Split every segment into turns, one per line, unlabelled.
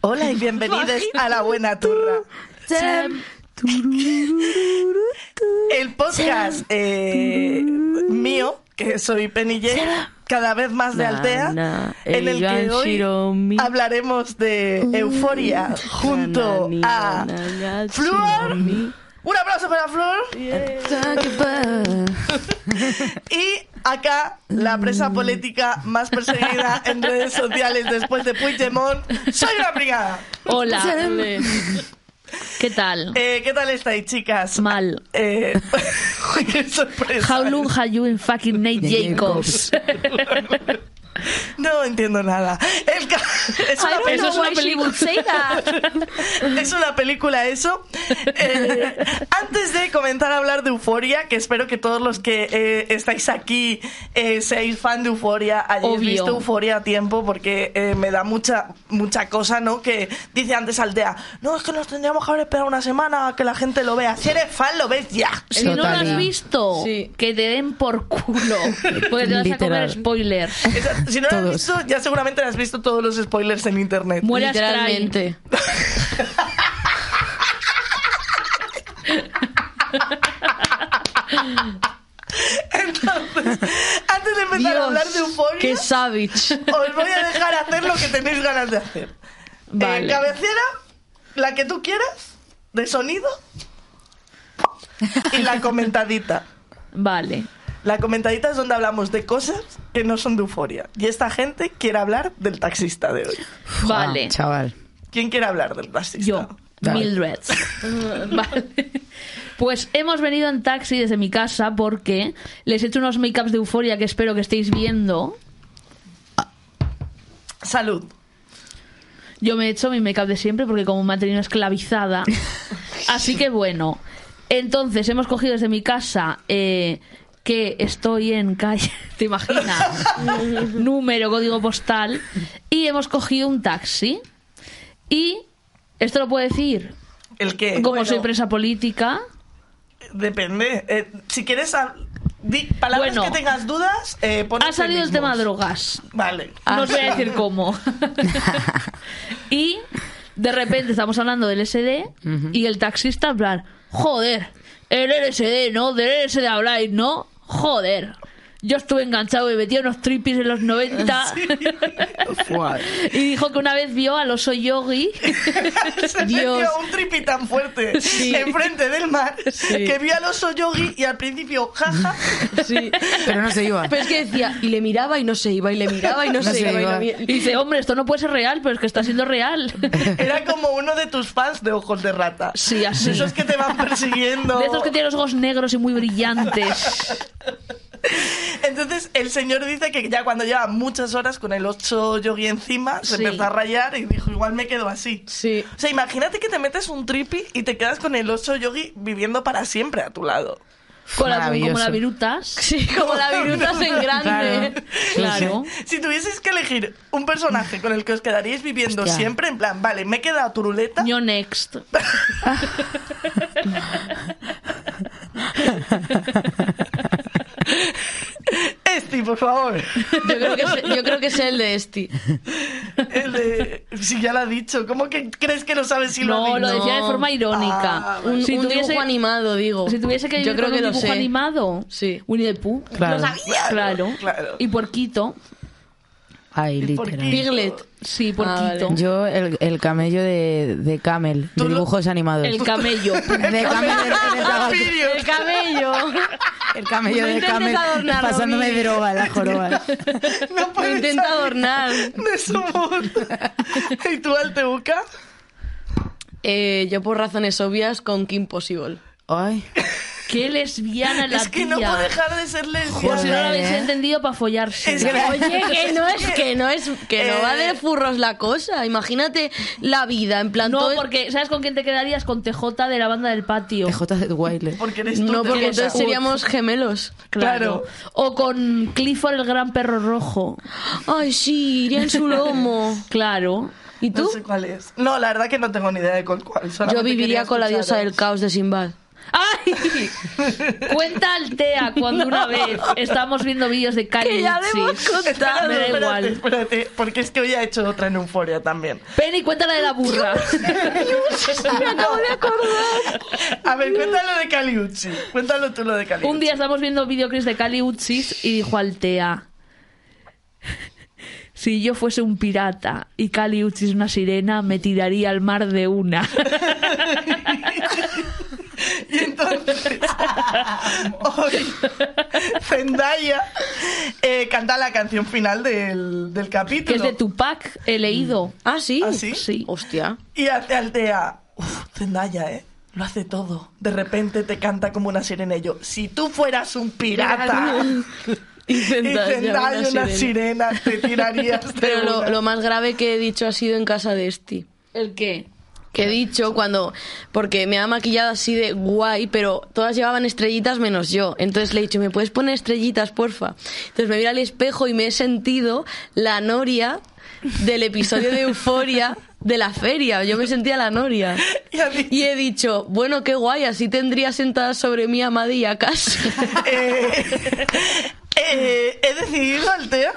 Hola y bienvenidos a La Buena Turra.
Chem.
El podcast eh, mío, que soy Penille, cada vez más de Altea,
na,
en el que hoy
Eivashiromi.
hablaremos de Euforia junto a Fluor. Un aplauso para Flor. Y acá, la presa política más perseguida en redes sociales después de Puigdemont, soy la brigada.
Hola. eh, ¿Qué tal?
Eh, ¿Qué tal estáis, chicas?
Mal.
Eh, qué sorpresa.
Howlung Hayu en fucking Nate Jacobs.
No entiendo nada. El ca- es, una
Eso
película,
es una película.
es una película eso. Eh, antes de comenzar a hablar de Euforia, que espero que todos los que eh, estáis aquí eh, seáis fan de Euforia, hayáis
Obvio.
visto Euforia a tiempo, porque eh, me da mucha mucha cosa, ¿no? Que dice antes Altea, no, es que nos tendríamos que haber esperado una semana a que la gente lo vea. Si eres fan, lo ves ya.
Si no lo has visto,
Sí.
que te den por culo. Porque te vas a comer
Literal.
spoilers.
Esa- si no lo has
Todos.
visto, ya seguramente has visto todos los spoilers en internet.
Muere Astray.
Literalmente.
Entonces, antes de empezar a hablar de euforia,
qué savage.
os voy a dejar hacer lo que tenéis ganas de hacer. Eh,
Vale.
cabecera, la que tú quieras, de sonido, y la comentadita.
Vale.
La comentadita es donde hablamos de cosas que no son de euforia. Y esta gente quiere hablar del taxista de hoy.
Vale.
Chaval.
¿Quién quiere hablar del taxista?
Yo,
Dale.
Mildred. vale. Pues hemos venido en taxi desde mi casa porque les he hecho unos make-ups de euforia que espero que estéis viendo.
Salud.
Yo me he hecho mi make-up de siempre porque como me ha tenido esclavizada. Así que bueno. Entonces hemos cogido desde mi casa eh, que estoy en calle, ¿te imaginas? Número, código postal. Y hemos cogido un taxi. Y esto lo puedo decir.
El que.
Como
Eh, bueno,
soy presa política.
Depende. Eh, si quieres. hab- di palabras
Bueno.
que tengas dudas, eh, pon
Ha salido este Ah, el
eufemismos.
tema drogas.
Vale.
No os voy a decir cómo. y de repente estamos hablando del SD y el taxista en plan, joder, el LSD, ¿no? Del LSD habláis, ¿no? Joder. Yo estuve enganchado y metí unos tripis en los 90 y dijo que una vez vio al oso yogi
Se
Dios.
metió un tripi tan fuerte enfrente del mar
Sí.
que vi al oso yogi y al principio, jaja,
Sí.
Pero no se iba.
Pero es que decía, y le miraba y no se iba, y le miraba y no, se, iba. y la mi-
y dice, hombre, esto no puede ser real, pero es que está siendo real.
era como uno de tus fans de ojos de rata.
Sí, así.
De esos que te van persiguiendo.
De estos que tienen los ojos negros y muy brillantes.
Entonces el señor dice que ya cuando lleva muchas horas con el oso yogi encima, se
Sí.
empezó a rayar y dijo, igual me quedo así.
Sí.
O sea, imagínate que te metes un tripi y te quedas con el oso yogi viviendo para siempre a tu lado.
Con la- como
Maravilloso.
la virutas.
Sí, como la virutas en grande.
Claro.
Si tuvieses que elegir un personaje con el que os quedaríais viviendo
Hostia.
siempre, en plan, vale, me he quedado turuleta,
Yo next.
Este, por favor.
Yo creo que es, yo creo que es el de este. Esti.
El de- Si ya lo ha dicho, ¿cómo que crees que no sabes si lo ha
No,
dicho?
lo decía de
No.
forma irónica.
Ah,
Un, un dibujo animado, digo.
si tuviese que vivir
yo creo
con
que
un
lo
dibujo
sé.
animado,
Sí.
Winnie the Pooh.
Claro.
Claro.
Claro.
Y Porquito.
Ay,
¿Y por
literal.
qué?
Piglet.
Sí,
Ah,
Porquito.
vale.
Yo, el, el camello de, de Camel,
Tú
de
lo-
dibujos animados.
El camello.
de Camel, en el tabaco.
Porfirio.
El cabello.
El camello
No
de
intentes
Camel
adornarlo,
pasándome
Miguel.
droga, la joroba.
No
Lo
puedes
intenta
salir
adornar.
De su mundo. ¿Y tú, Alteuca?
Eh, yo por razones obvias con Kim Possible.
Ay,
Qué lesbiana la
Es que
tía.
no puedo dejar de ser
Por si no
lesbiana.
lo habéis
Joder.
entendido, para follarse.
Es que-
Oye, que no es que no es que no va
Eh.
de furros la cosa. Imagínate la vida en plan
No,
todo-
porque ¿sabes con quién te quedarías? Con TJ de la banda del patio.
TJ de Wilder.
Porque eres tú.
no
te
porque
gusta.
entonces seríamos gemelos.
Claro.
O con Clifford el gran perro rojo.
Ay, sí, iría en su lomo.
Claro.
¿Y tú?
No sé cuál es. No, la verdad que no tengo ni idea de con cuál.
Yo
solamente
viviría
quería
con la diosa
escucharos.
del caos de Sinbad.
¡Ay! Cuenta Altea cuando una vez estábamos viendo vídeos de Kanye
Que ya
Uchis.
le hemos contado.
Me da
espérate,
igual.
espérate, porque es que hoy ha hecho otra en Euforia también.
Penny, cuéntala de la burra.
Me acabo de acordar.
A ver, cuéntalo de Caliucci. Cuéntalo tú lo de Caliucci.
Un día estábamos viendo videoclips de Kali Uchis y dijo Altea. Si yo fuese un pirata y Kali Uchis una sirena, me tiraría al mar de una.
Y entonces, hoy, Zendaya eh, canta la canción final del, del
que
capítulo.
es de Tupac, he leído.
¿Ah, sí?
¿Ah, sí?
Sí.
Hostia.
Y hace Altea, uff, Zendaya, ¿eh? Lo hace todo. De repente te canta como una sirena. Y yo, si tú fueras un pirata
Y
y Zendaya una,
sirena.
sirena, te tirarías de
Pero lo,
una.
lo más grave que he dicho ha sido en casa de Esti.
¿El qué?
Que he dicho cuando. Porque me ha maquillado así de guay, pero todas llevaban estrellitas menos yo. Entonces le he dicho, ¿me puedes poner estrellitas, porfa? Entonces me miro al espejo y me he sentido la noria del episodio de Euforia de la feria. Yo me sentía la noria.
Y ha dicho,
Y he dicho, bueno, qué guay, así tendría sentada sobre mí a Maddy y a Cass.
eh, eh, he decidido, Altea,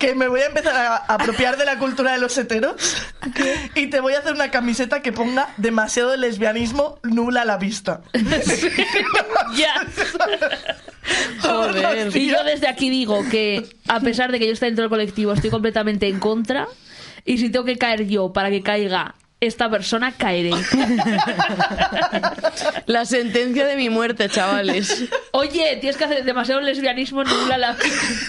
que me voy a empezar a apropiar de la cultura de los heteros y te voy a hacer una camiseta que ponga demasiado lesbianismo nula a la vista.
Ya.
Joder.
Y yo desde aquí digo que, a pesar de que yo esté dentro del colectivo, estoy completamente en contra. Y si tengo que caer yo para que caiga esta persona, caeré.
La sentencia de mi muerte, chavales.
Oye, tienes que hacer demasiado lesbianismo nula la
Dice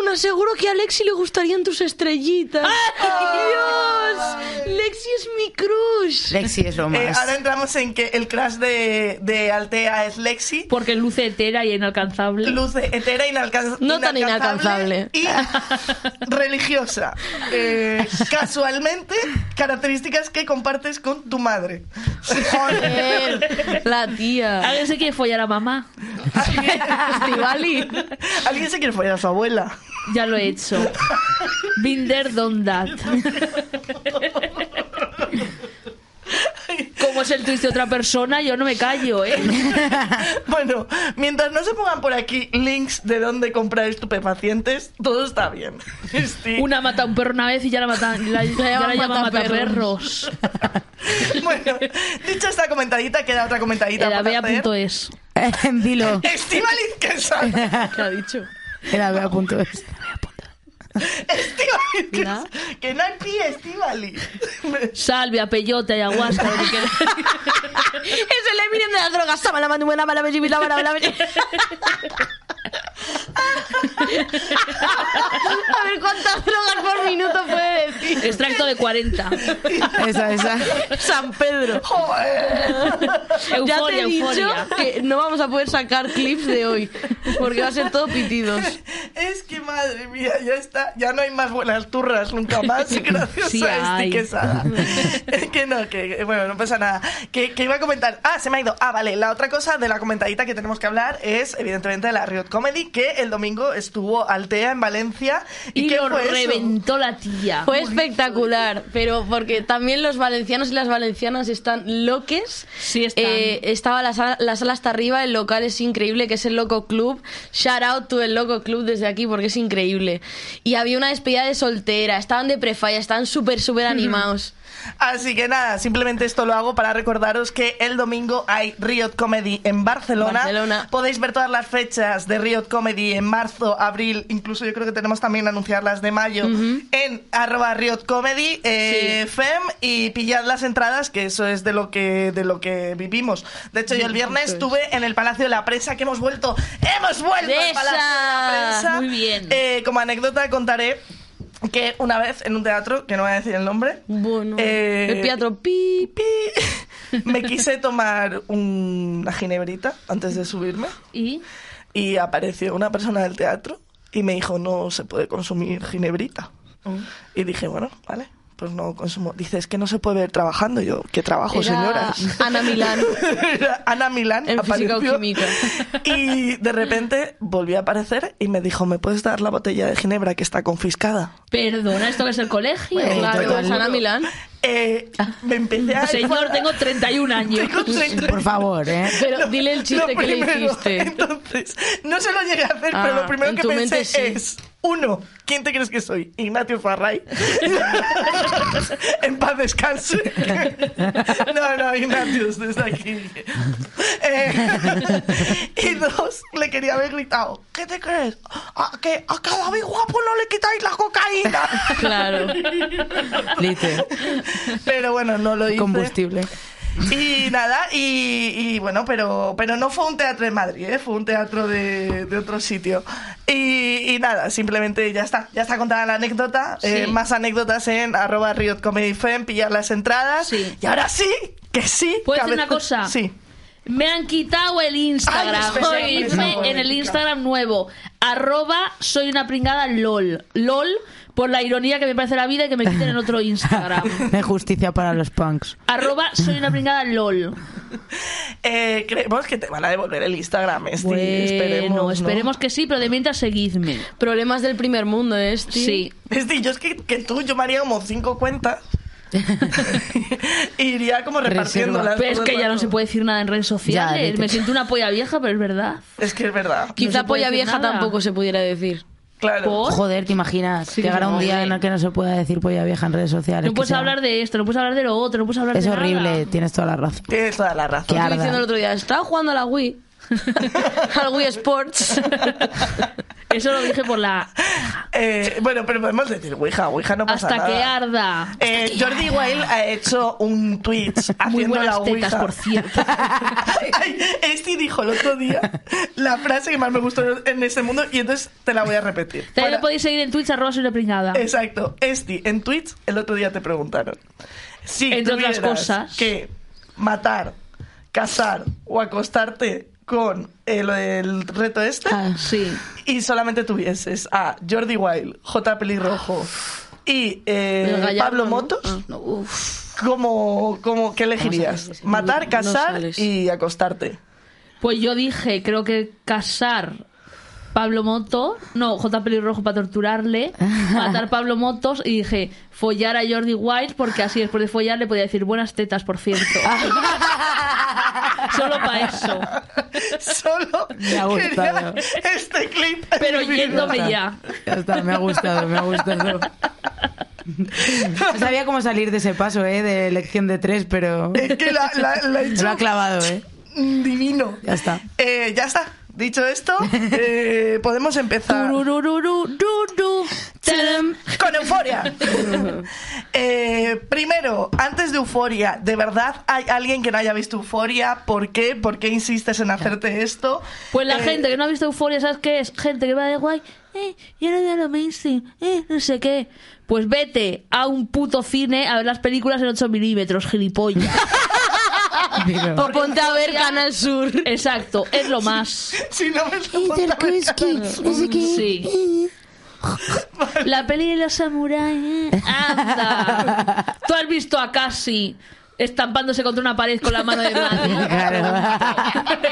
una, seguro que a Lexi le gustarían tus estrellitas. ¡Ah! ¡Dios! Lexi es mi crush.
Lexi es lo más.
Eh, ahora entramos en que el crash de, de Altea es Lexi.
Porque luce hetera y inalcanzable.
Luz hetera inalcanz- inalcanzable.
No tan inalcanzable.
Y religiosa. Eh, casualmente, características que compartes con tu madre.
Joder, la tía.
¿Alguien se quiere follar a mamá?
Estivali.
¿Alguien se quiere follar a su abuela?
Ya lo he hecho. Binder done that. Como es el twist de otra persona, yo no me callo, ¿eh?
Bueno, mientras no se pongan por aquí links de dónde comprar estupefacientes, todo está bien. Este, Sí.
Una mata a un perro una vez y ya la mata, la, ya la llama mataperros.
Bueno, dicha esta comentadita, queda otra comentadita
En la
por hacer.
bea.es.
Eh, Dilo.
Estíbaliz Quesada.
¿Qué ha dicho?
Era vea punto es.
Estivali, que,
¿No?
que no hay pie, Estivali.
Salvia, peyote, ayahuasca, lo que quieras.
Es el Eminem de las drogas. Sama la mano, buena, mala, bella, mala, mala, mala. A ver cuántas drogas por minuto puede decir.
Extracto de 40.
Esa, esa.
San Pedro. ya te
Euforia,
he dicho
euforia.
que no vamos a poder sacar clips de hoy. Porque va a ser todo pitidos.
Es que madre mía, ya está, ya no hay más buenas turras nunca más, gracias
Sí
a
hay.
Esti Quesada. Es que no, que bueno, no pasa nada. Que, que iba a comentar, ah, se me ha ido. Ah, vale, la otra cosa de la comentadita que tenemos que hablar es evidentemente de la Riot Comedy, que el domingo estuvo Altea en Valencia y,
Y
que
lo
fue eso?
reventó la tía.
Fue espectacular, pero porque también los valencianos y las valencianas están loques.
Sí, están.
Eh, estaba la sala, la sala hasta arriba, el local es increíble, que es el Loco Club. Shout out to el Loco Club desde aquí porque es increíble. Y había una despedida de soltera, estaban de prefalla, estaban súper, súper animados.
Así que nada, simplemente esto lo hago para recordaros que el domingo hay Riot Comedy en Barcelona.
Barcelona.
Podéis ver todas las fechas de Riot Comedy en marzo, abril, incluso yo creo que tenemos también anunciarlas de mayo en arroba Riot Comedy eh, fem y pillad las entradas, que eso es de lo que, de lo que vivimos. De hecho, yo el viernes estuve en el Palacio de la Prensa, que hemos vuelto, hemos vuelto
¡Presa!
al Palacio de la Prensa.
Muy bien.
Eh, como anécdota contaré que una vez en un teatro, que no voy a decir el nombre,
Bueno,
Eh,
el Piatro Pi.
pi. Me quise tomar una ginebrita antes de subirme
Y
y apareció una persona del teatro y me dijo, no se puede consumir ginebrita.
Oh.
Y dije, bueno, vale, pues no consumo. Dice, es que no se puede ver trabajando. Y Yo, ¿qué trabajo,
Era
señoras?
Ana Milán.
Era Ana Milán
En física o
apareció
química.
y de repente volvió a aparecer y me dijo, ¿me puedes dar la botella de ginebra que está confiscada?
perdona, esto que es el colegio.
Bueno,
claro,
te lo
es Ana
juro.
Milán.
eh,
Ah.
me empecé a...
Señor, tengo 31 años.
Tengo 30.
Por favor, ¿eh?
Pero
Lo-
dile el chiste
lo
que le
primero,
hiciste.
Entonces, no se lo llegué a hacer,
Ah,
pero lo primero
en
que
tu
pensé
mente sí.
es: uno, ¿quién te crees que soy? Ignacio Farray. en paz descanse. no, no, Ignacio, desde aquí. Eh, y dos, le quería haber gritado: ¿Qué te crees? ¿A que a cada vez guapo no le quitáis la cocaína?
Claro.
Lite.
pero bueno, no lo hice.
Combustible.
Y nada, y, y bueno, pero, pero no fue un teatro de Madrid, ¿eh? fue un teatro de, de otro sitio. Y, y nada, simplemente ya está, ya está contada la anécdota.
Sí.
Eh, más anécdotas en arroba Riot Comedy Fem, pillar las entradas.
Sí.
Y ahora sí, que sí.
¿Puedo
que a
decir
veces-
una cosa?
Sí.
Me han quitado el Instagram.
Ay, espera,
Hoy
espera,
hice
espera.
en el Instagram nuevo. Arroba soy una pringada LOL. LOL por la ironía que me parece la vida y que me quiten en otro Instagram.
No hay justicia para los punks.
Arroba soy una pringada LOL.
Eh, creemos que te van a devolver el Instagram, Esti,
Bueno,
esperemos.
esperemos,
¿no?
que sí, pero de mientras seguidme.
Problemas del primer mundo, ¿eh? Esti?
Sí.
Esti, yo es que, que tú, yo me haría como cinco cuentas. y iría como repartiéndolas.
Pero es
todo el
que ya no
rato.
se puede decir nada en redes
Ya,
sociales.
vete.
me siento una polla vieja, pero es verdad.
Es que es verdad.
No
Quizá
se puede
polla
decir
vieja
nada.
tampoco se pudiera decir.
Claro.
¿Por?
Joder, ¿te imaginas?
Sí,
Llegará un día
hombre.
en el que no se pueda decir polla vieja en redes sociales.
No
que
puedes
sea-
hablar de esto, no puedes hablar de lo otro, no puedes hablar
Es
de nada.
horrible, tienes toda la razón.
Tienes toda la razón.
Qué
Estuve
arda.
diciendo el otro día, estaba jugando a la Wii. al Wii Sports.
Eso lo dije por la...
Eh, bueno, pero podemos decir Ouija, Ouija no pasa
Hasta
nada.
que arda.
Eh, Jordi Wild ha hecho un tweet
Muy
haciendo la
buenas
Ouija.
tetas, por cierto.
Ay, este dijo el otro día la frase que más me gustó en este mundo y entonces te la voy a repetir.
También
Para-
lo podéis seguir en Twitch, arroba soy una pringada.
Exacto. Esti, en tweets el otro día te preguntaron. Si
Entre otras
tuvieras
cosas.
que matar, casar o acostarte con el, el reto este
Ah,
Sí.
y solamente tuvieses a Jordi Wild, J. Pelirrojo y eh,
El gallardo,
Pablo
¿no?
Motos,
Ah, no, uf.
¿cómo, cómo, ¿qué elegirías?
Vamos a ver,
¿Matar,
no
casar
sales.
y acostarte?
Pues yo dije, creo que casar Pablo Moto, no, J. Pelirrojo para torturarle, matar Pablo Motos y dije, follar a Jordi White porque así después de follar le podía decir buenas tetas, por cierto. Solo para eso.
Solo
Me
quería
ha gustado.
este clip. en
Pero
mi vida.
yéndome ya.
Ya está, me ha gustado, me ha gustado. No sabía cómo salir de ese paso, ¿eh? De elección de tres, pero
Es que la, la, la he
se
hecho
lo ha clavado, ¿eh?
divino.
Ya está.
Eh, ya está. Dicho esto, eh, podemos empezar
Tururururu, du, du, tadam.
con euforia. Eh, primero, antes de euforia, ¿de verdad hay alguien que no haya visto euforia? ¿Por qué? ¿Por qué insistes en hacerte esto?
Pues la
Eh,
gente que no ha visto Euforia, ¿sabes qué es? Gente que va de guay, eh, yo no veo lo mainstream, eh, no sé qué. Pues vete a un puto cine a ver las películas en 8 milímetros, gilipollas.
Digo,
O ponte a ver Canal Sur.
Exacto, es lo más.
Si no me soporta, me cago.
Sí. La peli de los samuráis. eh. ¡Anda! Tú has visto a Cassie estampándose contra una pared con la mano de
Claro.
nadie.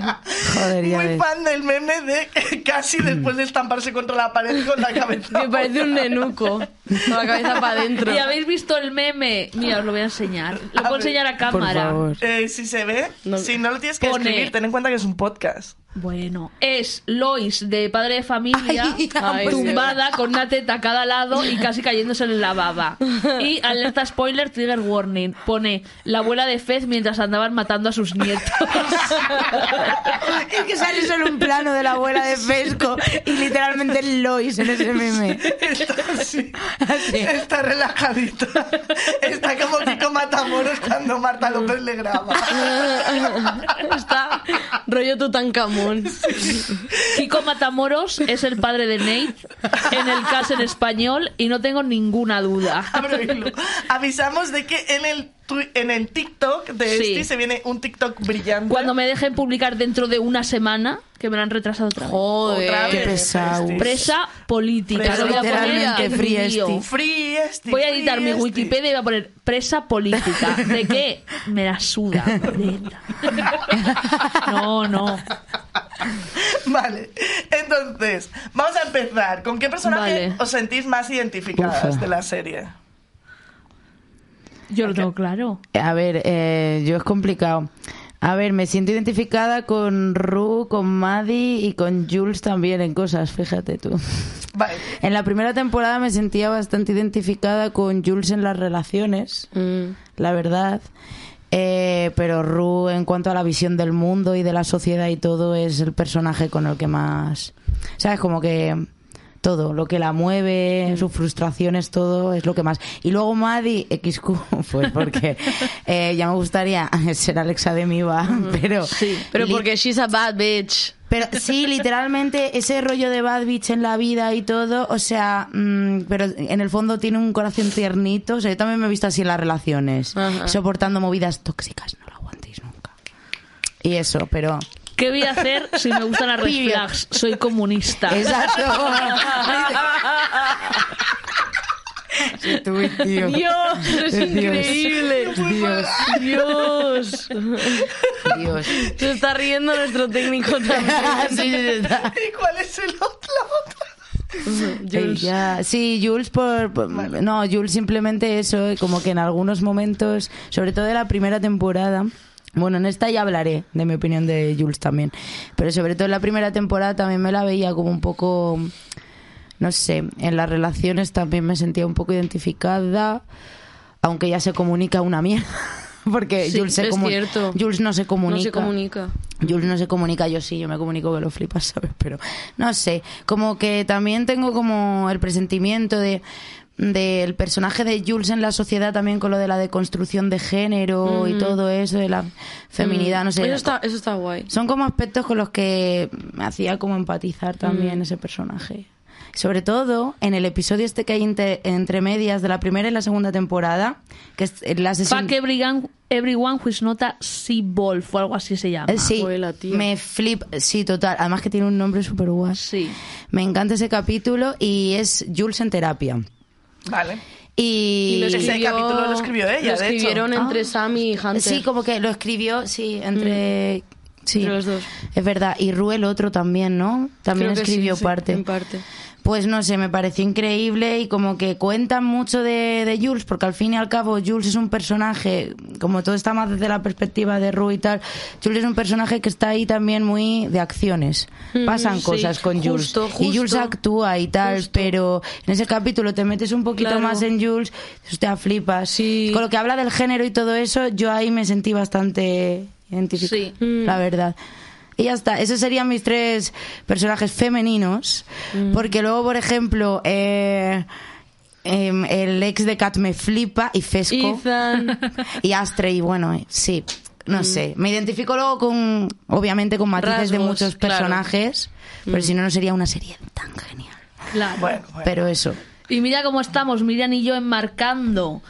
Joder, ya
Muy
ves.
fan del meme de casi después de estamparse contra la pared con la cabeza.
Me parece un nenuco. Con la cabeza para adentro.
¿Y habéis visto el meme? Mira, os lo voy a enseñar. Lo puedo
ver.
enseñar a
Por
cámara.
favor.
Eh, si se ve,
No.
si no lo tienes que
Pone-
escribir, ten en cuenta que es un podcast.
Bueno, es Lois de padre de familia,
Ay,
ay,
tumbada con una teta a cada lado y casi cayéndose en la baba. Y alerta spoiler, trigger warning. Pone la abuela de Fez mientras andaban matando a sus nietos.
Es que sale solo un plano de la abuela de Fesco y literalmente Lois en ese meme.
Está así.
Así.
Está relajadita. Está como Kiko Matamoros cuando Marta López le graba.
Está rollo Tutankamón.
Kiko Matamoros es el padre de Nate en el caso en español y no tengo ninguna duda.
Ábrelo. Avisamos de que en el twi- en el TikTok de
Sí.
este se viene un TikTok brillante.
Cuando me dejen publicar dentro de una semana, que me lo han retrasado otra vez.
Otra
Joder.
vez,
Qué
Este,
pesado.
Esti.
Presa política.
Presa
lo voy a poner
literalmente
en
free
vídeo.
Esti.
Free, Esti,
Voy a
free,
editar mi
Esti.
Wikipedia y voy a poner presa política. ¿De qué? Me la suda. de ETA. No, no.
Vale, entonces, vamos a empezar. ¿Con qué personaje
Vale.
os sentís más identificadas
Ufa.
de la serie?
Yo lo tengo claro.
A ver, eh, yo es complicado. A ver, me siento identificada con Ru, con Maddie y con Jules también en cosas, fíjate tú.
Vale.
En la primera temporada me sentía bastante identificada con Jules en las relaciones,
Mm.
la verdad. Eh, pero Ru, en cuanto a la visión del mundo y de la sociedad y todo, es el personaje con el que más. ¿Sabes? Como que todo, lo que la mueve, sus frustraciones, todo es lo que más. Y luego Maddie XQ, pues porque eh, ya me gustaría ser Alexa de Miva, pero.
Sí,
Pero
li-
porque she's a bad bitch.
pero sí, literalmente ese rollo de bad bitch en la vida y todo, o sea, mm, pero en el fondo tiene un corazón tiernito. O sea, yo también me he visto así en las relaciones,
Ajá.
soportando movidas tóxicas, no lo aguantéis nunca. Y eso, pero.
¿Qué voy a hacer si me gustan las red
Period.
flags? Soy comunista.
Exacto. Sí, tú, tío.
Dios, es
Dios.
increíble.
Dios,
Dios.
Dios.
Se está riendo nuestro técnico también.
Sí, sí, sí.
¿Y cuál es el otro? La otra?
Jules.
Ella- sí, Jules por, por- no, Jules simplemente eso, eh, como que en algunos momentos, sobre todo de la primera temporada, bueno, en esta ya hablaré de mi opinión de Jules también, pero sobre todo en la primera temporada también me la veía como un poco no sé, en las relaciones también me sentía un poco identificada, aunque ya se comunica una mierda. Porque
Sí,
Jules, se
es
comu-
cierto.
Jules no se comunica.
No se comunica.
Jules no se comunica, yo sí, yo me comunico que lo flipas, ¿sabes? Pero no sé, como que también tengo como el presentimiento de del personaje de Jules en la sociedad también con lo de la deconstrucción de género y todo eso de la feminidad, no sé.
Mm. Eso Mm. está, eso está guay.
Son como aspectos con los que me hacía como empatizar también
Mm.
ese personaje. Sobre todo en el episodio este que hay inte- entre medias de la primera y la segunda temporada, que es la sesión...
Fuck everyone, everyone who's not a sea wolf o algo así se llama.
Eh, Sí,
Abuela, tío.
me flip, sí, total. Además que tiene un nombre súper guay.
Sí.
Me encanta ese capítulo y es Jules en terapia.
Vale.
Y, Ah.
Y lo
Ese
escribió-
capítulo lo escribió ella,
Lo
de hecho.
escribieron entre Sammy y Hunter. Mm.
Sí, como que lo escribió, sí, entre... Sí,
Entre los dos.
es verdad. Y Ru el otro también, ¿no? También
Creo que sí,
escribió
sí,
parte.
en parte.
Pues no sé, me pareció increíble y como que cuentan mucho de, de Jules, porque al fin y al cabo Jules es un personaje, como todo está más desde la perspectiva de Rue y tal, Jules es un personaje que está ahí también muy de acciones. Pasan
Mm, sí,
cosas con Jules.
justo,
y Jules
justo.
actúa y tal,
Justo.
pero en ese capítulo te metes un poquito
Claro.
más en Jules, usted flipas.
Sí.
Con lo que habla del género y todo eso, yo ahí me sentí bastante identificada,
Sí.
la
Mm.
verdad. Y ya está, esos serían mis tres personajes femeninos, porque luego, por ejemplo, eh, em, el ex de Kat me flipa y Fesco
Ethan.
y Astrey, bueno, eh, sí, no sé, me identifico luego con, obviamente, con matices de
Rasgos,
muchos
claro.
personajes, pero si no, no sería una serie tan genial.
Claro.
Bueno, bueno.
Pero eso.
Y mira cómo estamos, Miriam y yo, enmarcando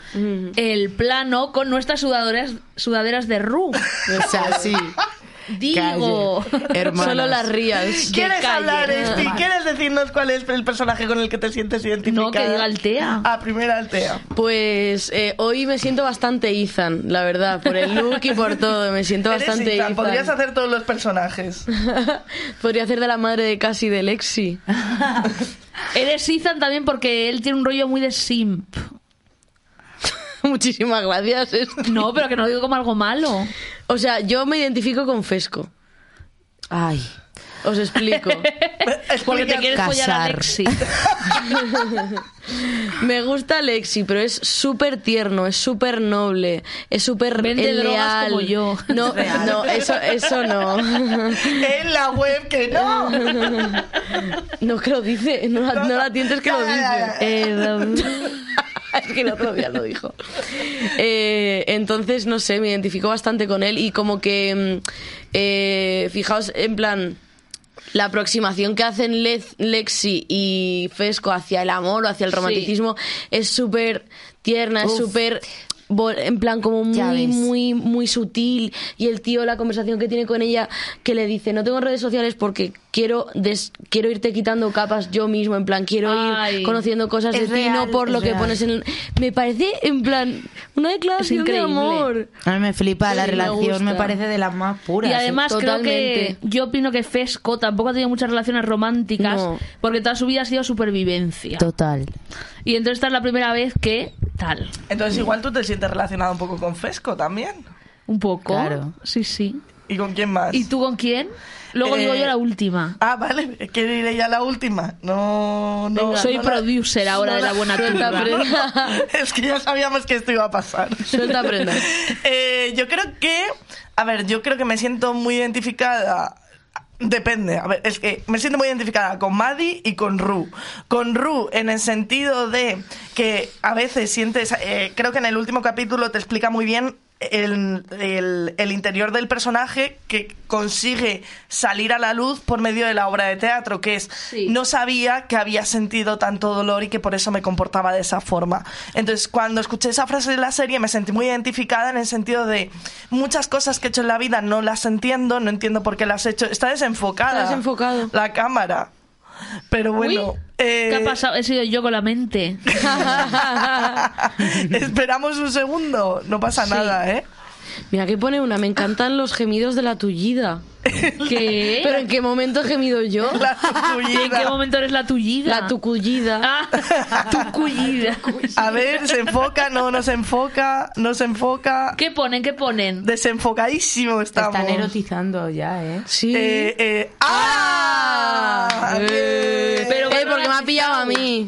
el plano con nuestras sudaderas, sudaderas de Ru.
O sea, sí.
Digo.
Calle, hermanas.
Solo las reals.
¿Quieres
calle,
hablar,
nada
Esti?
más.
¿Quieres decirnos cuál es el personaje con el que te sientes identificada?
No, que diga Altea.
Ah, primera Altea.
Pues eh, hoy me siento bastante Ethan, la verdad, por el look y por todo. Me siento
Eres
bastante
Ethan,
Ethan.
Podrías hacer todos los personajes.
Podría hacer de la madre de Cassie de Lexi.
Eres Ethan también porque él tiene un rollo muy de simp.
Muchísimas gracias. Esti.
No, pero que no lo digo como algo malo.
O sea, yo me identifico con Fesco.
Ay.
Os explico.
Porque te quieres follar a
Casar.
Lexi.
Me gusta Lexi, pero es súper tierno, es súper noble, es súper
Vende
leal.
drogas como yo.
No,
Real.
no, eso, eso no.
En la web que no.
No que lo dice, no la, no la tientes que lo dice. Eh, es que el otro día lo dijo. Eh, entonces, no sé, me identifico bastante con él y como que, mm, eh, fijaos, en plan, la aproximación que hacen Lez- Lexi y Fesco hacia el amor o hacia el romanticismo es súper tierna, es
Uf.
súper... vol- En plan, como
Ya
muy,
ves.
muy, muy sutil. Y el tío, la conversación que tiene con ella, que le dice, no tengo redes sociales porque quiero des- quiero irte quitando capas yo mismo. En plan, quiero
Ay.
ir conociendo cosas
Es
de ti, no
real,
por lo
es
que
real.
pones en... el- Me parece, en plan, una declaración de
increíble.
amor.
A mí me flipa, la
Sí, me
relación me
gusta.
parece de las más puras. eh.
Y además creo
¿eh? Totalmente.
que yo opino que Fesco tampoco ha tenido muchas relaciones románticas
No.
porque toda su vida ha sido supervivencia.
Total.
Y entonces esta es la primera vez que tal.
Entonces igual tú te sientes relacionado un poco con Fesco también.
Un poco.
Claro.
Sí, sí.
¿Y con quién más?
¿Y tú con quién? Luego
Eh,
digo yo la última.
Ah, vale, es que diré ya la última. No, no.
Venga, soy
no
producer ahora de la buena
no,
turba.
no, no. Es que ya sabíamos que esto iba a pasar.
Suelta prenda.
Eh, yo creo que, a ver, yo creo que me siento muy identificada. Depende, a ver, es que me siento muy identificada con Maddie y con Ru. Con Ru en el sentido de que a veces sientes, eh, creo que en el último capítulo te explica muy bien el, el- el interior del personaje que consigue salir a la luz por medio de la obra de teatro, que es
Sí.
no sabía que había sentido tanto dolor y que por eso me comportaba de esa forma. Entonces, cuando escuché esa frase de la serie, me sentí muy identificada en el sentido de muchas cosas que he hecho en la vida no las entiendo, no entiendo por qué las he hecho. Está desenfocada.
Está desenfocado.
La cámara. Pero bueno.
Uy,
eh,
¿Qué ha pasado? He sido yo con la mente.
esperamos un segundo. No pasa
Sí.
nada, ¿eh?
Mira, que pone una. Me encantan los gemidos de la tullida.
¿Qué?
¿Pero en qué momento he gemido yo?
La
¿Y en qué
tullida.
momento eres la tullida?
La tucullida.
Ah, tucullida.
A ver, se enfoca, no, no se enfoca, no se enfoca.
¿Qué ponen? ¿Qué ponen?
Desenfocadísimo
Te
estamos.
están erotizando ya, ¿eh?
Sí.
Eh, eh, ¡ah!
Eh,
Bien.
Pero
eh,
bueno,
porque me
la
ha pillado a mí.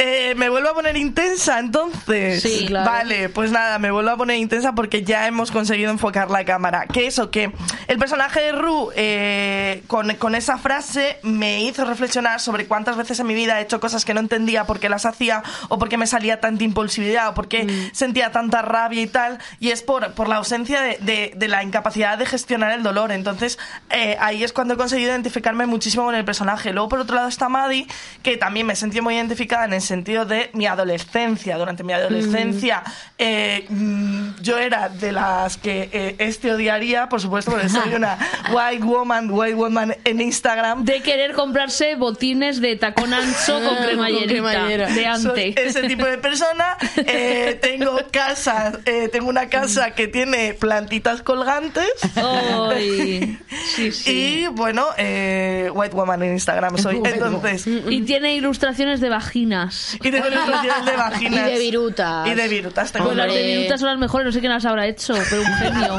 Eh, me vuelvo a poner intensa entonces.
Sí, claro.
Vale, pues nada, me vuelvo a poner intensa porque ya hemos conseguido enfocar la cámara. Que eso, que el personaje de Ru eh, con, con esa frase me hizo reflexionar sobre cuántas veces en mi vida he hecho cosas que no entendía por qué las hacía o por qué me salía tanta impulsividad o por qué
Mm.
sentía tanta rabia y tal. Y es por, por la ausencia de, de- de la incapacidad de gestionar el dolor. Entonces eh, ahí es cuando he conseguido identificarme muchísimo con el personaje. Luego por otro lado está Maddie, que también me sentí muy identificada en el sentido de mi adolescencia. Durante mi adolescencia eh, mm, yo era de las que eh, este odiaría, por supuesto, porque soy una white woman, white woman en Instagram.
De querer comprarse botines de tacón ancho con
Con
cremallerita.
cremallera.
De
Soy
ante.
ese tipo de persona. Eh, tengo casa, eh, tengo una casa que tiene plantitas colgantes.
Ay, sí, sí.
Y bueno, eh, White Woman en Instagram soy.
White
Entonces,
Y... tiene ilustraciones de vaginas.
y tengo ilustraciones de vaginas.
Y de virutas.
Y de virutas. Tengo
Pues las de
Hombre.
virutas son las mejores, no sé quién las habrá hecho, pero un genio.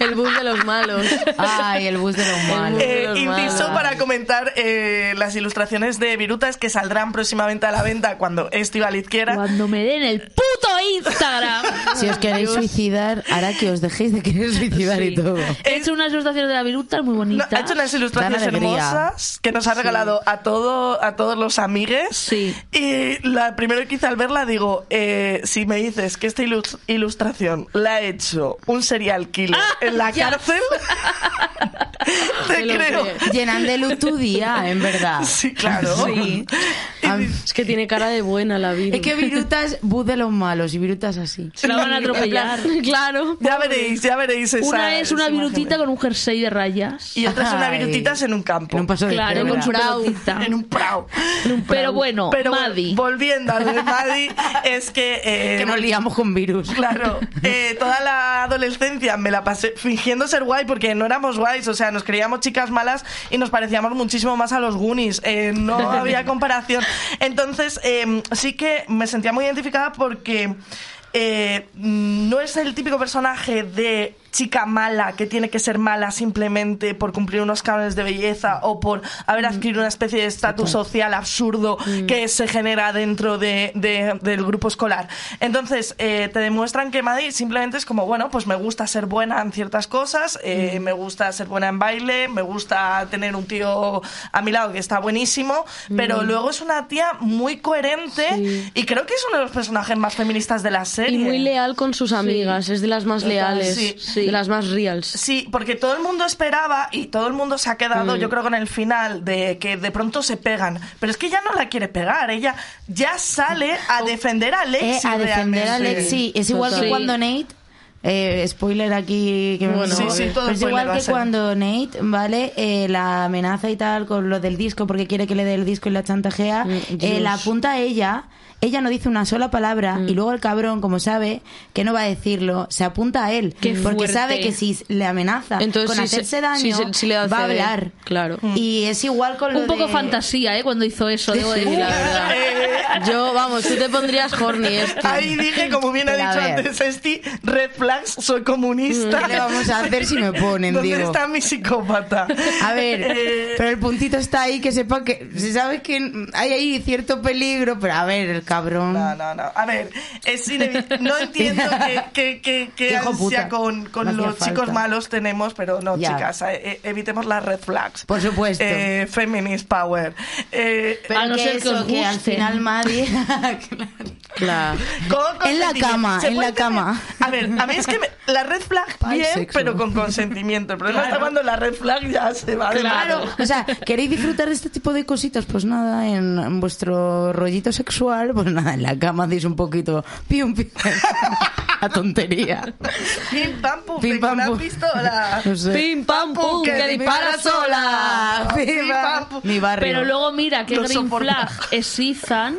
El bus de los malos.
Ay, el bus de los malos.
El
Eh, inciso para comentar eh, las ilustraciones de Virutas que saldrán próximamente a la venta cuando Estivaliz quiera.
Cuando me den el puto Instagram.
Si os queréis suicidar, hará que os dejéis de querer suicidar
Sí.
y todo.
He hecho unas ilustraciones de la viruta muy
No,
bonitas.
ha hecho unas ilustraciones
Dan alegría.
hermosas que nos ha regalado a todo a todos los amigues.
Sí.
Y la primero que hice al verla digo, eh, si me dices que esta ilus- ilustración la ha hecho un serial killer en la
Ah, ya.
cárcel, te
lo
creo.
creo.
Llenan de luz tu día, en verdad.
Sí, claro.
Sí.
Y
Am-
dices,
Es que tiene cara de buena la vida.
Es que virutas, bus de los malos y virutas así.
Se la van a atropellar.
Claro.
Ya veréis, ya veréis esa-
Una es una
esa imagen.
virutita con un jersey de rayas.
Y otra es una
Ay.
virutitas en un campo.
En un paso de
Claro,
cebra.
con su
Bravo.
pelotita.
En un prau.
Pero bueno,
Pero
Madi.
volviendo a lo de Madi, es que... eh,
Que nos liamos con virus.
Claro, eh, toda la adolescencia me la pasé fingiendo ser guay porque no éramos guays, o sea, nos creíamos chicas malas y nos parecíamos muchísimo más a los Goonies, eh, no había comparación. Entonces, eh, sí que me sentía muy identificada porque eh, no es el típico personaje de chica mala que tiene que ser mala simplemente por cumplir unos cánones de belleza o por
Mm.
haber adquirido una especie de estatus social absurdo que se genera dentro de- de- del grupo escolar. Entonces, eh, te demuestran que Madrid simplemente es como, bueno, pues me gusta ser buena en ciertas cosas,
Mm.
eh, me gusta ser buena en baile, me gusta tener un tío a mi lado que está buenísimo,
Mm.
pero luego es una tía muy coherente y creo que es uno de los personajes más feministas de la serie.
Y muy leal con sus amigas. Es de las más leales.
Sí,
sí.
De las más reals.
Sí, porque todo el mundo esperaba y todo el mundo se ha quedado,
Mm.
yo creo, con el final de que de pronto se pegan. Pero es que ella no la quiere pegar, ella ya sale a defender a
Eh,
Lexi.
a defender a
realmente.
Lexi. Es igual
Total.
que cuando Nate. eh, spoiler aquí que me-
Bueno, Sí, sí,
todo
pero es
spoiler va
igual
a
que
ser.
cuando Nate vale eh, la amenaza y tal con lo del disco porque quiere que le dé el disco y la chantajea
Mm,
eh, la apunta a ella ella no dice una sola palabra
Mm.
y luego el cabrón como sabe que no va a decirlo se apunta a él
Qué
porque
fuerte.
sabe que si le amenaza
Entonces,
con
si se-
hacerse daño
si se- si le hace
va a
de-
hablar
claro.
y es igual con lo
Un poco
de-
fantasía, ¿eh? Cuando hizo eso, debo decir la verdad.
Eh,
Yo, vamos, tú te pondrías horny. Es que-
Ahí dije, como bien ha
Pero a
dicho
ver.
antes Esti, red flags, soy comunista.
¿Qué Mm, le vamos a hacer si me ponen,
¿Dónde
digo?
está mi psicópata?
A ver,
Eh,
pero el puntito está ahí, que sepa que se sabe que hay ahí cierto peligro, pero a ver, el cabrón.
No, no, no. A ver, es inevitable. No entiendo qué, qué, qué, qué
Hijo
ansia
puta.
con, con
No hacía
los chicos
falta.
malos tenemos, pero no,
Ya.
chicas, eh, eh, evitemos las red flags.
Por supuesto.
Eh, feminist power. Eh,
Pero
A no
que
ser que
eso,
os
que al
guste.
final nadie.
Claro.
con
En la
consentimiento.
cama,
¿Se
en
puede
la
tener-
cama.
A ver, a mí es que me- la red flag,
Para el
bien,
sexo.
pero con consentimiento. El problema está cuando la red flag ya se va de
Claro,
mano.
o sea, ¿queréis disfrutar de este tipo de cositas? Pues nada, en, en vuestro rollito sexual, pues nada, en la cama hacéis un poquito pium pium. La tontería.
Pim, pam, pum,
Pim,
de
pam,
una
pum.
pistola.
No sé.
Pim, pam, pum, que dispara sola.
Pim, pam, pum.
Mi barrio.
Pero luego mira que
No
Green
soporto.
Flag es Ethan.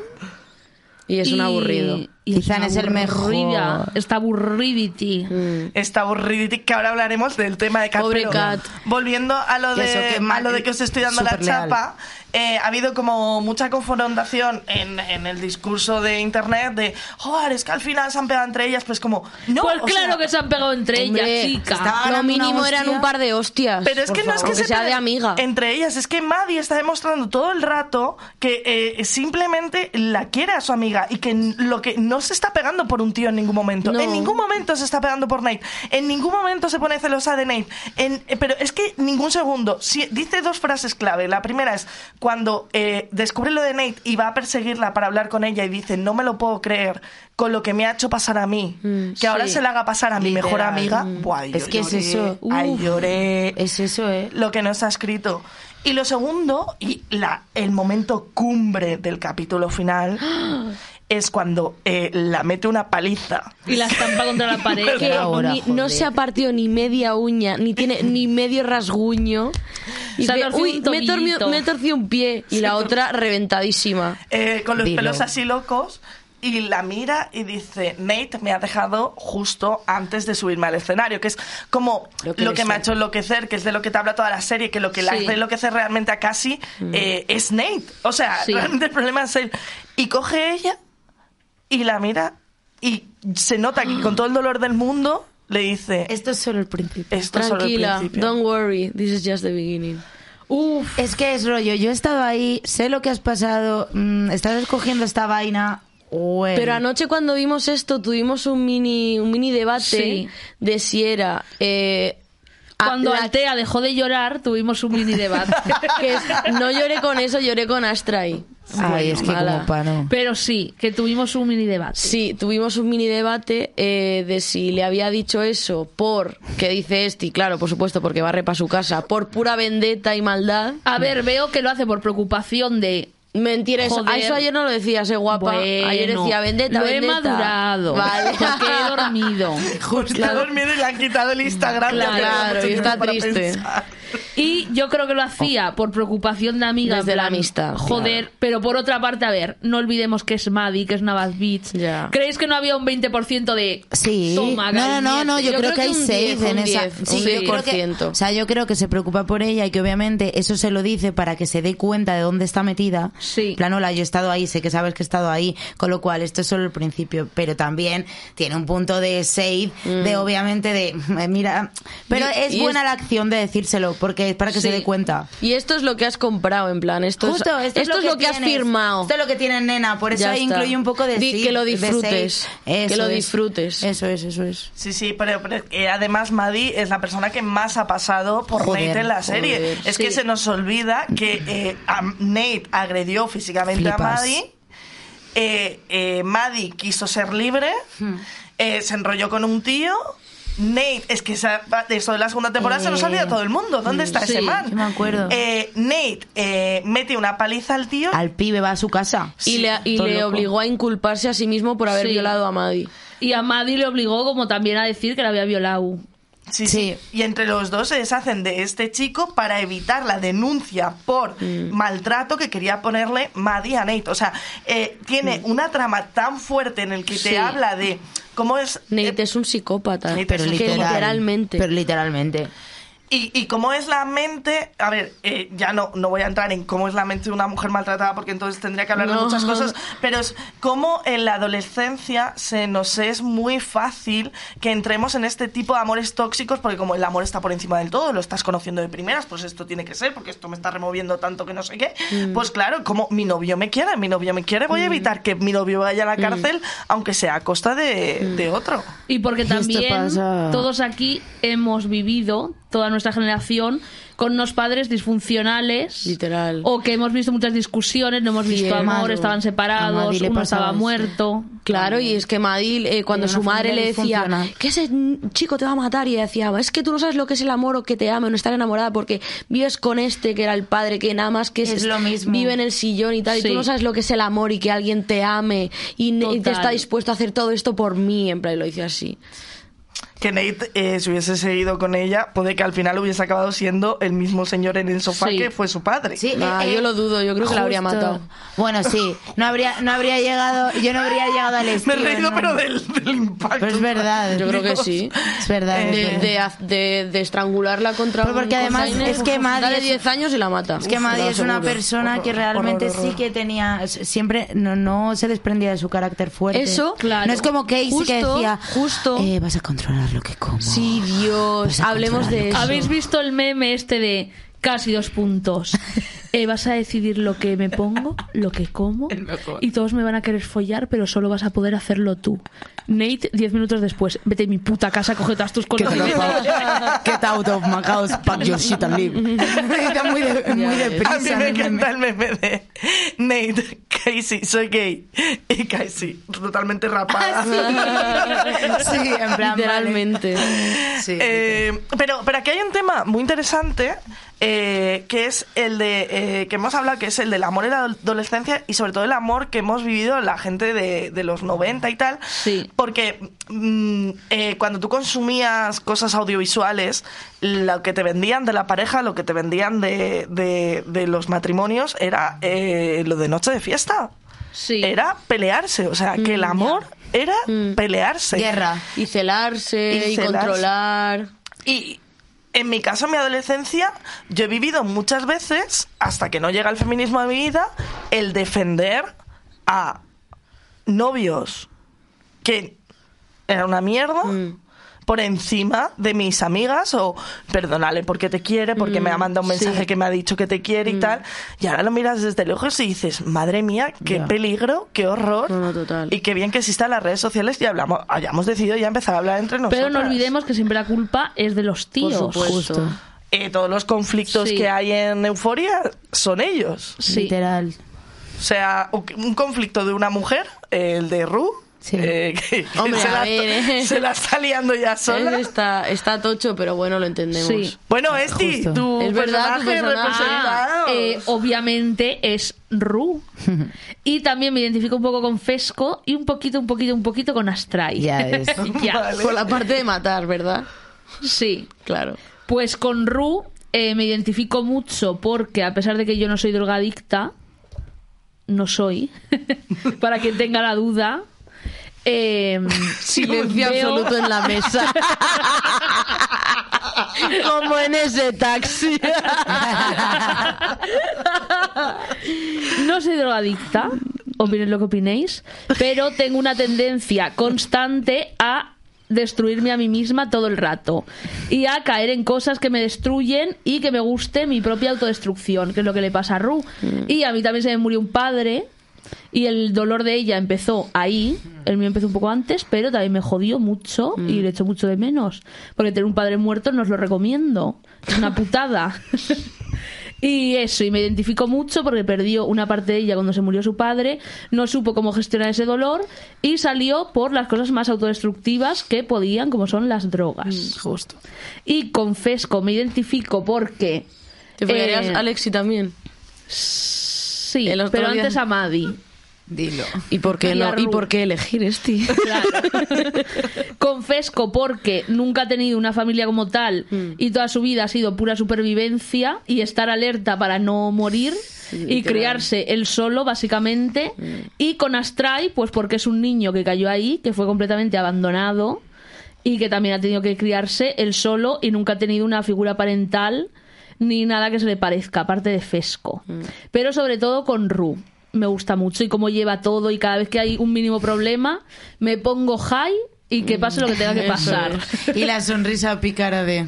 Y es un
y-
aburrido.
y
Ethan
una
es el mejor.
aburrida, Está aburridity.
Mm.
Está aburridita, que ahora hablaremos del tema de Cat.
Pobre
pero
Cat.
Volviendo a lo,
Que
de,
eso, que
a
ma-
lo de que os estoy dando la
superleal.
chapa, eh, ha habido como mucha confrontación en, en el discurso de internet de, joder, es que al final se han pegado entre ellas, pues como, no,
pues
o
claro
sea,
que se han pegado entre
Hombre,
ellas, chica.
está-
Lo
Ahora
mínimo
una
eran
hostia.
un par de hostias.
Pero es que
por
no es
favor.
que se
sea de
peleen
amiga.
Entre ellas, es que Maddie está demostrando todo el rato que eh, simplemente la quiere a su amiga y que n- lo que no se está pegando por un tío en ningún momento.
No.
En ningún momento se está pegando por Nate. En ningún momento se pone celosa de Nate. En- eh, pero es que ningún segundo. Si, dice dos frases clave. La primera es cuando eh, descubre lo de Nate y va a perseguirla para hablar con ella y dice, no me lo puedo creer con lo que me ha hecho pasar a mí. que ahora
sí.
se la haga pasar a mi mejor
Mm, Literal. Mm.
amiga. Buah,
Es
yo
que es
lloré,
eso.
ay,
Uf.
lloré
Es eso, ¿eh?
lo que nos ha escrito. Y lo segundo, y la, el momento cumbre del capítulo final, es cuando eh, la mete una paliza.
Y la estampa contra la pared.
Que
Ahora,
ni- no
joder.
se ha partido ni media uña, ni tiene ni medio rasguño. Y
Se ha
dice,
torcido
uy,
un
me he, torcido,
tobillo".
me he torcido un pie. Y la otra reventadísima.
Eh, con los
Dilo.
pelos así locos. Y la mira y dice, Nate me ha dejado justo antes de subirme al escenario, que es como lo
Lo
que,
que le
me ha
sé.
hecho enloquecer, que es de lo que te habla toda la serie, que lo que la
Sí.
hace enloquecer realmente a Cassie
Mm.
eh, es Nate. O sea,
Sí.
realmente el problema es él. Y coge ella y la mira y se nota que con todo el dolor del mundo le dice,
Esto es solo el principio.
esto es solo el
Tranquila,
principio".
don't worry, this is just the beginning.
Uf.
Es que es rollo, yo he estado ahí, sé lo que has pasado, mm, estás escogiendo esta vaina. güey.
Pero anoche cuando vimos esto tuvimos un mini, un mini debate
Sí.
de si era... eh, a-
Cuando
la-
Altea dejó de llorar, tuvimos un mini debate.
que es- no lloré con eso, lloré con Astray.
Ay, es que
Mala.
como pano.
Pero sí, que tuvimos un mini debate.
Sí, tuvimos un mini debate eh, de si le había dicho eso por, que dice Esti, claro, por supuesto, porque barre para su casa, por pura vendetta y maldad.
A ver, veo que lo hace por preocupación de.
Mentira, eso,
Joder.
a eso ayer no lo decías, eh, guapa.
Bueno,
ayer decía vendetta,
lo
vendetta.
he madurado.
Vale.
Porque he dormido.
Justo ha dormido y le han quitado el Instagram.
Claro,
ya tenía
claro,
mucho
y está
tiempo para
triste.
pensar.
Y yo creo que lo hacía por preocupación de amiga. en
Oh. Desde la
plan,
amistad,
Joder, pero por otra parte, a ver, no olvidemos que es Maddie, que es Navas Beach.
Ya.
¿Creéis que no había un 20% de.
Sí,
Toma,
no, no, no, no, yo,
Yo creo
creo, que hay
que un
seis
10, un
en esa.
10,
Sí,
un
yo creo que,
10%.
o sea, yo creo que se preocupa por ella y que obviamente eso se lo dice para que se dé cuenta de dónde está metida.
Sí.
En plan, hola, yo he estado ahí, sé que sabes que he estado ahí, con lo cual esto es solo el principio, pero también tiene un punto de seis, de obviamente de, mira, pero
Mm. Y-
es
y
buena
es-
la acción de decírselo porque es para que se
Sí.
dé cuenta.
Y esto es lo que has comprado, en plan, esto
Justo,
es,
esto, es lo que,
has
tienes.
firmado.
Esto es lo que tienes, nena. Por eso
Ya
ahí
está.
incluye un poco de
Di
sí,
que lo
de
disfrutes,
seis.
que
Eso
lo
es.
disfrutes.
Eso es, eso es.
Sí, sí, pero, pero que además Maddie es la persona que más ha pasado por
Joder,
Nate en la serie.
joder,
es
sí.
que se nos olvida que eh, a Nate agredió físicamente a
Flipas.
Maddie. Eh, eh, Maddie quiso ser libre.
Hmm.
eh, se enrolló con un tío. Nate, es que esa, eso de la segunda temporada se nos
Eh,
olvida todo el mundo. ¿Dónde está
sí,
ese man?
yo me acuerdo.
Eh, Nate eh, mete una paliza al tío.
Al pibe va a su casa.
Y le, y
todo
le
loco.
obligó a inculparse a sí mismo por haber
Sí.
violado a Maddie.
Y a Maddie le obligó, como también a decir que la había violado.
Sí, sí.
Sí.
Y entre los dos se deshacen de este chico para evitar la denuncia por
Mm.
maltrato que quería ponerle Maddie a Nate. O sea, eh, tiene una trama tan fuerte en el que
Mm. Sí.
te habla de cómo es...
Nate
eh,
es un psicópata.
Nate
pero
es un
que
psicópata.
literalmente.
Pero literalmente.
Y, y cómo es la mente, a ver, eh, ya no, no voy a entrar en cómo es la mente de una mujer maltratada porque entonces tendría que hablar de
No.
muchas cosas, pero es cómo en la adolescencia se nos es muy fácil que entremos en este tipo de amores tóxicos porque como el amor está por encima del todo, lo estás conociendo de primeras, pues esto tiene que ser porque esto me está removiendo tanto que no sé qué, pues claro, como mi novio me quiere, mi novio me quiere, voy a evitar que mi novio vaya a la cárcel aunque sea a costa de, de otro.
Y porque
Esto
también
pasa.
todos aquí hemos vivido, toda nuestra generación, con unos padres disfuncionales.
Literal.
O que hemos visto muchas discusiones, no hemos visto amor,
Amado.
estaban
A
separados,
Maddy le
uno
pasaba
estaba
eso.
muerto.
Claro, y es que Madil, eh, cuando
Era
su
una
madre
familia
le decía
disfuncional.
que ese chico te va a matar, y ella decía, es que tú no sabes lo que es el amor o que te ama o no estar enamorada porque vives con este que era el padre, que nada más que
Es
es-
lo mismo.
vive en el sillón y tal, y
Sí.
tú no sabes lo que es el amor y que alguien te ame y, ne- y te
Total.
está dispuesto a hacer todo esto por mí, en plan, y lo dice así.
que Nate, eh, si hubiese seguido con ella, puede que al final hubiese acabado siendo el mismo señor en el sofá
Sí.
que fue su padre.
Sí, eh,
Ah, yo lo dudo, yo creo que la habría matado.
Bueno, sí, no habría, no habría llegado, yo no habría llegado al
Me he
estilo.
reído,
no.
pero del, del impacto.
Pero es verdad.
Yo creo que sí.
Es verdad. es
De,
verdad.
de haz- de- de estrangularla contra
Pero
un
Eh, porque además
container,
es que Maddy
dale
es-
10 años y la mata.
Es que
Uf,
Maddy
te lo
es una
aseguro.
persona que
Horror,
realmente
horror,
sí que tenía, siempre no, no se desprendía de su carácter fuerte.
Eso,
Claro.
No es como Casey que
Justo,
decía,
justo.
"Eh, vas a controlar lo que como.
Sí, Dios,
Vas a
hablemos de eso.
controlarlo.
¿Habéis visto el meme este de casi dos puntos? Eh, vas a decidir lo que me pongo, lo que como, y todos me van a querer follar, pero solo vas a poder hacerlo tú. Nate, diez minutos después, vete a mi puta casa, coge todas tus cosas.
Get out of my house, pack your shit and leave. Era muy, de, muy deprisa.
A mí me
el meme.
encanta el meme de Nate, Casey, soy gay. Y Casey, totalmente
Ah,
rapada.
Sí, en plan,
Literalmente.
vale. Sí,
Eh, pero, pero aquí hay un tema muy interesante eh, que es el de eh, que hemos hablado, que es el del amor en la adolescencia y sobre todo el amor que hemos vivido la gente de, de los 90 y tal.
Sí.
Porque mm, eh, cuando tú consumías cosas audiovisuales, lo que te vendían de la pareja, lo que te vendían de, de- de los matrimonios era eh, lo de noche de fiesta.
Sí.
Era pelearse, o sea, que el amor era pelearse.
Guerra.
Y celarse,
Y
y,
celarse.
controlar.
Y en mi caso, en mi adolescencia, yo he vivido muchas veces, hasta que no llega el feminismo a mi vida, el defender a novios que era una mierda. Por encima de mis amigas, o perdónale porque te quiere, porque me ha mandado un mensaje que me ha dicho que te quiere y tal. Y ahora lo miras desde lejos y dices, madre mía, qué
Ya.
peligro, qué horror.
No, no, total.
Y qué bien que existan las redes sociales y hablamos, hayamos decidido ya empezar a hablar entre nosotros.
Pero no olvidemos que siempre la culpa es de los
Por
tíos.
supuesto.
Justo.
Eh, todos los conflictos
Sí.
que hay en Euforia son ellos.
Sí.
Literal.
O sea, u- un conflicto de una mujer, eh, el de Ru,
Sí.
eh, que, que
Hombre,
se,
a
la,
ver, eh.
se la está liando ya sola.
Él ¿Eh? está, está tocho, pero bueno, lo entendemos.
Sí.
Bueno, Esti,
Justo.
tu
Es verdad, tu
personaje
personaje.
Ah,
representado.
eh, obviamente es Ru. Y también me identifico un poco con Fesco y un poquito, un poquito, un poquito con Astray.
Ya ves.
Ya.
Vale.
Por la parte de matar, ¿verdad?
Sí.
Claro.
Pues con Ru eh, me identifico mucho porque a pesar de que yo no soy drogadicta, no soy, para quien tenga la duda, eh,
Silencio
veo-
absoluto en la mesa. Como en
este-
ese taxi.
no soy drogadicta, opinéis lo que opinéis, pero tengo una tendencia constante a destruirme a mí misma todo el rato y a caer en cosas que me destruyen y que me guste mi propia autodestrucción, que es lo que le pasa a Ru. Y a mí también se me murió un padre y el dolor de ella empezó ahí, el mío empezó un poco antes, pero también me jodió mucho y le echo mucho de menos, porque tener un padre muerto no os lo recomiendo, es una putada. Y eso, y me identifico mucho porque perdió una parte de ella cuando se murió su padre, no supo cómo gestionar ese dolor y salió por las cosas más autodestructivas que podían, como son las
Mm,
drogas.
Justo.
Y confesco, me identifico porque...
¿Te follarías
eh,
a Alexi también?
Sí,
el otro
pero
día?
antes a Maddie.
Dilo.
¿Y por qué,
Y a
no? ¿Y
Ru.
por qué elegir este?
Claro. Confesco porque nunca ha tenido una familia como tal
Mm.
y toda su vida ha sido pura supervivencia y estar alerta para no morir y
literal.
criarse él solo, básicamente.
Mm.
Y con Astray, pues porque es un niño que cayó ahí, que fue completamente abandonado y que también ha tenido que criarse él solo y nunca ha tenido una figura parental ni nada que se le parezca, aparte de Fesco.
Mm.
Pero sobre todo con Ru. Me gusta mucho y cómo lleva todo y cada vez que hay un mínimo problema me pongo high y que pase lo que tenga que
Eso
pasar.
es. Y la sonrisa pícara de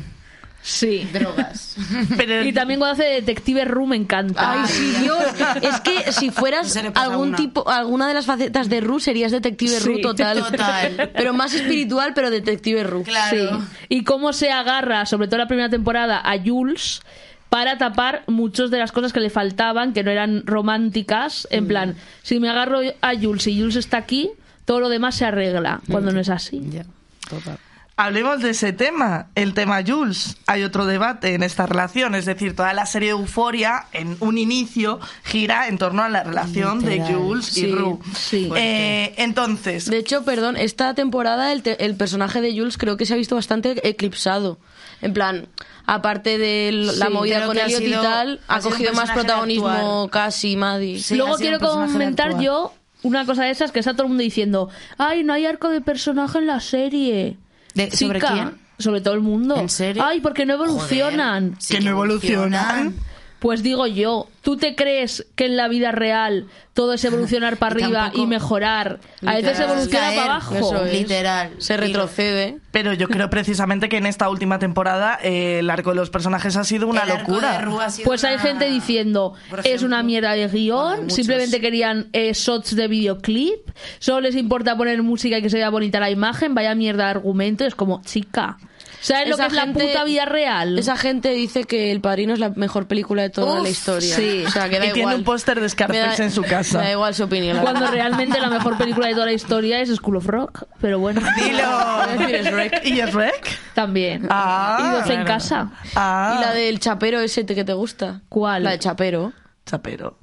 Sí.
drogas.
Pero
Y también cuando hace detective Ru me encanta.
Ay, sí, Dios. Es que si fueras
Ah. Se le pasa
algún
una.
tipo, alguna de las facetas de Ru, serías detective
Sí,
Ru total.
total.
Pero más espiritual, pero detective Ru.
Claro.
Sí. Y cómo se agarra, sobre todo la primera temporada, a Jules para tapar muchas de las cosas que le faltaban, que no eran románticas. En
Mm.
plan, si me agarro a Jules y Jules está aquí, todo lo demás se arregla,
Mm.
cuando no es así.
Ya, total.
Hablemos de ese tema, el tema Jules. Hay otro debate en esta relación, es decir, toda la serie de Euforia en un inicio gira en torno a la relación de
Literal.
Jules y
Sí,
Rue.
sí.
Eh, entonces,
De hecho, perdón, esta temporada el, te- el personaje de Jules creo que se ha visto bastante eclipsado. En plan, aparte de l- la
Sí,
movida
creo
con
que ha
Elliot y
sido-
tal,
ha
ha
sido un
cogido más
personaje de
protagonismo
actuar.
casi Maddie.
Sí, ha
Luego
sido
quiero
un personaje de
comentar
actuar.
yo una cosa de esas que está todo el mundo diciendo, ay, no hay arco de personaje en la serie.
De- ¿sobre
Chica,
quién?
Sobre todo el mundo.
¿En serio?
Ay, porque no evolucionan.
Joder, sí
Que no evolucionan.
Pues digo yo, ¿tú te crees que en la vida real todo es evolucionar para
Y
arriba
tampoco-
y mejorar? A veces
Literal.
evoluciona
Caer,
para abajo.
eso es. Literal.
Se retrocede.
pero yo creo precisamente que en esta última temporada eh, el arco de los personajes ha sido una
El arco
locura.
de Rue ha sido
Pues hay
una-
gente diciendo,
Por
es
ejemplo,
una mierda de
bueno,
guión,
muchos.
simplemente querían eh, shots de videoclip, solo les importa poner música y que se vea bonita la imagen, vaya mierda de argumento, es como, chica, ¿sabes lo que
Esa
es la
gente-
puta vida real?
Esa gente dice que El Padrino es la mejor película de toda
Uf,
la historia.
sí.
O sea, que da
Y tiene
igual.
un póster de Scarface
Me da-
en su casa.
Me da igual su opinión. la
Cuando
verdad.
realmente la mejor película de toda la historia es School of Rock, pero bueno,
Dilo.
Es decir, es Rec.
¿Y es Rec?
también.
Ah.
y 12 en
Claro.
casa.
Ah,
¿Y la del chapero ese te- que te gusta?
¿Cuál?
La de chapero.
Chapero.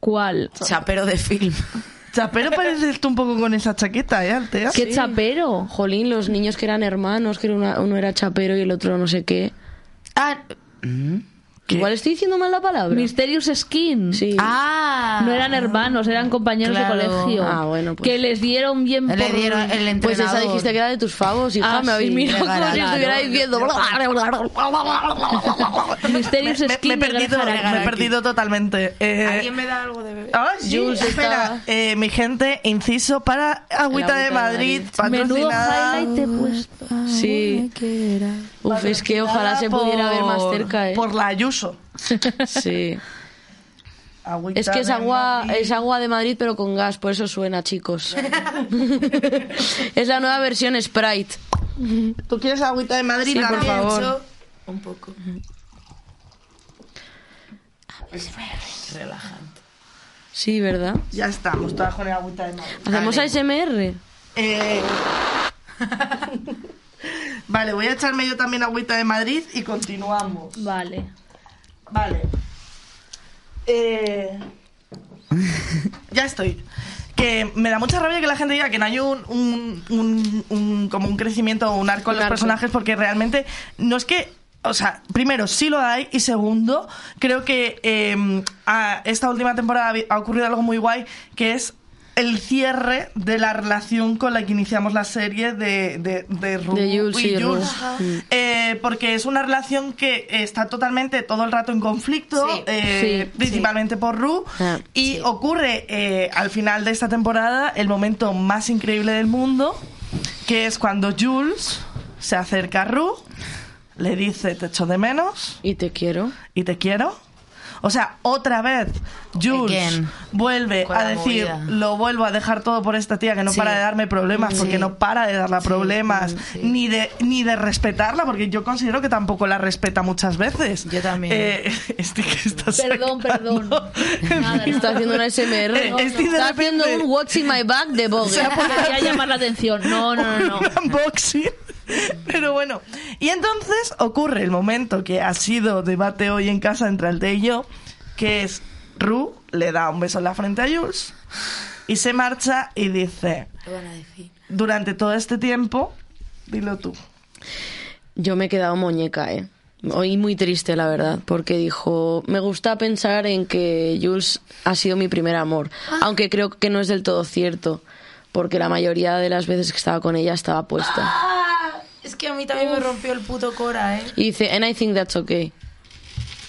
¿Cuál?
Chapero de film.
Chapero pareces tú un poco con esa chaqueta, ¿eh, Altea?
¡Qué chapero!
Jolín, los niños que eran hermanos, que era una- uno era chapero y el otro no sé qué.
Ah,
¿Qué?
Igual estoy diciendo mal la palabra.
Mysterious Skin.
Sí.
ah.
No eran hermanos, eran compañeros de
Claro.
colegio.
Ah, bueno, pues.
Que les dieron bien
Le
por-
dieron el entrenador.
Pues esa dijiste que era de tus favos, hija.
Ah,
me habéis
sí,
mirado como si
regalaron.
estuviera diciendo.
Mysterious
me,
Skin
me he
de
perdido,
Greg
me he
Haraki.
perdido totalmente. Eh,
me da algo de beber?
Ah, sí,
Jules
espera.
estaba-
Eh, mi gente, inciso para Agüita
El
de
Agüita de
Madrid,
Madrid.
Menudo
patrocinada,
highlight he puesto.
Sí. Uf, Pues es que ojalá se pudiera ver más
por-
cerca, eh.
Por la Ayuso.
Sí.
Agüita
Es que es
de
agua,
Madrid.
es agua de Madrid, pero con gas, por eso suena, chicos. es la nueva versión Sprite.
¿Tú quieres Agüita de Madrid?
Sí, por
También,
favor.
so-
Un poco.
Sí, ¿verdad?
Ya estamos, todas con el Agüita de Madrid.
Hacemos ASMR.
Eh, vale, voy a echarme yo también Agüita de Madrid y continuamos.
Vale.
Vale. Eh, ya estoy. Que me da mucha rabia que la gente diga que no hay un, un- un- un- como un crecimiento o un arco
Un
en los
arco.
personajes porque realmente no es que... O sea, primero, sí lo hay y segundo, creo que eh, a esta última temporada ha- ha ocurrido algo muy guay que es el cierre de la relación con la que iniciamos la serie de, de, de Ru
De Jules
y
y Ru.
Jules. Eh, porque es una relación que está totalmente todo el rato en conflicto,
Sí.
eh,
Sí,
principalmente por Ru.
Ah,
y ocurre eh, al final de esta temporada el momento más increíble del mundo, que es cuando Jules se acerca a Ru, le dice te echo de menos
Y te quiero.
y te quiero. O sea, otra vez Jules
Again.
vuelve
Con
a
la
decir,
movida.
lo vuelvo a dejar todo por esta tía que no
Sí.
para de darme problemas, porque
Sí.
no para de darle problemas,
sí.
ni de ni de respetarla, porque yo considero que tampoco la respeta muchas veces.
Yo también.
Eh, este que está
Perdón,
sacando.
perdón. Nada,
Está
nada.
haciendo una SMR.
Eh, estoy de
Está haciendo
repente-
un Watching My Back de Vogue.
Quería llamar la atención. No, no, no. no.
un unboxing. Pero bueno, y entonces ocurre el momento que ha sido debate hoy en casa entre Alte y yo, que es Ru le da un beso en la frente a Jules y se marcha y dice, durante todo este tiempo, dilo tú.
Yo me he quedado muñeca, ¿eh? Hoy muy triste, la verdad, porque dijo, me gusta pensar en que Jules ha sido mi primer amor,
Ah.
aunque creo que no es del todo cierto, porque la mayoría de las veces que estaba con ella estaba puesta.
Ah, Es que a mí también me rompió el puto Cora, ¿eh?
Y dice, and I think that's okay.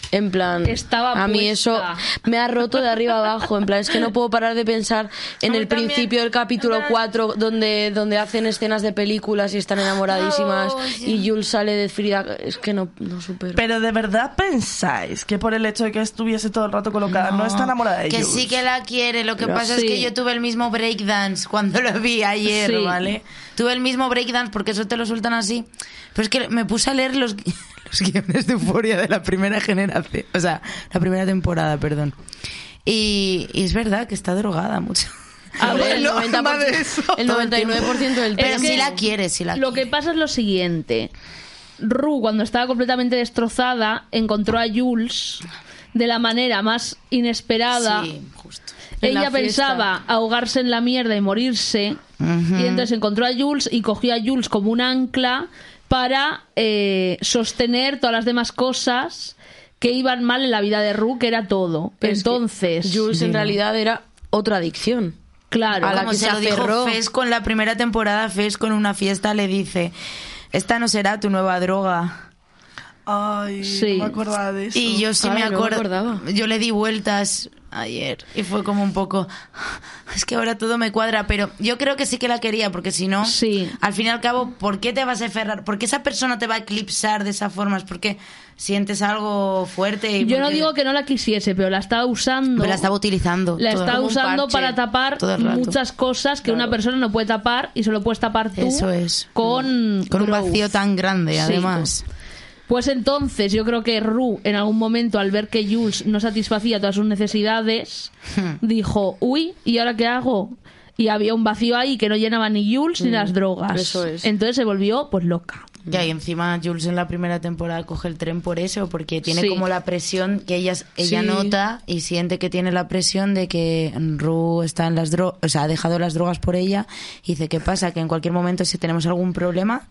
En plan,
Estaba
a mí
puesta.
eso me ha roto de arriba abajo. En plan, es que no puedo parar de pensar en
mí
el
también.
principio del capítulo 4, donde, donde hacen escenas de películas y
Ah,
están enamoradísimas.
oh,
y Jules sale de Frida. Es que no, no supero.
Pero de verdad pensáis que por el hecho de que estuviese todo el rato colocada no, está enamorada de
Ah, Que
Jules?
sí que la quiere, lo que
Pero
pasa es que
sí.
yo tuve el mismo breakdance cuando lo vi ayer,
Sí.
¿vale? Tuve el mismo breakdance porque eso te lo sueltan así. Pero es que me puse a leer los, gui- los guiones de Euforia de la primera generación, o sea, la primera temporada, perdón. Y, y es verdad que está drogada mucho.
A ver,
el,
no,
90%,
más de eso,
el
todo el
99% del
Es
Pero
tiempo.
que-
sí la quiere, sí la
Lo
quiere.
que pasa es lo siguiente. Ru, cuando estaba completamente destrozada, encontró a Jules de la manera más inesperada.
Sí, justo.
En la
Ella
fiesta.
pensaba ahogarse en la mierda y morirse. Y entonces encontró a Jules y cogió a Jules como un ancla para eh, sostener todas las demás cosas que iban mal en la vida de Ru, que era todo.
Pero es que
entonces,
Jules en realidad era otra adicción.
claro,
a la
Como
que
se,
se
lo dijo
aferró.
Fesco en la primera temporada, Fesco en una fiesta le dice, esta no será tu nueva droga.
Ay,
Sí.
no me acordaba de eso.
Y yo sí
Ay,
me
no me
acuerdo.
acordaba.
yo le di vueltas ayer y fue como un poco. Es que ahora todo me cuadra, pero yo creo que sí que la quería, porque si no,
Sí.
al fin y al cabo, ¿por qué te vas a aferrar? ¿Por qué esa persona te va a eclipsar de esa forma? Es porque sientes algo fuerte. Y
yo no
porque-
digo que no la quisiese, pero la estaba usando.
Pero la estaba utilizando.
la
todo-
está
como un
usando
parche,
para tapar
todo el rato.
muchas cosas que una persona no puede tapar y solo puedes tapar tú
Eso es.
con,
Con un
growth.
vacío tan grande,
Sí.
además.
Pues entonces yo creo que Ru en algún momento al ver que Jules no satisfacía todas sus necesidades dijo, uy, ¿y ahora qué hago? Y había un vacío ahí que no llenaba ni Jules ni las drogas.
eso es.
Entonces se volvió pues loca.
Ya, y encima Jules en la primera temporada coge el tren por eso, porque tiene
Sí.
como la presión que ella, ella
Sí.
nota y siente que tiene la presión de que Ru está en las drogas, o sea, ha dejado las drogas por ella y dice, ¿qué pasa? Que en cualquier momento si tenemos algún problema,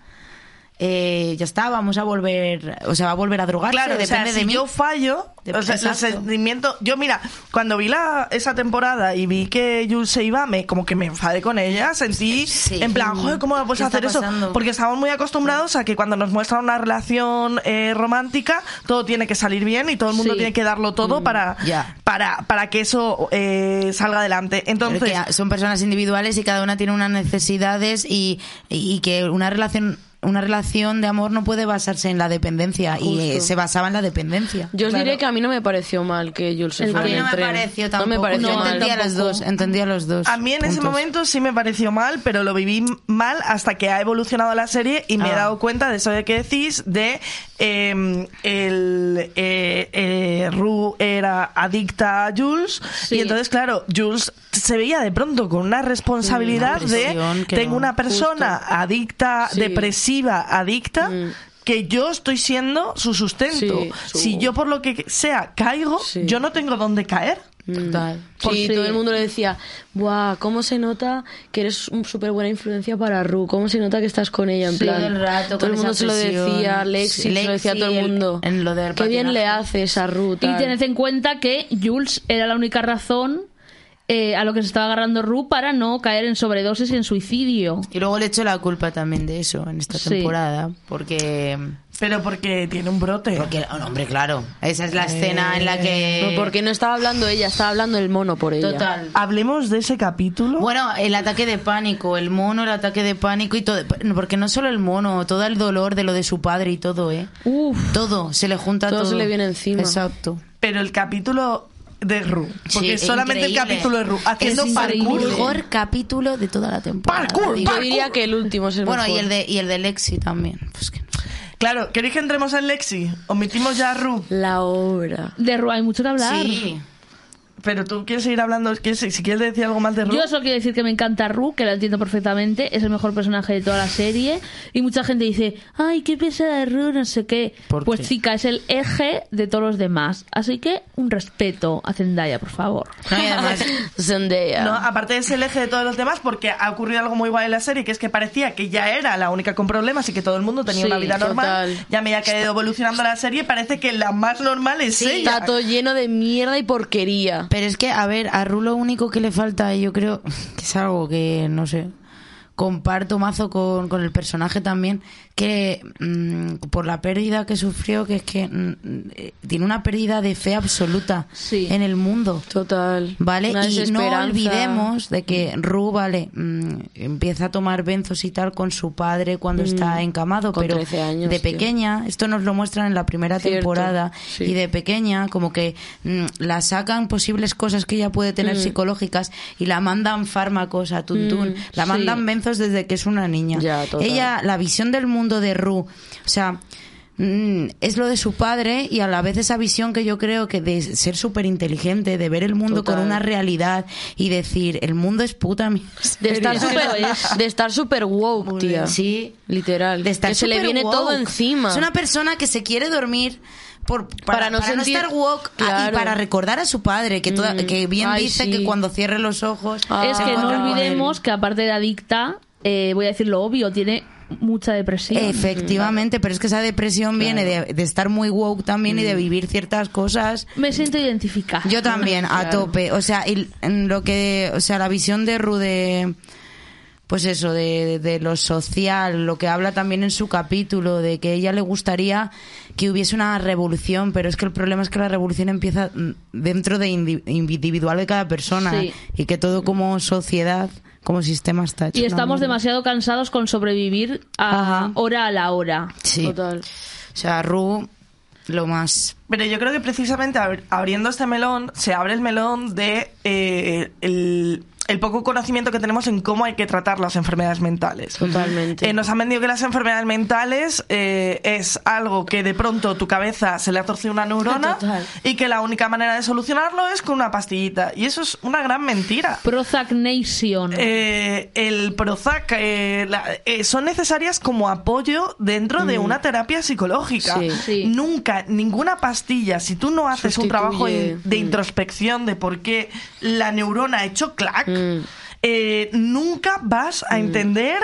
eh, ya está, vamos a volver, o sea, va a volver a drogarse,
Claro, o
depende
sea,
de
si
mí.
yo fallo,
Dep-
o sea, el
Exacto.
sentimiento... Yo, mira, cuando vi la, esa temporada y vi que Jules se iba, me, como que me enfadé con ella, sentí
Sí.
en plan, joder, ¿cómo puedes
¿Qué está
hacer eso?
pasando?
Porque estamos muy acostumbrados a que cuando nos muestran una relación eh, romántica, todo tiene que salir bien y todo el mundo
Sí.
tiene que darlo todo para,
Mm, ya.
para, para que eso eh, salga adelante. Entonces...
Porque son personas individuales y cada una tiene unas necesidades y, y que una relación una relación de amor no puede basarse en la dependencia y eh, se basaba en la dependencia.
Yo os diré que a mí no me pareció mal que Jules se
El
fuera
A mí
en
no
el
me
tren.
pareció
No
tampoco.
me pareció
Yo
mal.
entendía a los
tampoco.
dos, entendía a los dos.
A mí en ese
Pues puntos.
momento sí me pareció mal, pero lo viví mal hasta que ha evolucionado la serie y me he
Ah.
dado cuenta de eso de que decís de eh, el eh, eh, Ru era adicta a Jules
Sí.
y entonces claro Jules se veía de pronto con una responsabilidad
Una presión
de
que
tengo
no-
una persona adicta,
Sí.
depresiva, adicta.
Mm.
que yo estoy siendo su sustento.
Sí, su-
Si yo por lo que sea caigo,
Sí.
yo no tengo dónde caer.
Total.
Sí,
Pues sí.
todo el mundo le decía, ¡buah! ¿Cómo se nota que eres una súper buena influencia para Ru? ¿Cómo se nota que estás con ella? En
Sí,
plan,
todo el rato,
todo
con
el mundo
esa
se lo
presión.
decía, Lexi,
Sí,
se lo decía
Lexi,
todo el
el-
mundo.
en lo del
Qué bien le
patinaje.
haces a Ru.
Y
tal".
tened en cuenta que Jules era la única razón eh, a lo que se estaba agarrando Ru para no caer en sobredosis y en suicidio.
Y luego le echo la culpa también de eso en esta
Sí.
temporada, porque
Pero porque tiene un brote.
porque oh, no, hombre, claro, esa es la escena en la que
No, porque no estaba hablando ella, estaba hablando el mono por ella.
Eh, total.
Hablemos de ese capítulo.
Bueno, el ataque de pánico, el mono, el ataque de pánico y todo, porque no solo el mono, todo el dolor de lo de su padre y todo, ¿eh?
Uf.
Todo, se le junta todo.
Todo se le viene encima.
Exacto.
Pero el capítulo de Ru.
Sí,
Porque
es
solamente el
increíble.
capítulo de Ru. Haciendo
es
parkour.
El mejor capítulo de toda la temporada.
Parkour,
digo.
Yo diría que el último es el
Bueno, y
mejor.
el de y el de Lexi también. Pues que no sé.
Claro, ¿queréis que entremos en Lexi? Omitimos ya a Ru.
La obra.
De Ru hay mucho que hablar.
Sí.
Pero tú quieres seguir hablando. ¿Quieres- si quieres decir algo más de Ru.
Yo solo quiero decir que me encanta Ru, que la entiendo perfectamente, es el mejor personaje de toda la serie y mucha gente dice, ay, qué pesada es Ru, no sé qué.
¿Por
Pues
qué?
chica, es el eje de todos los demás. Así que un respeto a Zendaya, por favor.
No, y además,
Zendaya.
No, aparte es el eje de todos los demás, porque ha ocurrido algo muy guay en la serie, que es que parecía que ya era la única con problemas y que todo el mundo tenía
Sí,
una vida normal.
total.
Ya me ha ido evolucionando la serie, parece que la más normal es ella.
Está todo lleno de mierda y porquería.
pero es que, a ver, a Ru lo único que le falta, y yo creo que es algo que, no sé, comparto mazo con, con el personaje también, que mm, por la pérdida que sufrió, que es que mm, eh, tiene una pérdida de fe absoluta
Sí.
en el mundo.
Total.
¿Vale?
Una
Y no
desesperanza.
olvidemos de que Ru, vale, mm, empieza a tomar benzos y tal con su padre cuando está encamado,
Mm. Con
pero
13 años,
de
tío.
pequeña, esto nos lo muestran en la primera
Cierto,
temporada,
sí.
y de pequeña como que mm, la sacan posibles cosas que ella puede
Mm.
tener psicológicas y la mandan fármacos a Tuntún, la
sí.
mandan benzos desde que es una niña.
Ya, total.
Ella, la visión del mundo de Ru, o sea, mm, es lo de su padre y a la vez esa visión que yo creo que de ser súper inteligente, de ver el mundo
Total.
con una realidad y decir, el mundo es puta mierda.
De estar
Pero
súper
es-
de estar super woke, tía.
Sí.
Literal.
De estar
que se le
súper
viene
woke.
todo encima.
Es una persona que se quiere dormir por, para,
Para no
no, para no
sentir-
estar woke ah, y
Claro.
para recordar a su padre, que, toda- que bien
Ay,
dice
sí.
que cuando cierre los ojos...
Ah.
es
se
que no
encuentra con él.
olvidemos que aparte de adicta, eh, voy a decir lo obvio, tiene mucha depresión.
Efectivamente, pero es que esa depresión viene de, de estar muy woke también y
Mm.
de vivir ciertas cosas.
Me siento identificada.
Yo también, a tope. O sea, y en lo que, o sea, la visión de Rude, pues eso, de, de lo social, lo que habla también en su capítulo, de que a ella le gustaría que hubiese una revolución, pero es que el problema es que la revolución empieza mm, dentro de indi- individual de cada persona
Sí.
y que todo como sociedad, como sistema está hecho.
Y
una
estamos
mierda.
demasiado cansados con sobrevivir a
Ajá.
hora a la hora.
Sí.
Total.
O sea, Ru, lo más.
Pero yo creo que precisamente abri- abriendo este melón, se abre el melón de eh, el, el poco conocimiento que tenemos en cómo hay que tratar las enfermedades mentales.
Totalmente.
Eh, nos han vendido que las enfermedades mentales eh, es algo que de pronto tu cabeza se le ha torcido una neurona
Total.
y que la única manera de solucionarlo es con una pastillita. Y eso es una gran mentira.
Prozac Nation.
Eh, el Prozac eh, la- eh, son necesarias como apoyo dentro de una terapia psicológica.
Mm. Sí.
Sí.
Nunca, ninguna pastilla, si tú no haces un
Sustituye.
trabajo in- de
Mm.
introspección de por qué la neurona ha hecho clac,
Mm.
eh, nunca vas a entender.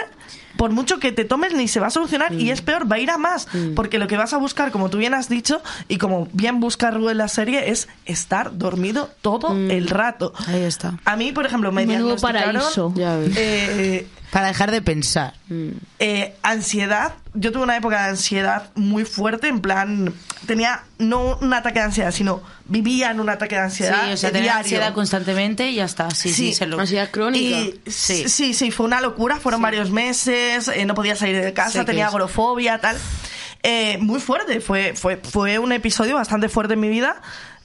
Por mucho que te tomes, ni se va a solucionar
Mm.
y es peor, va a ir a más. Porque lo que vas a buscar, como tú bien has dicho, y como bien busca Rue en la serie, es estar dormido todo
Mm.
el rato.
Ahí está.
A mí, por ejemplo, me
Menudo
diagnosticaron,
paraíso.
Ya ves. Mm.
eh,
Para dejar de pensar.
eh, ansiedad. Yo tuve una época de ansiedad muy fuerte, en plan, tenía no un ataque de ansiedad, sino vivía en un ataque de
Sí,
ansiedad
o sea,
eh,
tener
diario.
ansiedad constantemente y ya está. Sí, sí,
Sí.
se lo...
Ansiedad crónica.
Y
Sí.
sí. sí, sí, fue una locura. Fueron varios meses, eh, no podía salir de
Sé
casa,
que
tenía
es.
agorofobia, tal. Eh, muy fuerte, fue, fue, fue un episodio bastante fuerte en mi vida.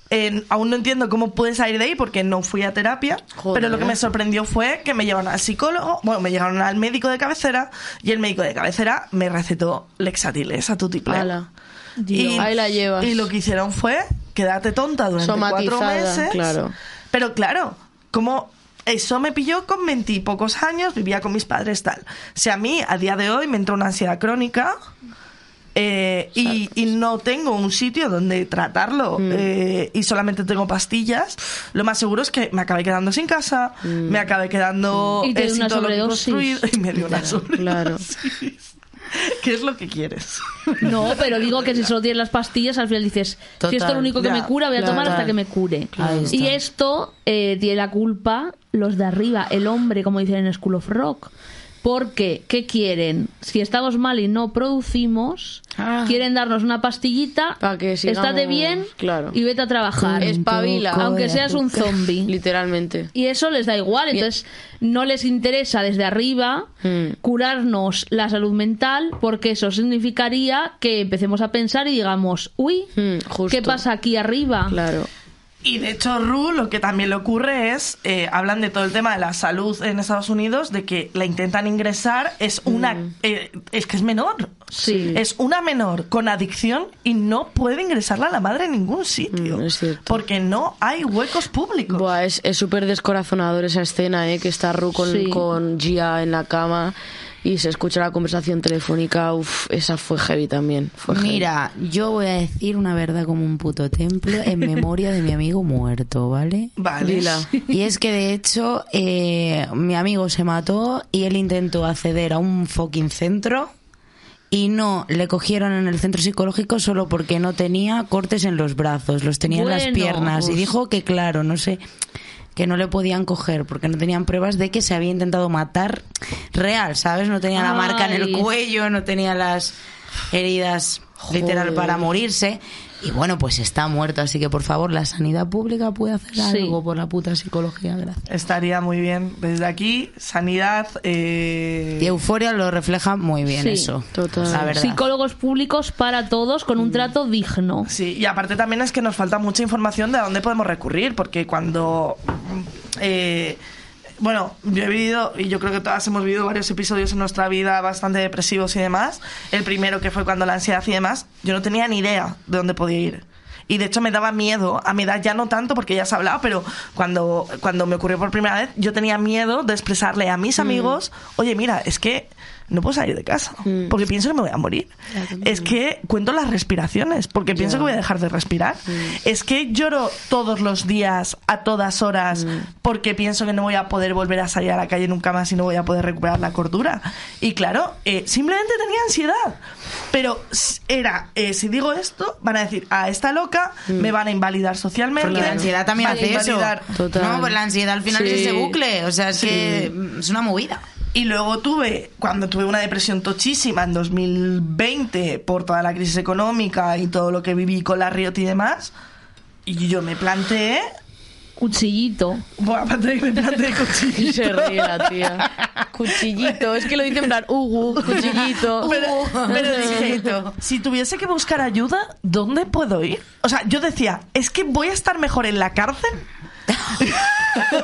Eh, aún no entiendo cómo pude salir de ahí porque no fui a terapia,
Joder.
pero lo que me sorprendió fue que me llevaron al psicólogo, bueno, me llevaron al médico de cabecera y el médico de cabecera me recetó Lexatiles a tu
Ala. Dios. Ahí la llevas.
Y lo que hicieron fue quedarte tonta durante cuatro
Somatizada,
meses.
claro.
Pero claro, como eso me pilló con veintipocos años, vivía con mis padres, tal. Si a mí, a día de hoy, me entró una ansiedad crónica eh, y, y no tengo un sitio donde tratarlo
Mm.
eh, y solamente tengo pastillas, lo más seguro es que me acabé quedando sin casa,
Mm.
me acabé quedando
Y te dio
eh, sin
una
todo lo que he
sobredosis.
construido, y me dio una sobredosis.
claro.
¿Qué es lo que quieres?
No, pero digo que si solo tienes las pastillas, al final dices, si esto es
Total,
lo único que
ya,
me cura, voy a
claro.
tomar hasta que me cure.
Ahí está.
Y esto eh, tiene la culpa los de arriba, el hombre, como dicen en School of Rock. Porque, ¿qué quieren? Si estamos mal y no producimos,
Ah.
quieren darnos una pastillita,
Pa' que sigamos,
estate bien
claro.
y vete a trabajar.
Espabila.
Aunque seas un zombie.
Literalmente.
Y eso les da igual, entonces no les interesa desde arriba
Mm.
curarnos la salud mental porque eso significaría que empecemos a pensar y digamos, uy,
Mm, justo.
¿qué pasa aquí arriba?
Claro.
Y de hecho, Ru, lo que también le ocurre es, eh, hablan de todo el tema de la salud en Estados Unidos, de que la intentan ingresar, es una,
Mm.
eh, es que es menor.
Sí.
Es una menor con adicción y no puede ingresarla la madre en ningún sitio.
Mm, es cierto.
Porque no hay huecos públicos.
Buah, es es súper descorazonador esa escena, ¿eh? Que está Ru con,
Sí.
con Gia en la cama y se escucha la conversación telefónica. Uf, esa fue heavy también. Fue heavy.
Mira, yo voy a decir una verdad como un puto templo en memoria de mi amigo muerto, ¿vale?
Vale.
Dila.
Y es que de hecho eh, mi amigo se mató y él intentó acceder a un fucking centro y no le cogieron en el centro psicológico solo porque no tenía cortes en los brazos, los tenía en las
Bueno,
piernas y
pues.
dijo que claro, no sé. que no le podían coger porque no tenían pruebas de que se había intentado matar real, ¿sabes? No tenía la marca en el
Ay.
cuello, no tenía las heridas literal
Joder.
para morirse. Y bueno, pues está muerto, así que por favor, la sanidad pública puede hacer
Sí.
algo por la puta psicología, gracias.
Estaría muy bien. Desde aquí, sanidad. eh,
Y Euforia lo refleja muy bien
Sí,
eso.
total.
La verdad.
Psicólogos públicos para todos con un trato digno.
Sí, y aparte también es que nos falta mucha información de a dónde podemos recurrir, porque cuando... mm, eh, bueno, yo he vivido, y yo creo que todas hemos vivido varios episodios en nuestra vida bastante depresivos y demás. El primero que fue cuando la ansiedad y demás, yo no tenía ni idea de dónde podía ir. Y de hecho me daba miedo, a mi edad ya no tanto porque ya se hablaba, pero cuando, cuando me ocurrió por primera vez, yo tenía miedo de expresarle a mis amigos, oye, mira, es que no puedo salir de casa, porque pienso que me voy a morir. Es que cuento las respiraciones, porque pienso que voy a dejar de respirar. Es que lloro todos los días, a todas horas,
Mm.
porque pienso que no voy a poder volver a salir a la calle nunca más y no voy a poder recuperar la cordura. Y claro, eh, simplemente tenía ansiedad. Pero s- era, eh, si digo esto, van a decir, a esta loca me van a invalidar socialmente.
Mm. Porque la ansiedad también
van a
hace eso.
invalidar
Total.
No, pues la ansiedad al final
Sí.
es ese bucle. O sea, es que mm, es una movida.
Y luego tuve, cuando tuve una depresión tochísima en 2020 por toda la crisis económica y todo lo que viví con la Riot y demás, y yo me planteé,
Cuchillito.
bueno, aparte de que me planteé
Y
cuchillo.
se ríe la tía. Cuchillito. Es que lo dice en plan, ugu, cuchillito.
Pero, pero dije,
Cuchillito.
si tuviese que buscar ayuda, ¿dónde puedo ir? O sea, yo decía, es que voy a estar mejor en la cárcel.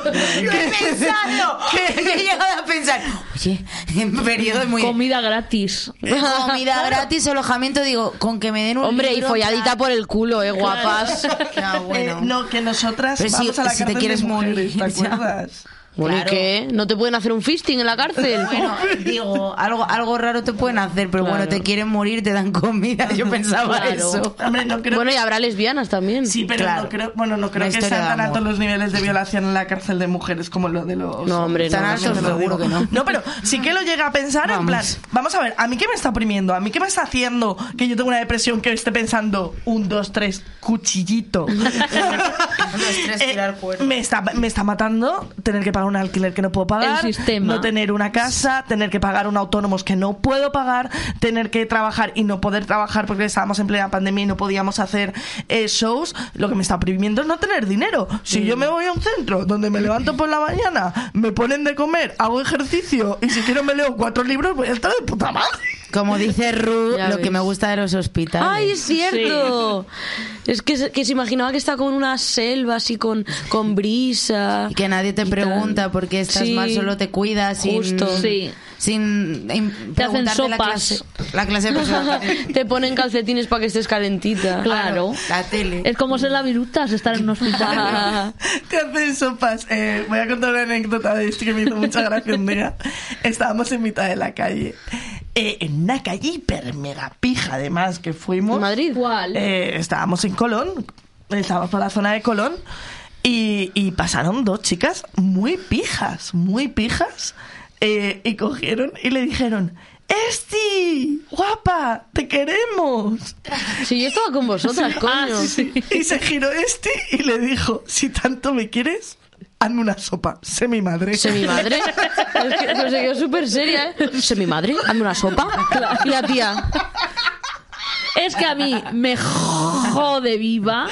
¡Lo he pensado! Que he llegado a pensar, oye, en periodo muy...
Comida gratis.
Comida gratis, alojamiento, digo, con que me den un
Hombre, y
libro,
folladita
tal.
por el culo, eh, guapas.
Ya, bueno.
Eh, no, que nosotras
Pero si-
vamos a la
si te
cárcel
quieres
de mujeres,
morir,
¿te
ya.
acuerdas?
Bueno, ¿y
Claro.
qué? ¿No te pueden hacer un fisting en la cárcel?
Bueno, digo, algo, algo raro te pueden hacer, pero bueno,
Claro.
te quieren morir, te dan comida. Yo pensaba
Claro.
eso.
Hombre, no creo
Bueno, y habrá lesbianas también.
Sí, pero
Claro.
no creo, bueno, no creo
Una
que
historia
sean tan
de
altos
amor.
los niveles de violación en la cárcel de mujeres como lo de los...
No, hombre, no.
Tan
no,
alto
no,
Te lo
Seguro
digo.
que no.
No, pero sí que lo llega a pensar en
Vamos.
plan, vamos a ver, ¿a mí qué me está oprimiendo? ¿A mí qué me está haciendo que yo tengo una depresión que esté pensando un, dos, tres, cuchillito?
tres,
Eh,
tirar cuerda.
me, está, me está matando tener que pagar un alquiler que no puedo pagar,
El sistema.
no tener una casa, tener que pagar un autónomos que no puedo pagar, tener que trabajar y no poder trabajar porque estábamos en plena pandemia y no podíamos hacer eh, shows. Lo que me está oprimiendo es no tener dinero. Si yo me voy a un centro donde me levanto por la mañana, me ponen de comer, hago ejercicio y si quiero me leo cuatro libros, voy a estar de puta madre.
Como dice Ru,
Ya
lo
ves.
que me gusta de los hospitales.
¡Ay, es cierto! Es que, se- que se imaginaba que estaba como en una selva, así con, con brisa.
Y que nadie te
y
pregunta
tal.
por qué estás
Sí.
mal, solo te cuidas sin,
Justo.
Sí.
sin im-
Te hacen
preguntarte la
sopas.
clase, la clase de persona que tienes.
te ponen calcetines para que estés calentita.
Claro.
La tele.
Es como ser la virutas, estar en un hospital.
Te hacen sopas. Eh, voy a contar una anécdota de esto que me hizo mucha gracia un día. Estábamos en mitad de la calle. Eh, en una calle hiper mega pija, además, que fuimos.
¿En Madrid?
Igual.
Eh, estábamos en Colón. Estábamos por la zona de Colón. Y, y pasaron dos chicas muy pijas, muy pijas. eh, y cogieron y le dijeron: ¡Esti! ¡Guapa! ¡Te queremos!
Sí, yo estaba con vosotras, coño.
Y se giró este y le dijo, si tanto me quieres, hazme una sopa, sé mi madre.
¿Sé mi madre? Es que pues, se quedó súper seria, ¿eh? ¿Sé mi madre? ¿Hazme una sopa? Y la tía...
Es que a mí me jode viva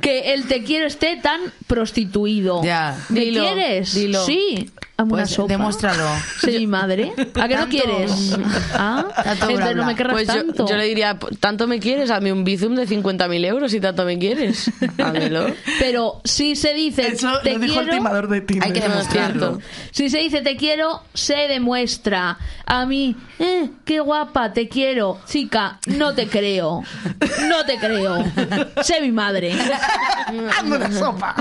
que el te quiero esté tan prostituido.
Ya.
¿Me
Dilo,
quieres?
dilo.
Sí. Hazme una
Pues,
sopa.
demuéstralo.
Soy mi madre. ¿A qué no
Tanto-
quieres? Ah,
Tanto
entonces
bla,
no me
bla.
querrás
Pues yo,
tanto.
yo le diría, tanto me quieres, hazme un bizum de 50.000 euros si tanto me quieres. Hámelo.
Pero si se dice
Eso
te
lo dijo el
quiero,
timador de Tinder.
Hay que demostrarlo.
si se dice te quiero, se demuestra. A mí, eh, qué guapa, te quiero. Chica, no te creo. No te creo. Sé mi madre.
Hazme una sopa.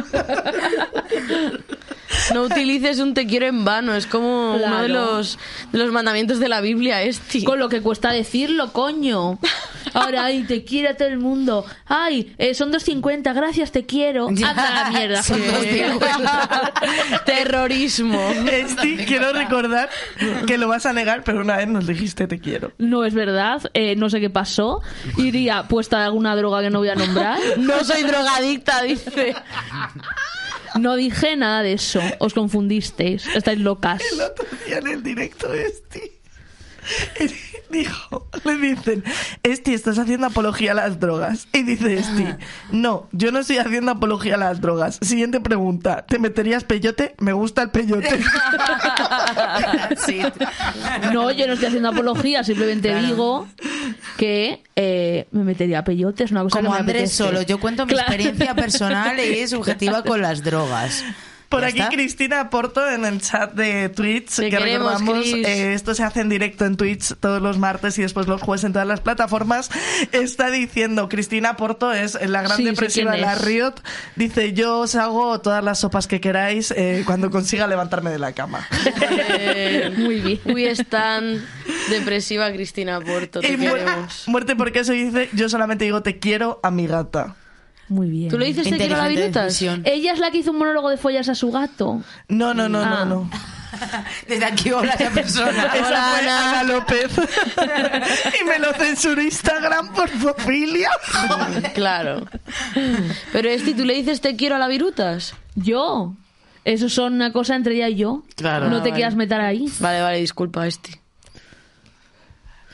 No utilices un te quiero en vano, es como uno de
Claro.
los, de los mandamientos de la Biblia, este.
Con lo que cuesta decirlo, coño. Ahora, ay, te quiero a todo el mundo. Ay, eh, son 2.50, gracias, te quiero.
Ya,
Anda a la mierda.
son
joder.
2.50.
Terrorismo.
Esti, quiero recordar que lo vas a negar, pero una vez nos dijiste te quiero.
No es verdad, eh, no sé qué pasó. Iría puesta alguna droga que no voy a nombrar.
No soy drogadicta, dice.
No dije nada de eso. Os confundisteis. Estáis locas.
El otro día en el directo este dijo, le dicen, Esti, estás haciendo apología a las drogas. Y dice Esti, no, yo no estoy haciendo apología a las drogas. Siguiente pregunta, ¿te meterías peyote? Me gusta el peyote.
Sí.
No, yo no estoy haciendo apología. Simplemente digo que eh, me metería Pues a peyote. Es una cosa que
Como
me
Andrés
apetece.
solo, yo cuento mi
Claro.
experiencia personal y subjetiva con las drogas.
Por
¿Ya
aquí
está?
Cristina Aporto en el chat de Twitch,
Te
que
queremos,
recordamos,
Cris.
eh, esto se hace en directo en Twitch todos los martes y después los jueves en todas las plataformas, está diciendo, Cristina Aporto es la gran
Sí, sé
depresiva de
quién
la
es.
Riot, dice, yo os hago todas las sopas que queráis eh, cuando consiga levantarme de la cama.
Eh,
Muy bien.
Uy, es tan depresiva Cristina Porto. Te
Y mu-
queremos.
muerte porque eso dice, yo solamente digo te quiero a mi gata.
Muy bien.
¿Tú lo dices te quiero a la
Inteligente
virutas?
decisión.
Ella es la que hizo un monólogo de follas a su gato.
No, no, no,
Ah.
no, no.
Desde aquí hola a esa persona.
Esa fue
Hola, Ah, pues, Ana.
Ana López. y me lo censuró Instagram por zoofilia.
Claro. Pero este, ¿tú le dices te quiero a la virutas?
Yo. Eso son una cosa entre ella y yo.
Claro.
No
Ah,
te
vale.
quieras meter ahí.
Vale, vale, disculpa, este.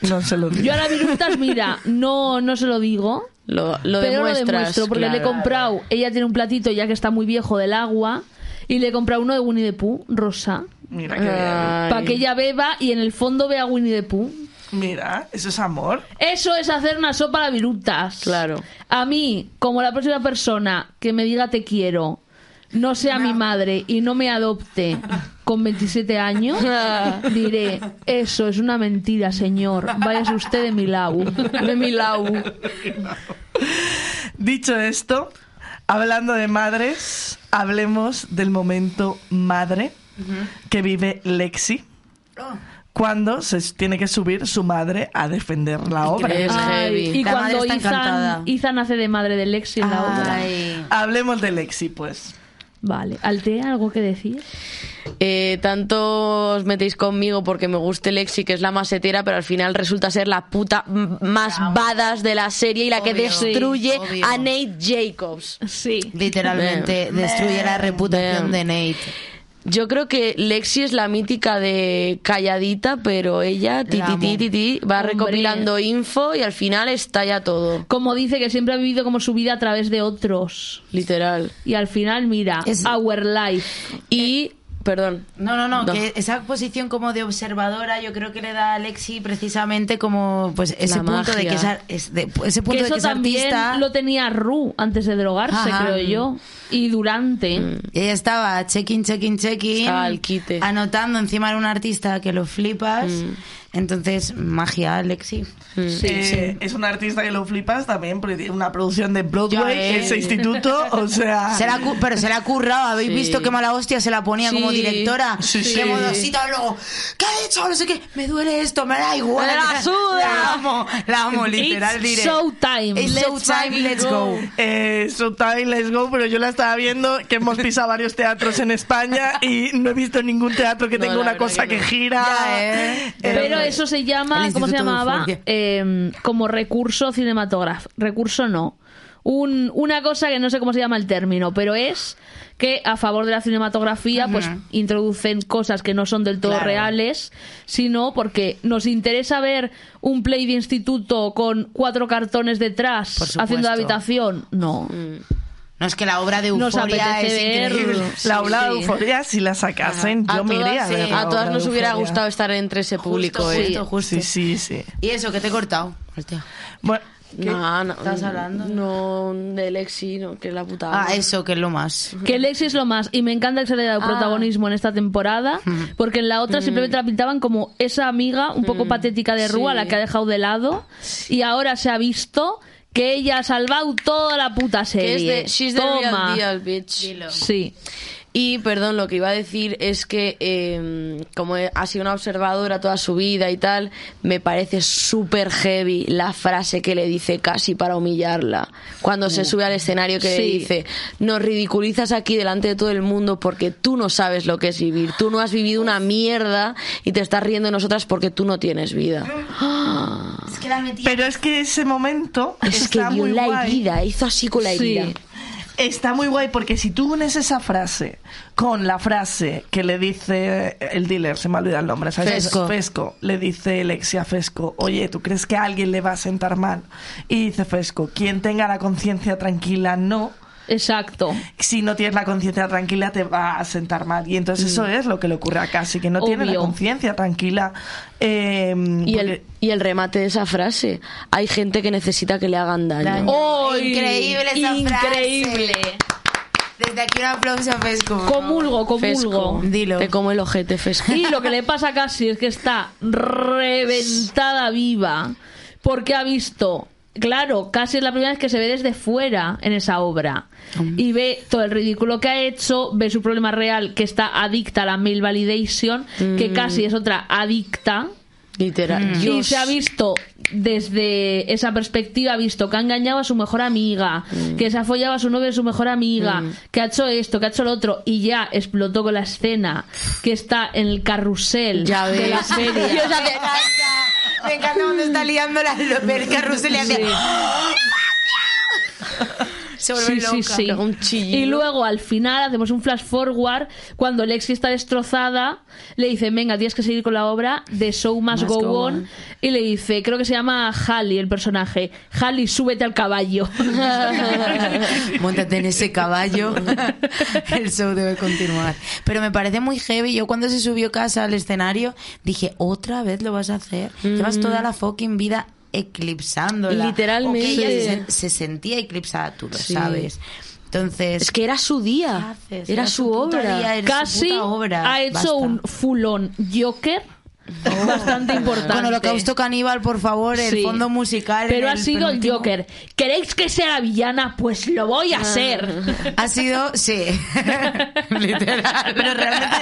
No se lo digo.
Yo a la virutas, mira, no, no se lo digo.
Lo, lo
pero lo
demuestras.
demuestro porque le he
claro.
comprado. Ella tiene un platito ya que está muy viejo del agua. Y le he comprado uno de Winnie the Pooh, rosa.
Mira qué bien.
Ay.
Para que ella beba y en el fondo vea Winnie the Pooh.
Mira, eso es amor.
Eso es hacer una sopa de virutas.
Claro.
A mí, como la próxima persona que me diga te quiero, no sea mi madre y no me adopte con 27 años, diré, eso es una mentira, señor. Váyase usted de mi lau.
De mi lau.
Dicho esto, hablando de madres, hablemos del momento madre que vive Lexi cuando se tiene que subir su madre a defender la obra.
Es
Ay,
heavy.
y
La madre
cuando
está encantada.
Izan, Izan hace de madre de Lexi en la obra.
Ay.
Hablemos de Lexi, pues.
Vale. ¿Altea algo que decir?
Eh, tanto os metéis conmigo porque me gusta Lexi, que es la masetera, pero al final resulta ser la puta m- más badas de la serie y la que
Obvio.
destruye
Sí, obvio.
a Nate Jacobs.
Sí.
Literalmente destruye la reputación
Damn.
de Nate.
Yo creo que Lexi es la mítica de calladita, pero ella ti,
La
ti,
amo.
ti, ti, ti, va
Hombre.
recopilando info y al final estalla todo.
Como dice que siempre ha vivido como su vida a través de otros.
Literal.
Y al final, mira,
Es-
Our Life.
Y, perdón,
No, no, no,
No.
que esa posición como de observadora yo creo que le da a Lexi precisamente como pues ese
La
punto de
magia.
que es, ar- es de- pues, ese punto
Que
de
eso
que es
también
artista.
lo tenía Ru antes de drogarse,
Ajá. Mm.
creo yo. Y durante.
Ella estaba check-in, check-in, check-in.
Al quite.
Anotando encima de un artista que lo flipas. Entonces, magia, Lexi.
Eh, Es un artista que lo flipas también, porque tiene una producción de Broadway,
Ya ves.
ese instituto, o sea...
Se la cu- pero se la ha currado. ¿Habéis
Sí.
visto qué mala hostia se la ponía
Sí.
como directora?
Sí, sí.
Qué modosita. Luego, ¿qué ha hecho? No sé qué. Me duele esto, me da igual.
Me la suda.
La amo, la amo, literal.
It's
direct.
showtime.
It's
Let's
showtime,
fucking
let's
go.
go.
Eh, so time, let's go, pero yo la estaba viendo que hemos pisado varios teatros en España y no he visto ningún teatro que
No,
tenga
la
una
verdad
cosa
que
que,
no.
gira.
Ya, ¿eh?
Pero eso se llama,
El
¿cómo se
Instituto de
llamaba?
Euforia.
Eh, como recurso cinematográfico. Recurso no. Un- una cosa que no sé cómo se llama el término, pero es que a favor de la cinematografía pues introducen cosas que no son del todo
Claro.
reales, sino porque nos interesa ver un play de instituto con cuatro cartones
Por
detrás
supuesto. Mm.
haciendo la habitación. No.
No es que la obra de
Nos
Euforia es
apetece
increíble.
verlo.
La
Sí,
ola de
sí.
euforia, si la sacasen,
a
yo me iría
todas,
a
sí,
ver la
a todas
Ola de
nos hubiera
Euforia.
gustado estar entre ese público,
Justo,
¿eh?
justo, justo.
Sí, sí, sí.
Y eso, que te he cortado. Hostia.
Bueno,
No, no,
¿Estás hablando?
No, de Lexi, no, que es la puta.
Ah,
ama.
eso, que es lo más.
Que Lexi es lo más. Y me encanta que se le
Ah.
haya dado protagonismo en esta temporada. Porque en la
Mm.
otra simplemente la pintaban como esa amiga un poco patética de Rúa,
Sí.
la que ha dejado de lado. Y ahora se ha visto que ella ha salvado toda la puta
Que
serie.
es de She's the
Toma.
real deal, bitch.
Sí.
Y, perdón, lo que iba a decir es que, eh, como he- ha sido una observadora toda su vida y tal, me parece súper heavy la frase que le dice casi para humillarla. Cuando se sube al escenario que le
Sí.
dice, nos ridiculizas aquí delante de todo el mundo porque tú no sabes lo que es vivir. Tú no has vivido una mierda y te estás riendo de nosotras porque tú no tienes vida.
Ah.
Es que la metí.
pero es que ese momento
Es que
está
dio
muy
la
guay.
herida, hizo así con la
Sí.
herida.
está muy guay porque si tú unes esa frase con la frase que le dice el dealer, se me olvida el nombre, ¿sabes?
Fesco.
Fesco, le dice Lexia a Fesco, oye, ¿tú crees que a alguien le va a sentar mal? Y dice Fesco, quien tenga la conciencia tranquila, no.
Exacto.
Si no tienes la conciencia tranquila, te va a sentar mal. Y entonces eso es lo que le ocurre a Casi, que no tiene la
Obvio.
conciencia tranquila. eh,
Y el,
porque-
y el remate de esa frase. Hay gente que necesita que le hagan daño.
Daño.
¡Ay!
Increíble esa frase.
Increíble.
Desde aquí un aplauso a
pues,
Fesco. por favor.
"Ah,
Comulgo, comulgo.
Fesco.
Dilo.
Te como el ojete, Fesco.
Y lo que le pasa a Cassie es que está reventada viva porque ha visto. Claro, Cassie es la primera vez que se ve desde fuera en esa obra y ve todo el ridículo que ha hecho, ve su problema real que está adicta a la male validation, que Cassie es otra adicta
Literal.
Mm.
Mm. Dios.
y se ha visto desde esa perspectiva, ha visto que ha engañado a su mejor amiga,
Mm.
que se ha follado a su novio de su mejor amiga, que ha hecho esto, que ha hecho lo otro, y ya explotó con la escena que está en el carrusel
Ya
de la
ves.
feria.
Me encanta. Me encanta cuando está liando la, el carrusel y hace.
"¡Oh,
Se vuelve
Sí,
loca.
sí, sí.
Pega un chillido.
Y luego al final hacemos un flash forward cuando Lexi está destrozada, le dice, venga, tienes que seguir con la obra de Show Must, Go, on. y le dice, creo que se llama Halley el personaje, Halley, súbete al caballo.
Móntate en ese caballo. El show debe continuar. Pero me parece muy heavy. Yo cuando se subió casa al escenario dije, otra vez lo vas a hacer. Llevas toda
Mm.
la fucking vida eclipsándola.
Literalmente.
O que ella se, se sentía eclipsada, tú lo
Sí.
sabes. Entonces,
Es que era su día.
haces?
Era su
puta vida,
obra.
era su
Casi
puta obra.
ha hecho
Basta.
un fulón Joker bastante importante.
Con Holocausto Caníbal, por favor, el
Sí.
fondo musical.
Pero
en
ha
el
sido el
penúltimo.
Joker. ¿Queréis que sea la villana? Pues lo voy
Ah.
a ser.
Ha sido, sí. Literal.
Pero realmente...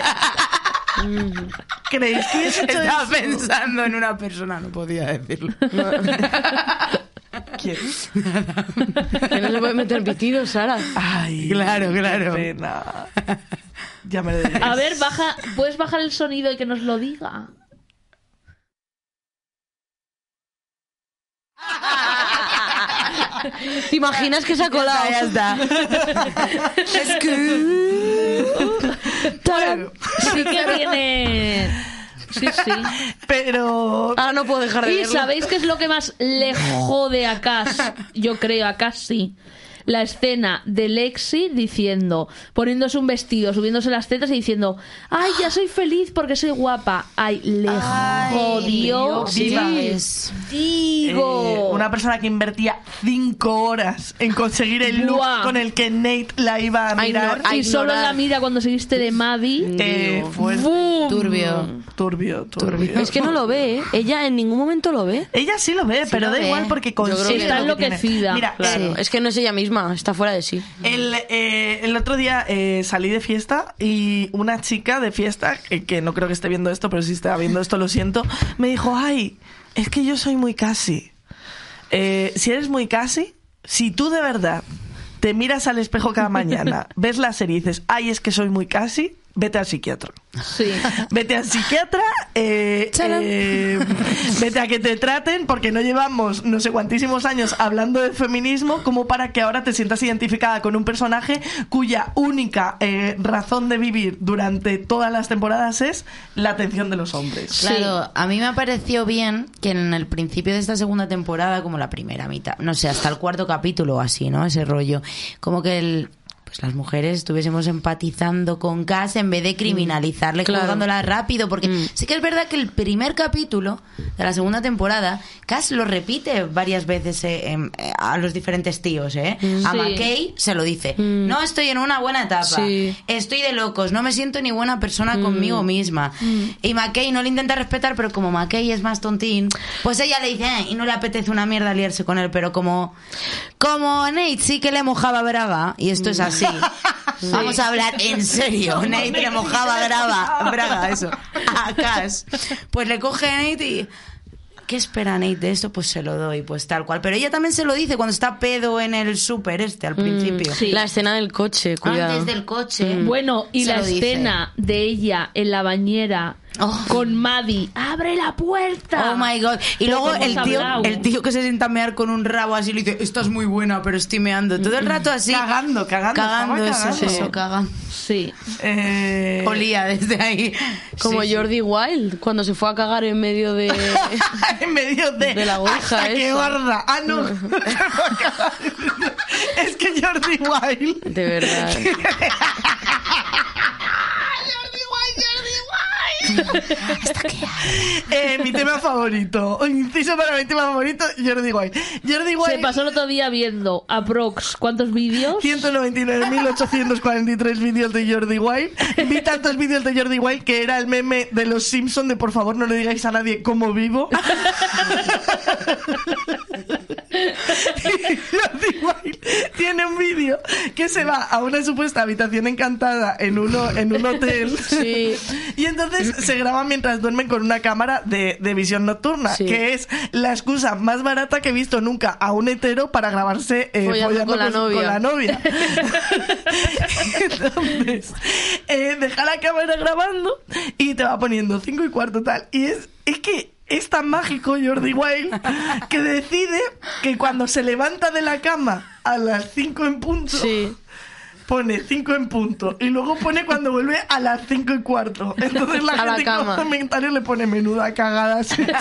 ¿Creéis que hubiese hecho
Estaba
eso?
pensando en una persona, no podía decirlo.
¿Quién?
Que no se puede meter pitido, Sara.
Ay,
Claro,
qué
claro.
pena. Ya me lo diréis.
A ver, baja, ¿puedes bajar el sonido y que nos lo diga?
¿Te imaginas que se ha colado?
Ya está, ya está. Es que-
Tarán.
Sí que tiene. Sí, sí.
Pero
Ahora Ah, no puedo dejar de
¿Y
verlo.
sabéis qué es lo que más le jode a Cass? Yo creo, a Cass sí. La escena de Lexi diciendo, poniéndose un vestido, subiéndose las tetas y diciendo, ¡ay, ya soy feliz porque soy guapa! ¡Ay, le jodió!
Dios,
Viva.
ya ves.
eh,
Digo.
una persona que invertía cinco horas en conseguir el look
Buah.
con el que Nate la iba a
Ay, no,
mirar.
ay,
y solo
ignorar.
la mira cuando se viste de Maddie.
eh, fue
¡Bum!
Turbio.
turbio, turbio.
Es que no lo ve, ¿eh? Ella en ningún momento lo ve.
Ella sí lo ve, pero
lo
da
ve.
igual porque
creo que
consigue. lo
está
que tiene.
enloquecida,
Mira,
claro.
eh,
Es que no es ella misma, está fuera de sí.
El, eh, el otro día eh, salí de fiesta y una chica de fiesta, eh, que no creo que esté viendo esto, pero si está viendo esto, lo siento, me dijo, ay, es que yo soy muy casi. Eh, si eres muy casi, si tú de verdad te miras al espejo cada mañana, ves la serie y dices, ay, es que soy muy casi, vete al psiquiatra.
Sí.
Vete al psiquiatra, eh,
Chalán.
eh, vete a que te traten, porque no llevamos no sé cuantísimos años hablando de feminismo como para que ahora te sientas identificada con un personaje cuya única eh, razón de vivir durante todas las temporadas es la atención de los hombres.
Claro, a mí me pareció bien que en el principio de esta segunda temporada, como la primera mitad, no sé, hasta el cuarto capítulo o así, ¿no? Ese rollo. Como que el- pues las mujeres estuviésemos empatizando con Cass en vez de criminalizarle,
claro.
juzgándola rápido, porque sí que es verdad que el primer capítulo de la segunda temporada, Cass lo repite varias veces eh, em, eh, a los diferentes tíos, ¿eh? A
Sí.
McKay se lo dice, no estoy en una buena etapa,
Sí. Mm.
estoy de locos, no me siento ni buena persona conmigo misma. Y McKay no le intenta respetar, pero como McKay es más tontín, pues ella le dice, "Eh", y no le apetece una mierda liarse con él, pero como, como a Nate sí que le mojaba braga, y esto es así. Vamos a hablar en serio. Nate le mojaba braga, braga eso. A Cass. Pues le coge a Nate y. ¿Qué espera Nate de esto? Pues se lo doy, pues tal cual. Pero ella también se lo dice cuando está pedo en el súper este al principio.
Sí.
La escena del coche, Mm. cuidado.
Antes del coche.
Bueno, y
se
la
lo dice.
escena de ella en la bañera con Maddie. ¡Abre la puerta!
Oh my god. Y
Pero
luego
¿cómo
el
se
tío,
hablao?
el tío que se sienta a mear con un rabo así le dice, estás muy buena, pero estoy meando. Todo el rato así.
Cagando, cagando,
Cagando,
estaba
eso,
cagando.
eso, cagando.
Sí.
Eh,
Olía desde ahí.
Como
Sí, sí.
Jordi Wild, cuando se fue a cagar en medio de...
en medio de,
De la ouija
hasta que
esa.
guarda ah no es que Jordi Wild
De verdad.
eh, mi tema favorito inciso para mi tema favorito Jordi Wild Jordi
Se
Wild
pasó el otro día viendo a Prox cuántos vídeos.
199.843 vídeos de Jordi Wild. Vi tantos vídeos de Jordi Wild que era el meme de los Simpson de por favor no le digáis a nadie cómo vivo. Jordi Wild tiene un vídeo que se va a una supuesta habitación encantada en uno en un hotel.
Sí.
Y entonces se graba mientras duermen con una cámara de, de visión nocturna,
Sí.
que es la excusa más barata que he visto nunca a un hetero para grabarse eh,
Follando
follando
con la
con- con
novia.
la novia. Entonces, eh, deja la cámara grabando y te va poniendo 5 y cuarto tal. Y es, es que es tan mágico Jordi Wild que decide que cuando se levanta de la cama a las 5 en punto,
Sí.
pone 5 en punto. Y luego pone cuando vuelve a las 5 y cuarto. Entonces la
A la
gente en
cama.
los comentarios le pone menuda cagada. has hecho".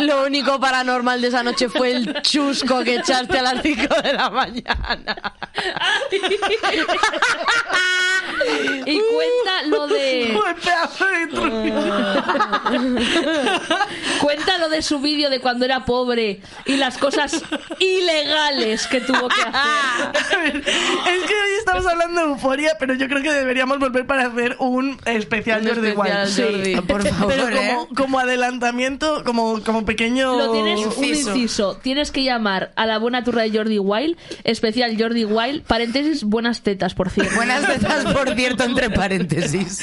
Lo único paranormal de esa noche fue el chusco que echaste a las 5 de la mañana.
Y cuenta lo de.
Joder, pedazo de
Mm.
truño.
Cuenta lo de su vídeo de cuando era pobre y las cosas ilegales que tuvo que hacer.
A ver, es que hoy estamos hablando de euforia, pero yo creo que deberíamos volver para hacer un especial
Un
Jordi
especial
Wild.
Jordi.
Sí,
Por favor,
Pero
¿eh?
como, como adelantamiento, como, como pequeño
Lo tienes un
inciso.
inciso. Tienes que llamar a la buena turra de Jordi Wild, especial Jordi Wild, paréntesis, buenas tetas, por cierto.
Buenas tetas, por cierto, entre paréntesis.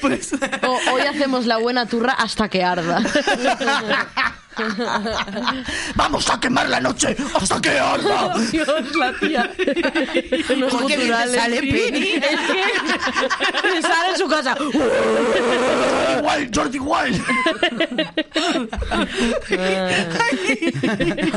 Pues,
O- hoy hacemos la buena turra hasta que arda.
vamos a quemar la noche hasta que arda.
Dios, la tía. Unos
¿Por qué bien te
guturales.
sale, Piri?
Es que le sale en su casa.
Jordi Wild, Jordi Wild.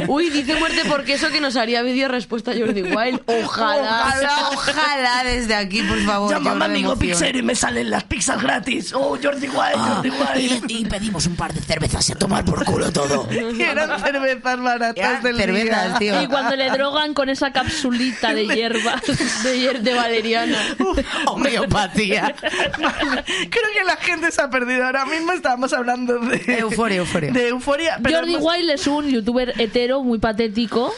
Uy, dice muerte porque eso que nos haría vídeo respuesta a Jordi Wild. Ojalá.
Ojalá, ojalá desde aquí, por favor.
Llama a mi
lloro de
amigo
emoción.
Pixar y me salen las pizzas gratis. Oh, Jordi Wild,
Ah,
Jordi Wild.
y, y pedimos un par de cervezas y a tomar por culo todo.
Y eran cervezas
Ya,
baratas del
cervezas,
día.
tío.
Y cuando le drogan con esa capsulita de hierbas.
De, hier- de Valeriana.
Homeopatía.
Vale. Creo que la gente se ha perdido. Ahora mismo estábamos hablando de
Euforia, euforia.
De euforia. Pero
Jordi
hemos-
Wild es un youtuber hetero muy patético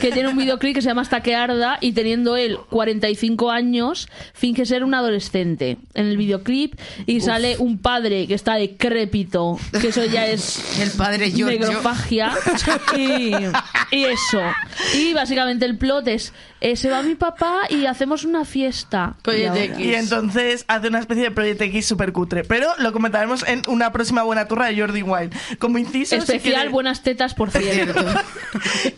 que tiene un videoclip que se llama Hasta que arda y teniendo él 45 años finge ser un adolescente en el videoclip y sale un padre que está decrépito, que eso ya es
El padre Giorgio.
Negrofagia y, y eso. Y básicamente el plot es eh, se va mi papá y hacemos una fiesta.
Oye,
Y ahora-
X.
Y entonces hace una especie de Project X super cutre. Pero lo comentaremos en una próxima buena turra de Jordi Wild. Como inciso, si
especial
quieres-
buenas tetas por cierto.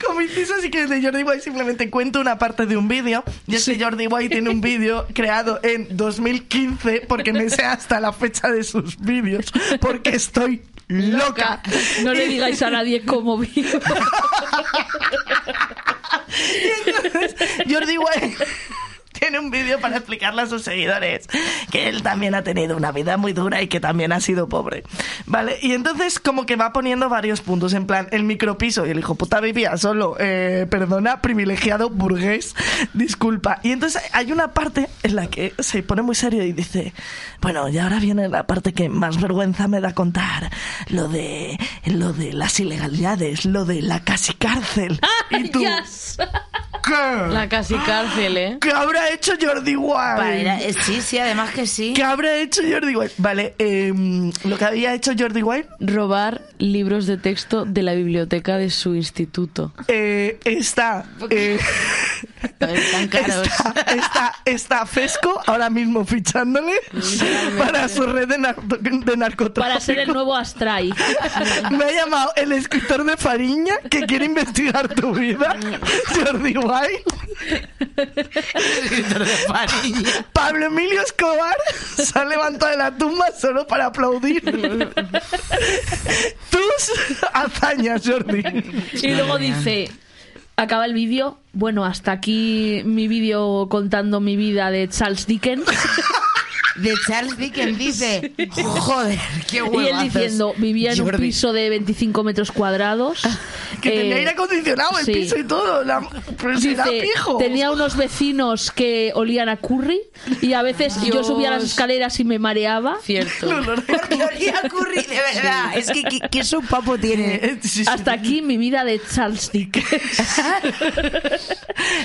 Como inciso, si quieres, de Jordi Wild simplemente cuento una parte de un vídeo. Y es que Jordi Wild tiene un vídeo creado en 2015, porque me sé hasta la fecha de sus vídeos, porque estoy loca.
No le digáis a nadie cómo vivo.
Entonces, Jordi Wild tiene un vídeo para explicarle a sus seguidores que él también ha tenido una vida muy dura y que también ha sido pobre. Vale, y entonces como que va poniendo varios puntos, en plan, el micropiso y el hijo puta vivía solo, eh, perdona, privilegiado burgués, disculpa. Y entonces hay una parte en la que se pone muy serio y dice, bueno, y ahora viene la parte que más vergüenza me da contar, lo de lo de las ilegalidades, lo de la casi cárcel. y tú,
Yes.
¿qué?
La casi cárcel, ¿eh?
¿Qué habrá hecho Jordi Wild?
Vale, era- eh, sí, sí, además que sí.
¿Qué habrá hecho Jordi Wild? Vale, em, lo que había hecho Jordi Wild
Robar libros de texto de la biblioteca de su instituto.
eh, está eh,
Están caros.
Está, está, está Fesco ahora mismo fichándole para su red de, narco- de narcotráfico.
Para ser el nuevo Astray.
Me ha llamado el escritor de Fariña que quiere investigar tu vida, Jordi Wild, Pablo Emilio Escobar se ha levantado de la tumba solo para aplaudir tus hazañas, Jordi.
Y luego dice, acaba el vídeo, bueno, hasta aquí mi vídeo contando mi vida de Charles Dickens.
De Charles Dickens dice, joder, qué
Y él
huevazos.
diciendo, vivía en un
Jordi.
piso de 25 metros cuadrados.
Ah, Que tenía
Eh,
aire acondicionado el
sí.
piso y todo. la- pero si era
Dice,
viejo.
tenía unos vecinos que olían a curry y a veces yo
Dios.
subía las escaleras y me mareaba.
Cierto.
El olor a-
Porque olía a curry, de verdad. Es que qué, qué sopapo tiene.
Sí, sí.
Hasta aquí mi vida de Charles Dickens.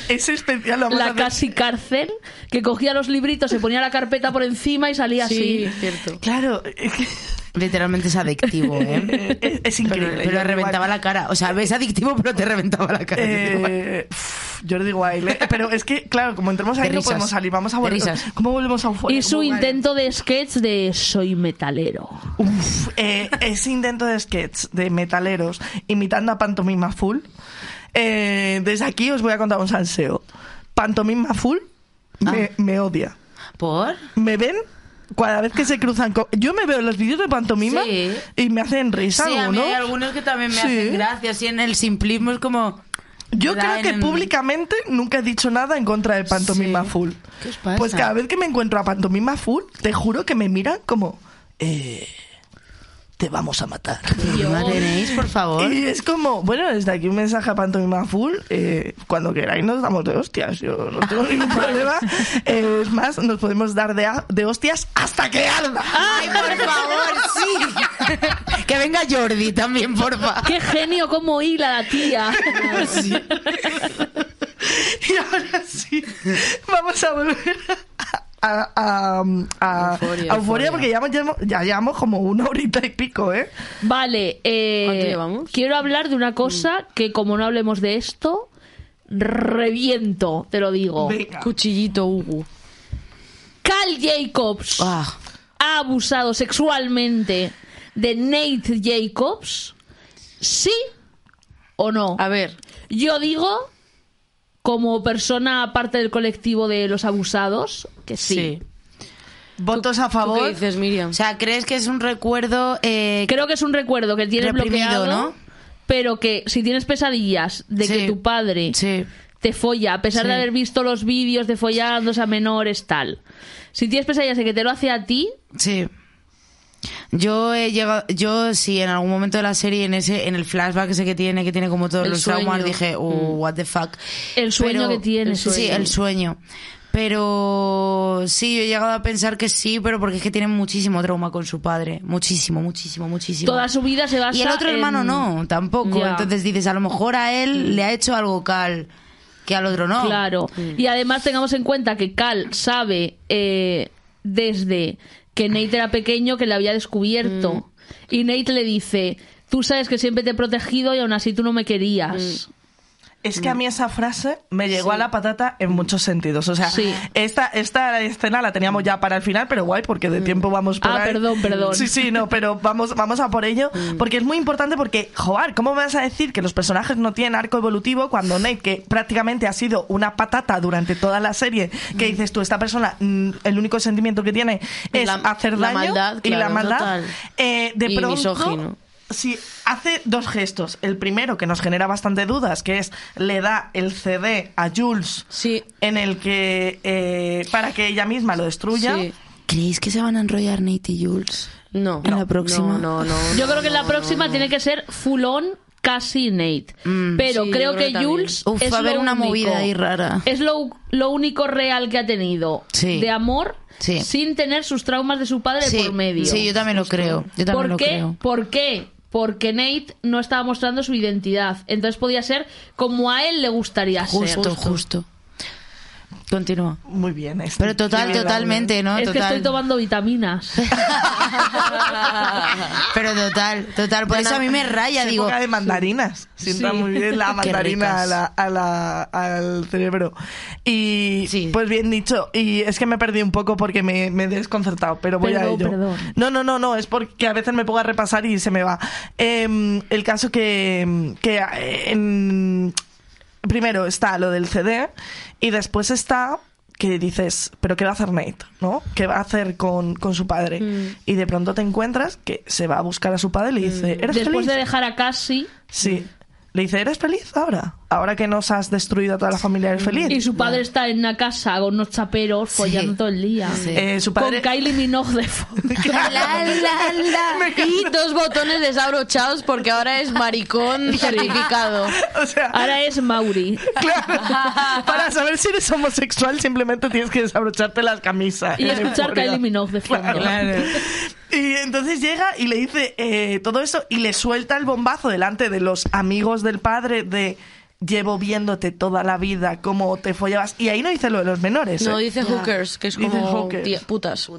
Es especial la
La casi cárcel, que cogía los libritos, se ponía la carpeta por encima y salía
Sí,
así.
cierto.
Claro, es, que-
Literalmente es adictivo, ¿eh?
es- es
Pero,
increíble.
pero
Jordi
reventaba
Wild.
la cara. O sea, ves adictivo, pero te reventaba la cara.
Eh, uf, Jordi Wild, ¿eh? pero es que, claro, como entremos ahí
De
no
risas.
podemos salir. Vamos a
De
volver.
risas.
¿Cómo volvemos a Euphoria?
Y su
¿Cómo-
intento de sketch de soy metalero.
Uf, eh, ese intento de sketch de metaleros imitando a Pantomima Full. eh, desde aquí os voy a contar un salseo. Pantomima Full
Ah.
me, me odia.
¿Por?
¿Me ven? Cada vez que se cruzan. con- Yo me veo los vídeos de Pantomima
Sí.
y me hacen
Sí,
risa
a mí
algunos.
hay algunos que también me
Sí.
hacen gracia. Así en el simplismo es como...
Yo
da
creo
en
que
el-
públicamente nunca he dicho nada en contra de Pantomima
Sí.
Full.
¿Qué os pasa?
Pues cada vez que me encuentro a Pantomima Full, te juro que me miran como... Eh, te vamos a matar.
¿Me tenéis, por favor?
Y es como, bueno, desde aquí un mensaje a Pantomima Full. eh, cuando queráis nos damos de hostias. Yo no tengo ningún problema. Eh, es más, nos podemos dar de, a- de hostias hasta que arda.
¡Ay,
¡Ah!
por favor, sí! que venga Jordi también, por favor.
¡Qué genio como hila la tía!
Y ahora sí, vamos a volver a, a, a- a
Euforia,
euforia, porque ya llevamos, ya llevamos como una horita y pico, ¿eh?
Vale, eh,
¿Cuánto llevamos?
quiero hablar de una
Mm.
cosa que como no hablemos de esto, reviento, te lo digo.
Venga.
Cuchillito Hugo.
Cal Jacobs
Ah,
ha abusado sexualmente de Nate Jacobs, ¿sí o no?
A ver,
Yo digo, como persona parte del colectivo de los abusados, que sí.
sí.
Votos a
¿Tú qué
favor.
dices, Miriam?
o sea, ¿crees que es un recuerdo eh,
Creo que es un recuerdo que tienes
Reprimido,
bloqueado,
¿no?
pero que si tienes pesadillas de
Sí.
que tu padre
Sí.
te folla, a pesar
Sí.
de haber visto los vídeos de follándose a menores, tal. Si tienes pesadillas de que te lo hace a ti,
Sí. Yo he llegado, yo sí, en algún momento de la serie, en ese, en el flashback ese que tiene, que tiene como todos
El
los
sueño.
traumas, dije, oh, what the fuck.
Mm. El sueño que tiene, el
Sí,
sueño.
el sueño. Pero sí, yo he llegado a pensar que sí, pero porque es que tiene muchísimo trauma con su padre. Muchísimo, muchísimo, muchísimo.
toda su vida se basa
Y el otro
en-
hermano no, tampoco.
Ya. Mm.
Entonces dices, a lo mejor a él le ha hecho algo cal que al otro no. Mm.
Claro. Y además tengamos en cuenta que Cal sabe eh, desde que Nate era pequeño que le había descubierto.
Mm.
Y Nate le dice, tú sabes que siempre te he protegido y aún así tú no me
Mm.
querías.
Es
Mm.
que a mí esa frase me llegó a la patata en muchos sentidos. O sea,
Sí.
esta, esta escena la teníamos ya para el final, pero guay, porque
Mm.
de tiempo vamos por
Ah,
ahí.
perdón, perdón.
Sí, sí, no, pero vamos, vamos a por ello,
Mm.
porque es muy importante porque, joder, ¿cómo vas a decir que los personajes no tienen arco evolutivo cuando Nate, que prácticamente ha sido una patata durante toda la serie, que dices tú, esta persona, mm, el único sentimiento que tiene es
La-
hacer
la
daño
maldad,
y la
claro,
maldad,
total.
eh, de
Y
pronto...
misógino.
Sí, hace dos gestos. El primero que nos genera bastante dudas, que es le da el CD a Jules
Sí.
en el que eh, para que ella misma lo destruya.
Sí.
¿Creéis que se van a enrollar Nate y Jules?
No.
En la próxima.
No, no, no.
Yo creo que
no,
la
no,
próxima
no.
tiene que ser full on casi Nate.
Mm.
Pero
Sí, yo
creo
creo
que
que también.
Jules
Uf,
es
va a haber
lo
una
único-
movida ahí rara.
Es lo, lo único real que ha tenido
Sí.
de amor
Sí.
sin tener sus traumas de su padre
Sí,
por medio.
sí, yo también lo creo. Yo también
¿Por
lo
qué?
creo.
¿Por qué? Porque Nate no estaba mostrando su identidad. Entonces podía ser como a él le gustaría
Justo,
ser.
justo. Continúa.
Muy bien. estoy
Pero total,
bien,
totalmente, ¿no?
es que
Total.
estoy tomando vitaminas. ¡Ah!
Pero total, total. Por eso a mí me
la
raya,
verdad. Es
digo.
época de mandarinas. Sienta muy bien la
Qué
mandarina a
ricas.
la- a la- al cerebro. Y
Sí.
pues bien dicho. Y es que me perdí un poco porque me, me he desconcertado, pero voy a
Perdón,
ello.
perdón.
No, no, no, no. Es porque a veces me pongo a repasar y se me va. Em, el caso que, que eh, en- primero está lo del CD y después está que dices, pero ¿qué va a hacer Nate? ¿No? ¿Qué va a hacer con, con su padre?
Mm.
Y de pronto te encuentras que se va a buscar a su padre y le dice, ¿eres
Mm. Después
feliz?
de dejar a Cassie
Sí. Le dice, ¿eres feliz ahora? Ahora que nos has destruido a toda la familia, ¿eres feliz?
y su padre está en una casa con unos chaperos follando todo el día.
Eh, su padre...
Con Kylie Minogue de fondo.
La, la, la. Y dos botones desabrochados porque ahora es maricón certificado.
O sea,
Ahora es Mauri.
claro. Para saber si eres homosexual simplemente tienes que desabrocharte las camisas.
Y escuchar
Por Dios.
Kylie Minogue de fondo.
Y entonces llega y le dice eh, todo eso y le suelta el bombazo delante de los amigos del padre de llevo viéndote toda la vida, cómo te follabas. Y ahí no dice lo de los menores.
No,
¿eh?
dice hookers, que es
Dice
como
hookers.
tía- putas.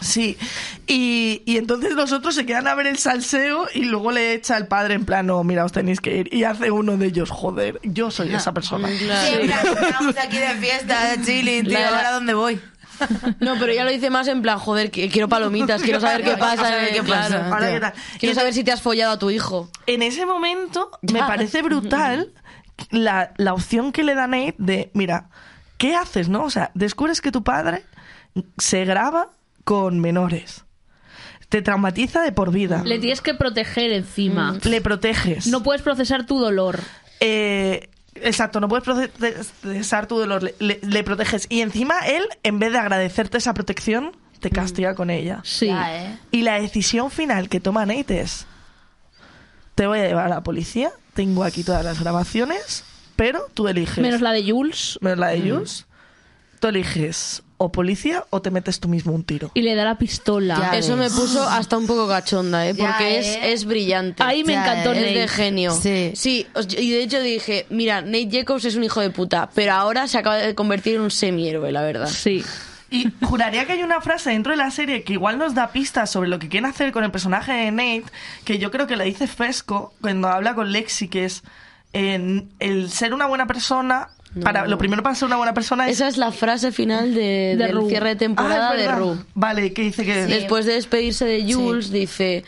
Sí, y, y entonces los otros se quedan a ver el salseo y luego le echa el padre en plan, no, mira, os tenéis que ir. Y hace uno de ellos, joder, yo soy
Ah,
esa persona.
Claro.
Siempre estamos aquí de fiesta, chilling, tío.
La-
¿Ahora dónde voy?
No, pero ya lo dice más en plan, joder, que- quiero palomitas, quiero saber qué
Quiero
pasa.
saber
eh,
qué pasa,
claro.
Ahora, ¿qué tal? Y
Quiero saber si te has follado a tu hijo.
En ese momento me parece brutal la, la opción que le da Nate de, mira, ¿qué haces, no? O sea, descubres que tu padre se graba con menores. Te traumatiza de por vida.
Le
Le,
tienes que proteger encima.
Mm.
proteges.
No puedes procesar tu dolor.
Eh, exacto, no puedes procesar tu dolor, le, le- le proteges. Y encima él, en vez de agradecerte esa protección,
Mm.
te castiga con ella.
Sí.
eh.
Y la decisión final que toma Nate es, te voy a llevar a la policía, tengo aquí todas las grabaciones, pero tú eliges.
Menos la de Jules.
Menos la de Jules. Tú eliges o policía o te metes tú mismo un tiro.
Y le da la pistola.
Ya.
Eso me puso hasta un poco cachonda, ¿eh?
Ya,
Porque es,
¿eh?
es brillante.
Ahí me
Ya, eh.
encantó
es
es
Nate.
de genio.
Sí.
os- y de hecho dije, mira, Nate Jacobs es un hijo de puta, pero ahora se acaba de convertir en un semihéroe, la verdad.
Sí.
Y juraría que hay una frase dentro de la serie que igual nos da pistas sobre lo que quieren hacer con el personaje de Nate, que yo creo que la dice Fesco cuando habla con Lexi, que es en el ser una buena persona, para lo primero para ser una buena persona es...
Esa es la frase final de,
De
del
Ru.
cierre de temporada
Ah, es
de
verdad.
Ru.
Vale, que dice que...
Después de despedirse de Jules, dice...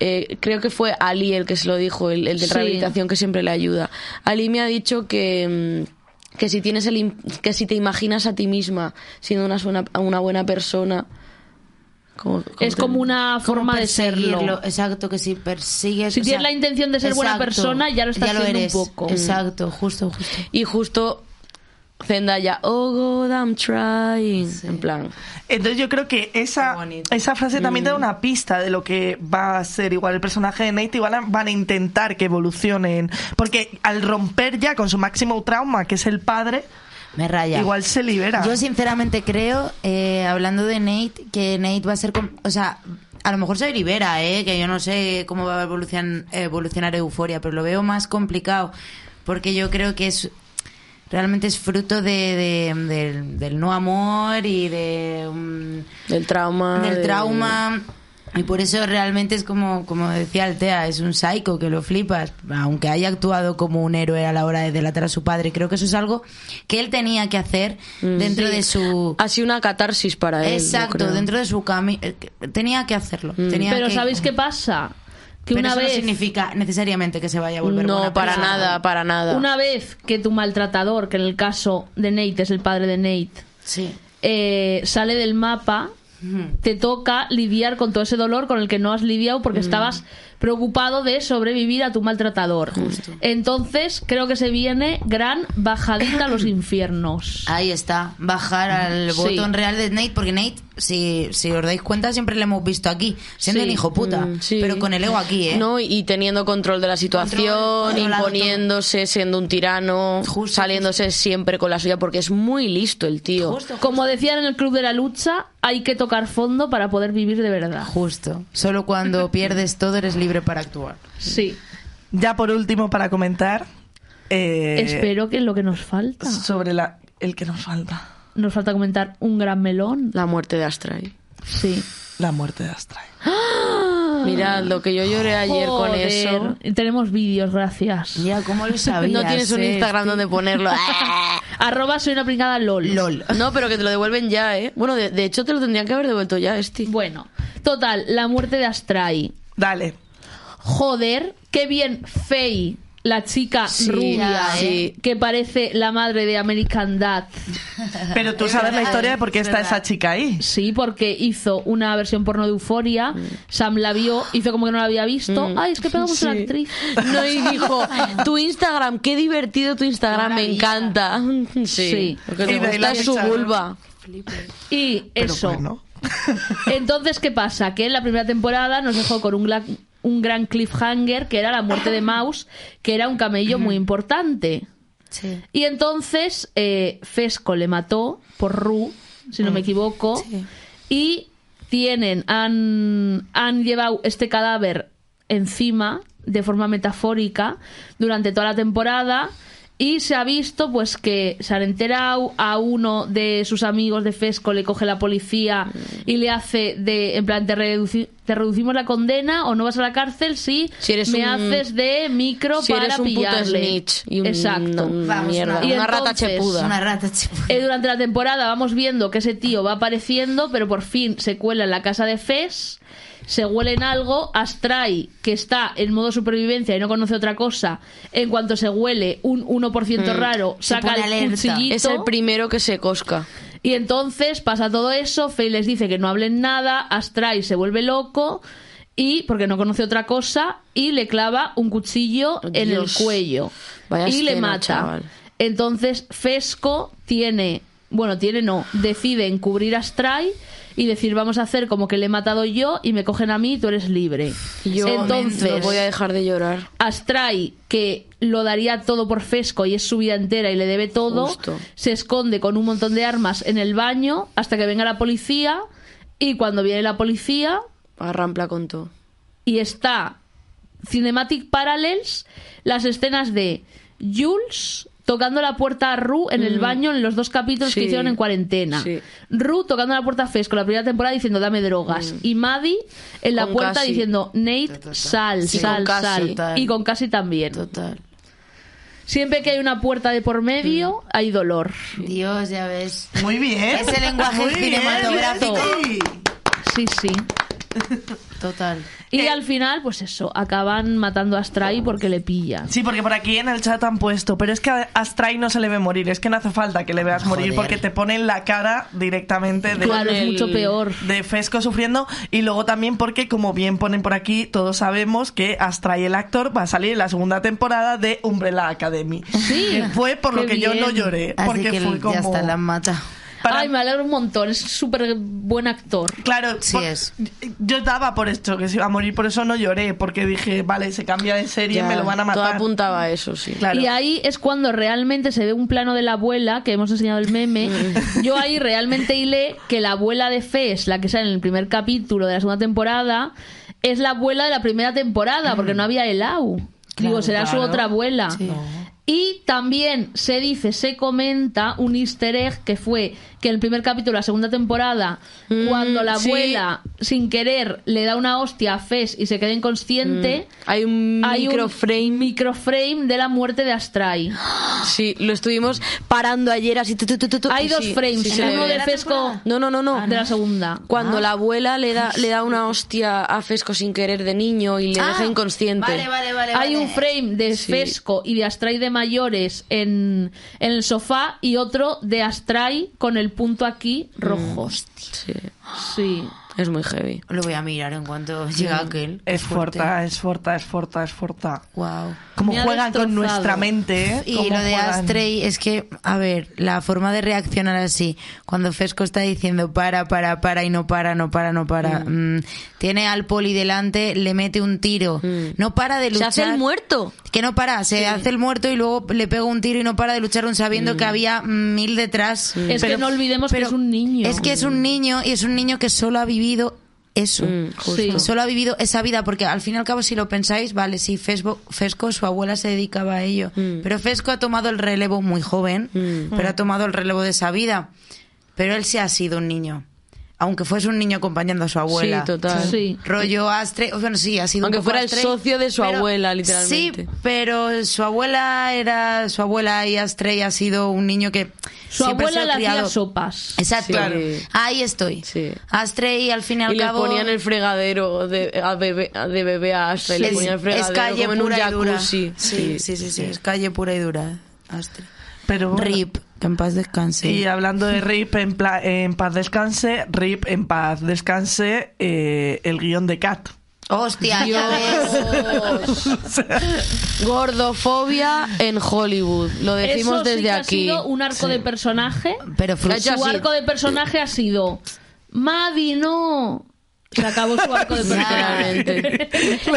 eh, creo que fue Ali el que se lo dijo, el, el de
Sí.
rehabilitación que siempre le ayuda. Ali me ha dicho que... mm, que si tienes el im- que si te imaginas a ti misma siendo una, suena- una buena persona como-
Es como una forma de
Perseguirlo,
serlo.
Exacto, que si persigues.
Si
o
tienes
sea,
la intención de ser buena
exacto,
persona, ya lo estás siendo un
eres.
poco.
Exacto, justo, justo.
Y justo Zendaya, oh God, I'm trying. En plan.
Entonces yo creo que esa, esa frase también te da una pista de lo que va a ser igual el personaje de Nate, igual van a intentar que evolucionen, porque al romper ya con su máximo trauma, que es el padre,
Me raya.
igual se libera.
Yo sinceramente creo, eh, hablando de Nate, que Nate va a ser... com- O sea, a lo mejor se libera, ¿eh? Que yo no sé cómo va a evolucion- evolucionar Euforia, pero lo veo más complicado. Porque yo creo que es... Realmente es fruto de, de- del, del no amor y de... mm, un-
Del trauma.
del
de-
trauma. Y por eso realmente es como, como decía Altea, es un psycho que lo flipas, aunque haya actuado como un héroe a la hora de delatar a su padre. Creo que eso es algo que él tenía que hacer
Mm.
dentro de su...
Ha sido una catarsis para él. yo
Exacto,
creo. Mm.
dentro de su camino. Tenía que hacerlo. tenía
Pero
que-
¿sabéis qué pasa? Que
Pero
una
eso no
vez
significa necesariamente que se vaya a volver
No,
buena
para
persona.
nada, para nada.
Una vez que tu maltratador, que en el caso de Nate es el padre de Nate,
Sí.
eh, sale del mapa, te toca lidiar con todo ese dolor con el que no has lidiado porque estabas preocupado de sobrevivir a tu maltratador. Entonces creo que se viene gran bajadita a los infiernos.
Ahí está, bajar al
Sí.
botón real de Nate, porque Nate, si, si os dais cuenta, siempre le hemos visto aquí, siendo
Sí.
un hijo puta,
Mm, sí.
pero con el ego aquí, ¿eh?
No, y teniendo control de la situación,
controlado
imponiéndose, siendo un tirano,
Justo,
saliéndose siempre con la suya, porque es muy listo el tío.
Justo, justo.
Como decían en el Club de la Lucha, hay que tocar fondo para poder vivir de verdad.
Justo. Solo cuando pierdes todo eres libre para actuar.
Sí.
Ya por último, para comentar eh,
Espero que es lo que nos falta.
sobre la, el que nos falta.
nos falta comentar un gran melón.
La muerte de Astray.
Sí.
La muerte de Astra.
Mirad, lo que yo lloré ayer con
Joder.
eso.
Tenemos vídeos, gracias.
Ya, ¿cómo lo sabías?
No tienes un
eh?
Instagram donde ponerlo.
Arroba soy una pringada LOL.
LOL.
No, pero que te lo devuelven ya, ¿eh? Bueno, de, de hecho te lo tendrían que haber devuelto ya, Esti.
Bueno, total, la muerte de Astray.
Dale.
Joder, qué bien Faye, la chica
Sí,
rubia,
ya,
¿eh?
sí.
que parece la madre de American Dad.
Pero tú sabes la historia de por qué está esa chica ahí.
Sí, porque hizo una versión porno de Euforia,
Mm.
Sam la vio, hizo como que no la había visto. Ay, es que pega mucho la
Sí.
actriz.
No, y dijo, tu Instagram, qué divertido tu Instagram, me encanta. Sí.
Sí.
Lo que te
Y de ahí
gusta
la
es su
ficharon.
vulva.
Y
Pero
eso.
bueno.
Entonces, ¿qué pasa? Que en la primera temporada nos dejó con un, gla- un gran cliffhanger, que era la muerte de Mouse, que era un camello muy importante.
Sí.
Y entonces eh, Fesco le mató por Ru, si
Ah,
no me equivoco, y tienen, han, han llevado este cadáver encima de forma metafórica durante toda la temporada y se ha visto pues que se han enterado a uno de sus amigos de Fesco le coge la policía y le hace de en plan te, reduci- te reducimos la condena o no vas a la cárcel si,
Si eres
me
un-
haces de micro
Si
para
eres un puto
pillarle".
snitch y un-
Exacto.
una
Vamos,
mierda,
nada.
una
Y
rata
entonces,
chepuda.
Una rata, chico.
Eh, durante la temporada vamos viendo que ese tío va apareciendo, pero por fin se cuela en la casa de Fez, se huelen algo, Astray, que está en modo supervivencia y no conoce otra cosa, en cuanto se huele un 1% raro,
Mm. Se
saca
pone
el
alerta.
cuchillito
Es el primero que se cosca.
y entonces pasa todo eso, Fey les dice que no hablen nada, Astray se vuelve loco y porque no conoce otra cosa y le clava un cuchillo en el
Oh, Dios.
cuello
Vaya
y le
escena,
mata.
chaval.
Entonces Fesco tiene, bueno, tiene no, decide encubrir a Astray y decir vamos a hacer como que le he matado yo y me cogen a mí y tú eres libre.
Yo
entonces
no voy a dejar de llorar.
Astray, que lo daría todo por Fesco y es su vida entera y le debe todo,
Justo.
se esconde con un montón de armas en el baño hasta que venga la policía y cuando viene la policía
Arrampla con todo.
y está Cinematic Parallels, las escenas de Jules tocando la puerta a Ru en el baño en los dos capítulos que
Mm. Sí.
hicieron en cuarentena.
Sí.
Ru tocando la puerta a Fesco la primera temporada diciendo dame drogas. Y Maddie en la
Mm. Con
puerta
Cassie.
diciendo Nate, sal,
Sí,
sal,
con Cassie,
sal.
total.
Y con casi también.
Total.
Siempre que hay una puerta de por medio,
Mm.
hay dolor.
Dios, ya ves.
Muy bien.
Ese lenguaje
Muy bien,
cinematográfico.
Leti.
Sí, sí.
Total.
Y
Eh.
al final, pues eso, acaban matando a Stray porque le pillan.
Sí, porque por aquí en el chat han puesto, pero es que a Astray no se le ve morir, es que no hace falta que le veas morir porque te ponen la cara directamente de,
Claro, es
el-
mucho peor.
de Fesco sufriendo y luego también porque, como bien ponen por aquí, todos sabemos que Astray el actor va a salir en la segunda temporada de Umbrella Academy.
Sí.
Que fue por lo
Qué
que yo
bien.
no lloré,
Así
porque
que
fue
el-
como...
ya está, la mata.
para-
Ay, me alegro un montón, es súper buen actor.
Claro,
Sí
por-
es.
yo daba por esto, que se iba a morir, por eso no lloré, porque dije, vale, se cambia de serie,
Ya,
me lo van a
Todo
matar.
apuntaba a eso, sí.
Claro.
Y ahí es cuando realmente se ve un plano de la abuela, que hemos enseñado el meme. Yo ahí realmente hilé que la abuela de Fez, la que sale en el primer capítulo de la segunda temporada, es la abuela de la primera temporada, porque no había Elau. Digo, será su
claro.
otra abuela. Y también se dice, se comenta un easter egg que fue que en el primer capítulo de la segunda temporada,
Mm,
cuando la
sí.
abuela, sin querer, le da una hostia a Fez y se queda inconsciente,
Mm.
Hay un
hay un
microframe.
microframe de la muerte de Astray.
Sí, lo estuvimos parando ayer así. tu, tu, tu, tu, tu,
Hay
y
dos
sí,
frames,
sí se le
uno
ve.
de Fesco
No, no, no, no.
de la segunda.
Cuando la abuela le da, le da una hostia a Fesco sin querer de niño y le
Ah,
deja inconsciente.
Ah, Vale, vale, vale.
Hay
vale.
un frame de
Sí.
Fesco y de Astray de mayores en, en el sofá y otro de Astray con el punto aquí rojo.
Sí,
Sí.
es muy heavy.
Lo voy a mirar en cuanto llega aquel.
Es forta, es forta, es forta, es forta.
Wow.
Cómo
Me ha
juegan con
destrozado.
nuestra mente. ¿eh?
Y
Cómo
lo de
juegan.
Astray es que, a ver, la forma de reaccionar así, cuando Fesco está diciendo para, para, para y no para, no para, no para, mm, tiene al poli delante, le mete un tiro, no para de
Se
luchar.
hace el muerto.
Que no para, se hace el muerto y luego le pega un tiro y no para de luchar, aun sabiendo que había mil detrás.
Es que no olvidemos que
pero
es un niño.
Es que es un niño y es un niño que solo ha vivido eso.
Mm,
Sí.
Solo ha vivido esa vida, porque al fin y al cabo, si lo pensáis, vale, sí, Fesbo- Fesco, su abuela se dedicaba a ello.
Mm.
Pero Fesco ha tomado el relevo muy joven, pero ha tomado el relevo de esa vida. Pero él sí ha sido un niño. Aunque fuese un niño acompañando a su abuela.
Sí, total.
Sí.
Rollo astre. Bueno, sí, ha sido un
Aunque
poco
fuera el
astre,
socio de su
pero-
abuela, literalmente.
Sí, pero su abuela era. Su abuela y astre y ha sido un niño que.
Su
siempre ha
abuela
sido
le hacía
criado-
sopas.
Exacto.
Claro.
Ahí estoy.
Sí.
Astre y al fin y al
y
cabo.
le ponían el fregadero de, a bebé, a- de bebé a Astra. y le
Es-
ponían el fregadero
es calle
como en un
pura y dura.
jacuzzi.
Sí, sí, sí, sí, es calle pura y dura. Astre.
Pero bueno.
Rip, que en paz descanse.
Y hablando de RIP en, pla- en paz descanse, RIP en paz descanse, eh, el guión de Cat.
Hostia, ya ves.
Dios. Gordofobia en Hollywood. Lo decimos
Eso sí
desde
que
aquí.
Ha sido un arco de personaje.
Pero
Lo ha
frustrante.
hecho
Pues Su
así.
arco de personaje ha sido. Mavi, no. Se acabó su arco de personaje.
Claramente.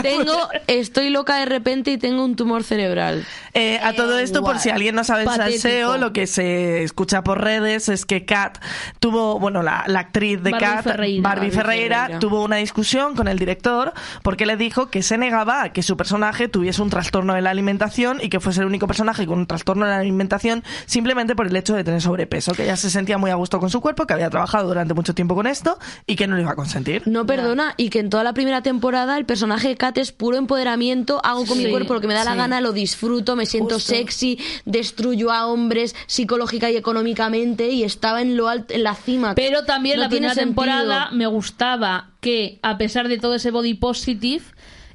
tengo, estoy loca de repente y tengo un tumor cerebral.
Eh, a todo esto, por si alguien no sabe el
Patético.
salseo, lo que se escucha por redes es que Kat tuvo, bueno, la, la actriz de
Barbie
Kat,
Ferreira.
Barbie
Barbie
Ferreira,
Ferreira.
tuvo una discusión con el director porque le dijo que se negaba a que su personaje tuviese un trastorno de la alimentación y que fuese el único personaje con un trastorno de la alimentación simplemente por el hecho de tener sobrepeso, que ella se sentía muy a gusto con su cuerpo, que había trabajado durante mucho tiempo con esto y que no lo iba a consentir.
No perdona, y que en toda la primera temporada el personaje de Kat es puro empoderamiento, hago con
Sí,
mi cuerpo lo que me da la gana, lo disfruto, me siento sexy, destruyo a hombres psicológica y económicamente y estaba en lo alt- en la cima.
Pero también
No
la
tiene
primera
sentido.
temporada me gustaba que, a pesar de todo ese body positive,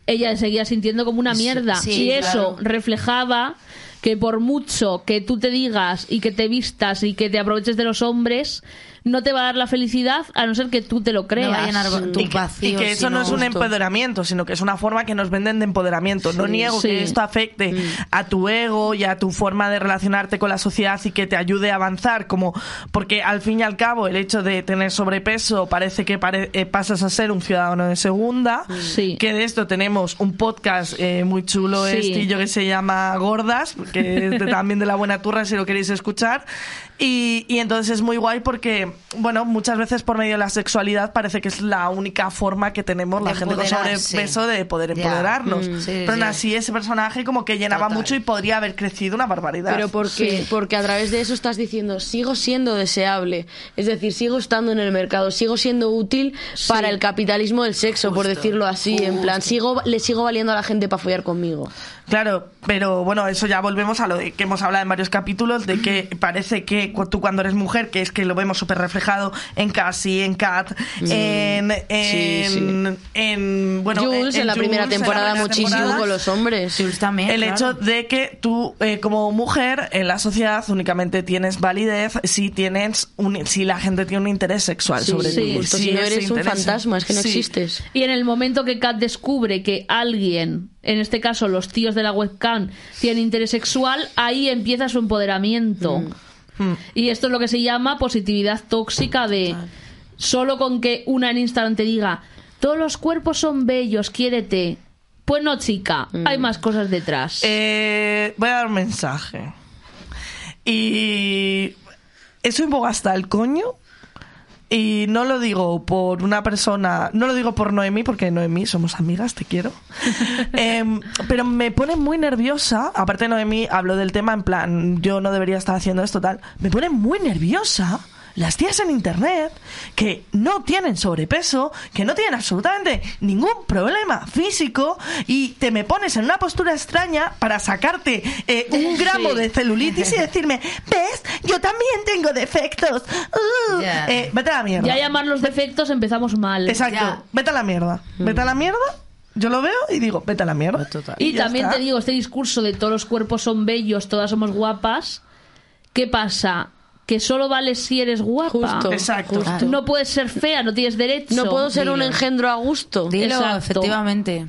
ella se seguía sintiendo como una mierda.
sí,
y
claro.
eso reflejaba que por mucho que tú te digas y que te vistas y que te aproveches de los hombres, no te va a dar la felicidad a no ser que tú te lo
No
creas.
va a llenar tu
Y que,
vacío.
y que eso no es
em-
un empoderamiento, sino que es una forma que nos venden de empoderamiento. no niego
sí. Mm.
que esto afecte a tu ego y a tu forma de relacionarte con la sociedad y que te ayude a avanzar, como porque al fin y al cabo el hecho de tener sobrepeso parece que pare- eh, pasas a ser un ciudadano de segunda.
Sí.
Que de esto tenemos un podcast eh, muy chulo
Sí.
estillo que se llama Gordas, que es de- también de la buena turra si lo queréis escuchar. Y, y entonces es muy guay porque, bueno, muchas veces por medio de la sexualidad parece que es la única forma que tenemos la
De
gente con
empoderarse.
sobrepeso de poder
Ya.
empoderarnos.
Mm. Sí,
Pero aún
sí.
así ese personaje como que llenaba
Total.
mucho y podría haber crecido una barbaridad.
Pero porque,
Sí.
porque a través de eso estás diciendo, sigo siendo deseable, es decir, sigo estando en el mercado, sigo siendo útil para el capitalismo del sexo, por decirlo así, en plan, sigo, le sigo valiendo a la gente para follar conmigo.
Claro, pero bueno, eso ya volvemos a lo de que hemos hablado en varios capítulos, de que parece que cu- tú cuando eres mujer, que es que lo vemos súper reflejado en Cassie, en Kat, en, en, en, bueno,
Jules en, la primera
Jules, en la
temporada
primera
muchísimo
temporada.
con los hombres.
Jules también.
El
claro.
hecho de que tú, eh, como mujer, en la sociedad únicamente tienes validez si tienes un, si la gente tiene un interés sexual
Sí,
sobre
sí.
ti.
Justo, si no
ese
eres un
interés-
fantasma, es que no
Sí.
existes.
Y en el momento que Kat descubre que alguien, en este caso los tíos de la webcam, tiene interés sexual, ahí empieza su empoderamiento. Y esto es lo que se llama positividad tóxica de solo con que una en Instagram te diga, todos los cuerpos son bellos, quiérete. Pues no, chica, hay más cosas detrás.
Eh, voy a dar un mensaje. Y eso un poco hasta el coño. Y no lo digo por una persona, no lo digo por Noemí, porque Noemí somos amigas, te quiero. Em, pero me pone muy nerviosa. Aparte, Noemí habló del tema en plan, yo no debería estar haciendo esto, tal. Me pone muy nerviosa las tías en internet que no tienen sobrepeso, que no tienen absolutamente ningún problema físico y te me pones en una postura extraña para sacarte eh, un gramo de celulitis y decirme, ¿ves? Yo también tengo defectos. Uh".
Ya.
Eh, vete a la mierda.
ya llamar los defectos empezamos mal.
Exacto,
Ya.
vete a la mierda.
Mm.
Vete a la mierda. Yo lo veo y digo, vete a la mierda.
Pues
Y
ya
también
está.
te digo, este discurso de todos los cuerpos son bellos, todas somos guapas, ¿qué pasa? Que solo vales si eres guapa.
Justo.
Exacto.
justo.
No puedes ser fea, no tienes derecho.
No puedo ser un
Dilo.
engendro a gusto.
Dilo,
Exacto.
efectivamente.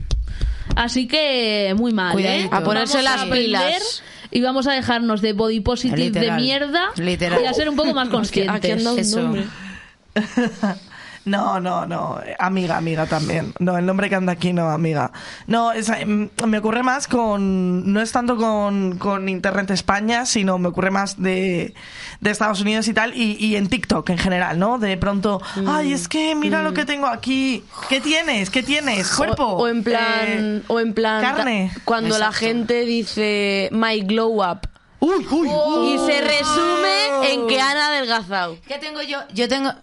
Así que muy mal,
Cuidadito.
¿eh?
A
ponerse
Vamos
las
aprender
pilas.
Y vamos a dejarnos de body positive
Literal.
de mierda
Literal.
y a ser un poco más
Eh, Aquí- aquí
conscientes.
anda un
Eso.
nombre.
No, no, no. eh, Amiga, amiga también. No, el nombre que anda aquí no, amiga. No, es, eh, mm, me ocurre más con. No es tanto con, con Internet España, sino me ocurre más de, de Estados Unidos y tal, y, y en TikTok en general, ¿no? De pronto,
Mm.
ay, es que mira lo que tengo aquí. ¿Qué tienes? ¿Qué tienes? Cuerpo.
O, o en plan.
Eh,
o en plan. ta-
carne.
Cuando la gente dice My Glow Up.
Uy, uy.
Y
Oh.
se resume en que han adelgazado.
¿Qué tengo yo? Yo tengo.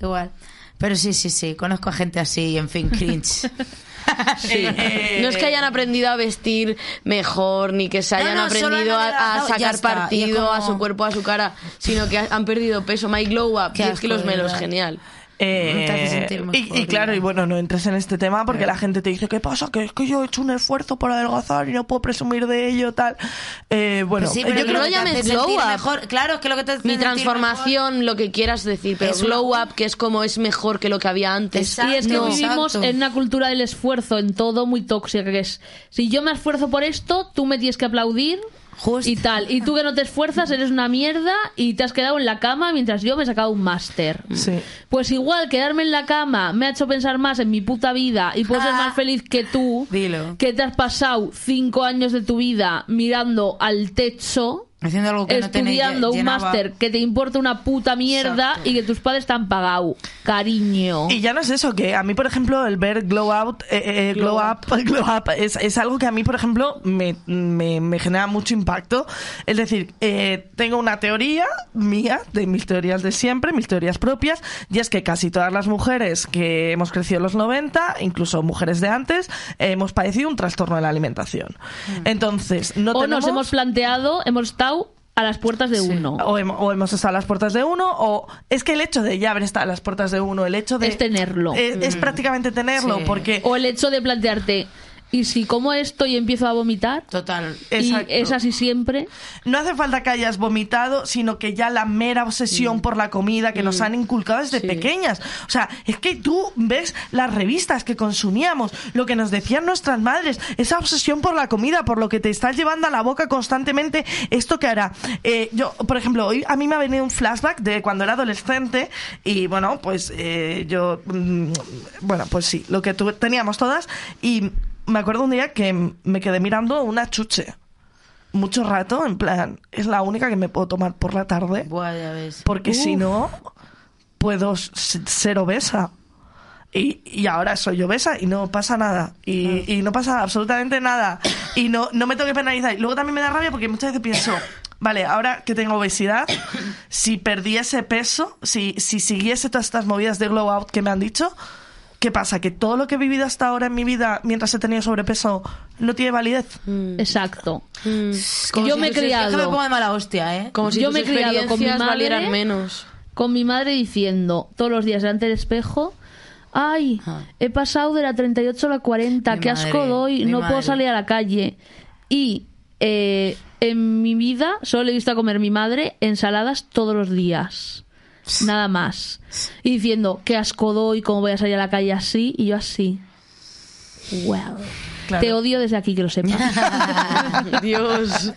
Da Igual. Pero sí, sí, sí. Conozco a gente así, en fin, cringe.
Eh,
No es que hayan aprendido a vestir mejor, ni que se
No,
hayan
no, solo
aprendido
han
a- a,
adelgazado, ya
sacar
está, y es
partido a
como-
su cuerpo, a su cara, sino que ha- han perdido peso. My Glow Up,
Qué
10
asco,
kilos
de
menos,
verdad.
genial.
Eh,
Te hace sentir mejor,
y, y claro, y
¿verdad?
bueno, no entres en este tema porque la gente te dice, ¿qué pasa? Que es que yo he hecho un esfuerzo por adelgazar y no puedo presumir de ello, tal. Eh, bueno,
Pues Sí,
eh,
pero
yo
que
creo
lo
que
te
llames
hace
glow
sentir
up.
mejor- Claro, es que lo que te hace
Mi
sentir
transformación, lo que quieras decir, pero
Es
Glow
una-
Up, que es como es mejor que lo que había antes.
Exacto.
Y es que
No.
vivimos
Exacto.
en una cultura del esfuerzo, en todo muy tóxica, que es, si yo me esfuerzo por esto, tú me tienes que aplaudir
Justo.
y tal. Y tú que no te esfuerzas, eres una mierda y te has quedado en la cama mientras yo me he sacado un máster.
Mm.
sí.
Pues igual, quedarme en la cama me ha hecho pensar más en mi puta vida y puedo ser más feliz que tú,
Ah. Dilo.
que te has pasado cinco años de tu vida mirando al techo.
Haciendo algo que no te
Estudiando un
llenaba.
máster que te importa una puta mierda
Exacto.
y que tus padres te han pagado. Cariño.
Y ya no es eso, que a mí, por ejemplo, el ver Glow Out, eh, eh, Glow,
Glow
Up, Glow Up, es, es algo que a mí, por ejemplo, me, me- me genera mucho impacto. Es decir, eh, tengo una teoría mía, de mis teorías de siempre, mis teorías propias, y es que casi todas las mujeres que hemos crecido en los 90, incluso mujeres de antes, eh, hemos padecido un trastorno de la alimentación. Entonces, no
Mm. o
tenemos...
nos hemos planteado, hemos estado a las puertas de uno.
O, hemo- o hemos estado a las puertas de uno, o es que el hecho de ya haber estado a las puertas de uno, el hecho de.
Es tenerlo. Mm.
Es, es prácticamente tenerlo,
Sí.
porque.
O el hecho de plantearte, ¿y si como esto y empiezo a vomitar?
Total.
Eh,
Exacto.
Y es así siempre.
No hace falta que hayas vomitado, sino que ya la mera obsesión por la comida que nos han inculcado desde pequeñas. O sea, es que tú ves las revistas que consumíamos, lo que nos decían nuestras madres, esa obsesión por la comida, por lo que te estás llevando a la boca constantemente, esto que hará. Eh, yo, por ejemplo, hoy a mí me ha venido un flashback de cuando era adolescente y bueno, pues eh, yo, mm, bueno, pues sí, lo que tu- teníamos todas y me acuerdo un día que me quedé mirando una chuche mucho rato, en plan, es la única que me puedo tomar por la tarde,
Buah, ya ves.
porque si no, puedo s- ser obesa. Y, y ahora soy obesa y no pasa nada. Y, y no pasa absolutamente nada. Y no, no me tengo que penalizar. Y luego también me da rabia porque muchas veces pienso, vale, ahora que tengo obesidad, si perdiese peso, si, si siguiese todas estas movidas de glow out que me han dicho, ¿qué pasa? ¿Que todo lo que he vivido hasta ahora en mi vida mientras he tenido sobrepeso no tiene validez?
Mm.
Exacto.
Como
Yo
si
me he
tú- Es que me
criado.
pongo de mala hostia, ¿eh?
Como si
Yo
tus
me he criado con mi
experiencias
madre.
valieran menos.
Con mi madre diciendo todos los días delante del espejo, ay, he pasado de la 38 a la 40,
Ah. Mi
qué asco
madre,
doy,
mi
no puedo
madre.
salir a la calle. Y eh, en mi vida solo le he visto a comer mi madre ensaladas todos los días. Nada más. Y diciendo, qué asco doy, cómo voy a salir a la calle así, y yo así. Well.
Claro.
Te odio desde aquí, que lo sepas.
Dios.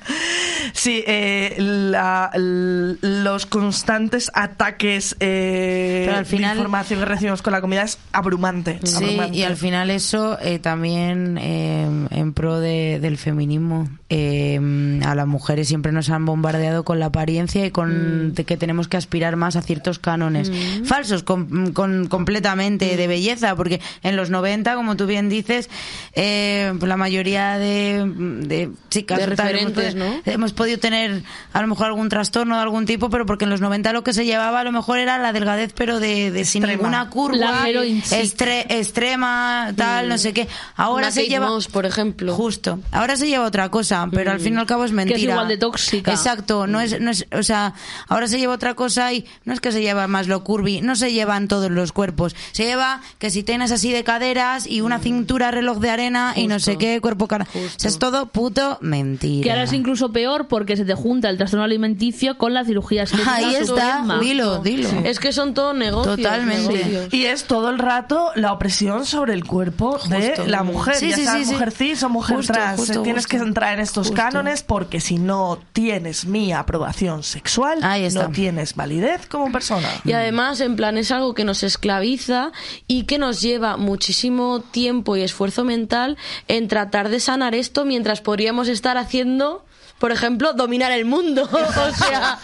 Sí, eh, la- l- los constantes ataques eh,
Pero al final-
de información que recibimos con la comida es abrumante.
Sí,
abrumante.
y al final eso eh, también eh, en pro de- del feminismo. Eh, a las mujeres siempre nos han bombardeado con la apariencia y con
Mm.
de que tenemos que aspirar más a ciertos cánones falsos, com- con- completamente de belleza, porque en los 90, como tú bien dices, eh, la mayoría de, de chicas
De
o tal, hemos
referentes,
podido-
¿no?
hemos podido tener a lo mejor algún trastorno de algún tipo, pero porque en los 90 lo que se llevaba a lo mejor era la delgadez, pero de, de sin
Extrema.
ninguna curva,
La heroin chic.
estre- extrema, tal, no sé qué. Ahora
Una
se
Kate
lleva
Moss, por ejemplo.
justo. Ahora se lleva otra cosa, pero al fin y al cabo es mentira.
igual de tóxica.
Exacto, no es, no es, o sea, ahora se lleva otra cosa y no es que se lleva más lo curvy, no se llevan todos los cuerpos. Se lleva que si tienes así de caderas y una cintura reloj de arena y no sé qué, cuerpo cara. O sea, es todo puto mentira.
que ahora es incluso peor peor porque se te junta el trastorno alimenticio con la cirugía estética.
Ahí está,
Emma.
dilo, dilo.
Es que son todo negocios.
Totalmente.
negocios.
Y es todo el rato la opresión sobre el cuerpo
Justo.
de la mujer,
Sí,
ya
sí,
sea
sí, sí.
mujer cis o mujer
Justo,
trans. eh,
justo,
tienes
justo.
que entrar en estos cánones porque si no tienes mi aprobación sexual,
Ahí está.
no tienes validez como persona.
Y además, en plan, es algo que nos esclaviza y que nos lleva muchísimo tiempo y esfuerzo mental en tratar de sanar esto mientras podríamos estar haciendo, por ejemplo, dominar el mundo. o sea,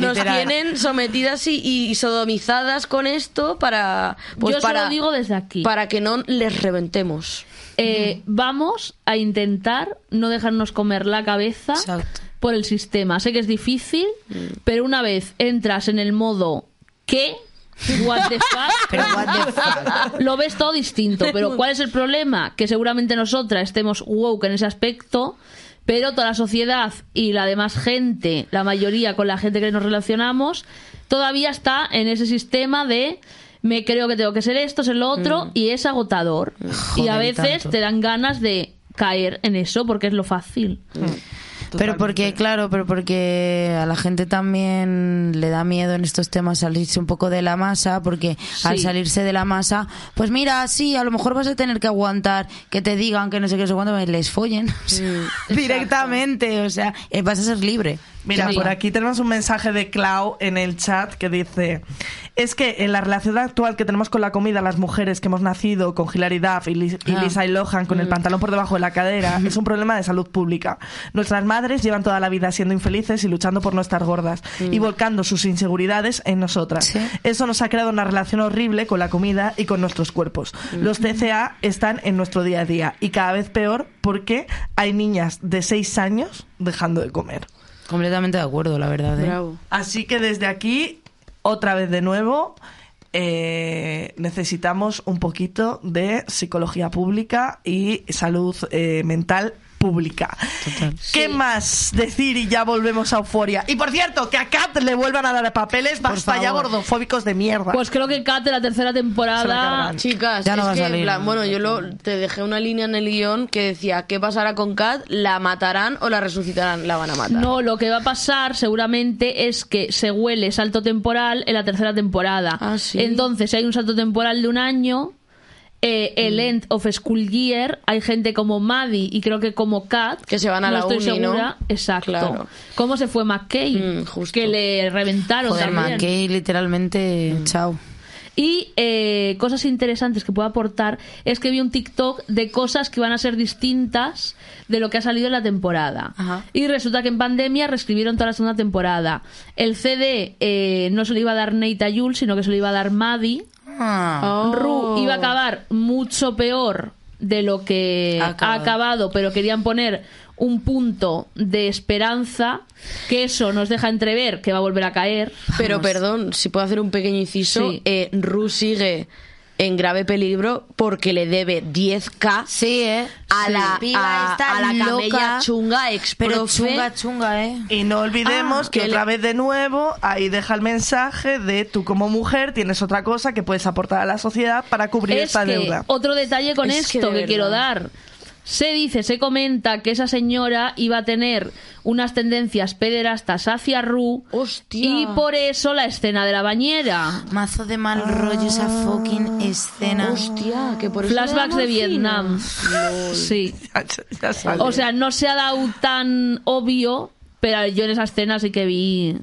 nos
Literal.
tienen sometidas y, y sodomizadas con esto para, pues
Yo se
para,
lo digo desde aquí.
para que no les reventemos.
Eh, vamos a intentar no dejarnos comer la cabeza
Exacto.
por el sistema. Sé que es difícil,
Mm.
pero una vez entras en el modo ¿qué? What the fuck?
Pero what the fuck.
lo ves todo distinto, pero ¿cuál es el problema? Que seguramente nosotras estemos woke en ese aspecto, pero toda la sociedad y la demás gente, la mayoría con la gente que nos relacionamos, todavía está en ese sistema de me creo que tengo que ser esto, ser lo otro, y es agotador. y a
Mm. Joder,
veces
tanto.
te dan ganas de caer en eso porque es lo fácil.
Pero
Totalmente.
porque, claro, pero porque a la gente también le da miedo en estos temas salirse un poco de la masa, porque al
Sí.
salirse de la masa, pues mira, sí, a lo mejor vas a tener que aguantar que te digan que no sé qué, no sé cuándo, pues les follen o sea, directamente, o sea, eh, vas a ser libre.
Mira,
Sí.
por aquí tenemos un mensaje de Clau en el chat que dice: Es que en la relación actual que tenemos con la comida, las mujeres que hemos nacido con Hilary Duff y, Lis- y
Ah.
Lisa Lohan con el pantalón por debajo de la cadera, es un problema de salud pública. Nuestras madres llevan toda la vida siendo infelices y luchando por no estar gordas y volcando sus inseguridades en nosotras.
Mm. Sí.
Eso nos ha creado una relación horrible con la comida y con nuestros cuerpos.
Mm.
Los TCA están en nuestro día a día y cada vez peor porque hay niñas de 6 años dejando de comer.
Completamente de acuerdo, la verdad. ¿eh?
Así que desde aquí, otra vez de nuevo, eh, necesitamos un poquito de psicología pública y salud eh, mental pública. ¿Qué más decir y ya volvemos a euforia? Y por cierto, que a Kat le vuelvan a dar papeles, basta ya
favor.
gordofóbicos de mierda.
Pues creo que Kate la tercera
Se la
temporada...
cargan.
Chicas,
Ya no
es
va a
que, en
salir.
plan, bueno, yo lo, te dejé una línea en el guión que decía, ¿qué pasará con Kat? ¿La matarán o la resucitarán? La van a matar.
No, lo que va a pasar seguramente es que se huele salto temporal en la tercera temporada.
Ah, sí.
Entonces, si hay un salto temporal de un año, eh, el
Mm.
End of School Year, hay gente como Maddie y creo que como Kat.
Que se van a la
estoy
uni, ¿no?
segura. Exacto.
Claro.
¿Cómo se fue McKay?
Mm, justo.
Que le reventaron
Joder,
también.
McKay, literalmente, chao.
Y eh, cosas interesantes que puedo aportar es que vi un TikTok de cosas que van a ser distintas de lo que ha salido en la temporada.
Ajá.
Y resulta que en pandemia reescribieron toda la segunda temporada. El CD eh, no se lo iba a dar Nate a Jules, sino que se lo iba a dar Maddie.
Ah,
Oh.
Ru iba a acabar mucho peor de lo que
Ha
ha acabado.
acabado.
pero querían poner un punto de esperanza que eso nos deja entrever que va a volver a caer.
Pero perdón, si puedo hacer un pequeño inciso,
Sí.
eh, Ru sigue en grave peligro porque le debe 10k
Sí, ¿eh?
a
Sí.
la,
Piba
a,
está
a la camella
loca.
chunga ex
Pero
profe.
chunga, chunga, ¿eh?
Y no olvidemos
Ah,
que
que
otra
le-
vez de nuevo ahí deja el mensaje de tú como mujer tienes otra cosa que puedes aportar a la sociedad para cubrir
es
esta
que,
deuda.
Otro detalle con
Es que
esto
de
que, quiero
verdad.
dar. Se dice, se comenta que esa señora iba a tener unas tendencias pederastas hacia Ru
Hostia.
y por eso la escena de la bañera.
Mazo de mal rollo esa
Ah.
fucking escena.
Hostia, que por eso le
Flashbacks
da
de
morfina.
Vietnam. Sí.
Ya- ya sale.
O sea, no se ha dado tan obvio, pero yo en esa escena sí que vi...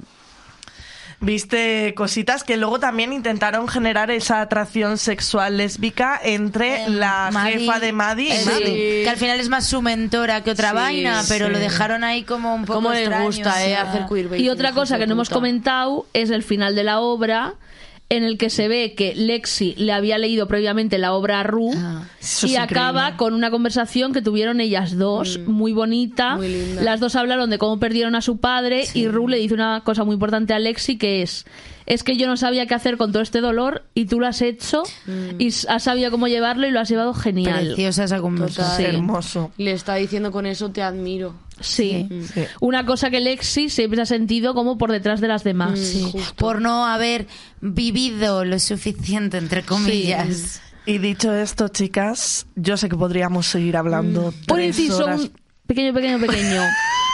Viste cositas que luego también intentaron generar esa atracción sexual lésbica entre
Eh,
la
Maddie-
jefa de Maddie y
Eh,
Maddie.
Maddie, Que al final es más su mentora que otra
Sí,
vaina, pero
sí.
lo dejaron ahí como un poco
¿Cómo les
extraño,
gusta,
o
eh,
sea.
hacer queerbaiting?
Y otra
hijos
cosa
de
que no hemos
puta.
comentado es el final de la obra, en el que se ve que Lexi le había leído previamente la obra a Ru
Ah,
eso
y
es
acaba
increíble.
con una conversación que tuvieron ellas dos, muy bonita.
Muy linda.
Las dos hablaron de cómo perdieron a su padre y Ru le dice una cosa muy importante a Lexi que es es que yo no sabía qué hacer con todo este dolor y tú lo has hecho y s- has sabido cómo llevarlo y lo has llevado genial.
Preciosa esa
Total.
conversación.
Hermoso.
Le está diciendo con eso te admiro.
Sí.
Sí.
Una cosa que Lexi siempre se ha sentido como por detrás de las demás.
Sí,
Justo.
Por no haber vivido lo suficiente, entre comillas.
Y dicho esto, chicas, yo sé que podríamos seguir hablando
Un
Mm.
tres
inciso,
horas.
un, pequeño, pequeño, pequeño.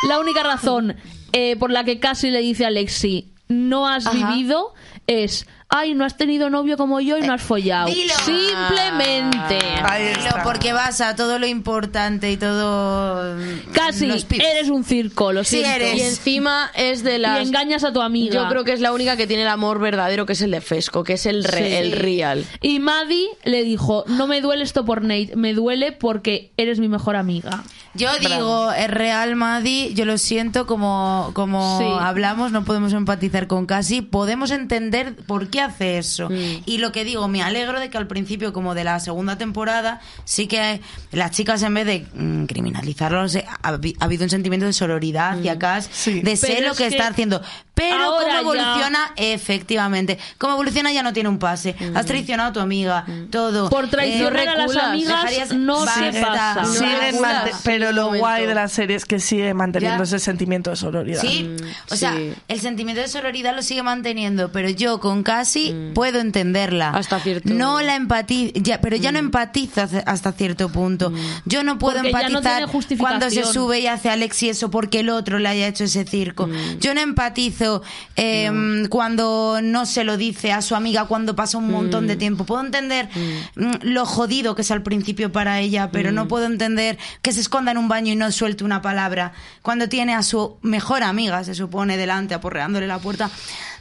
La única razón eh, por la que casi le dice a Lexi, no has vivido, es, ay, no has tenido novio como yo y no has follado.
Eh, dilo. Ah.
Simplemente.
Ahí
Dilo,
está.
porque vas a todo lo importante y todo.
Casi
los pips.
eres un circo, lo
Sí
siento.
eres.
Y
Es-
encima es de
Y
las...
engañas a tu amiga.
Yo creo que es la única que tiene el amor verdadero, que es el de Fesco, que es el, re-
Sí.
el real.
Y Maddie le dijo, no me duele esto por Nate, me duele porque eres mi mejor amiga.
Yo digo, es real, Madi. Yo lo siento, como, como
Sí.
hablamos, no podemos empatizar con Casi. Podemos entender por qué hace eso.
Mm.
Y lo que digo, me alegro de que al principio, como de la segunda temporada, sí que las chicas, en vez de mm, criminalizarlo, se- ha, habi- ha habido un sentimiento de sororidad hacia Cass,
Sí.
de sé
Mm. Pero
lo
es
que,
que
está haciendo. Pero
ahora ya-
cómo evoluciona, efectivamente. Cómo evoluciona ya no tiene un pase. Has traicionado a tu amiga, todo.
Mm.
Eh,
Por traicionar a las
reculas,
amigas
dejarías-
no
Basta.
se pasa.
Sí.
Siguen
No
mante-
regulas.
pero lo
Momento.
guay de la serie es que sigue manteniendo
Ya.
ese sentimiento de sororidad.
Sí,
Mm,
o sea,
sí.
el sentimiento de sororidad lo sigue manteniendo, pero yo con casi
Mm.
puedo entenderla.
Hasta cierto-
No la empatizo, ya, pero ya no empatizo hace- hasta cierto punto. Yo no puedo
Mm. Porque ya no
empatizar
tiene justificación.
cuando se sube y hace Alexi eso porque el otro le haya hecho ese circo.
Mm.
Yo no empatizo eh, cuando no se lo dice a su amiga cuando pasa un montón de tiempo. Puedo entender mm, lo jodido que es al principio para ella, pero
Mm.
no puedo entender que se esconda en un baño y no suelte una palabra cuando tiene a su mejor amiga, se supone, delante, aporreándole la puerta.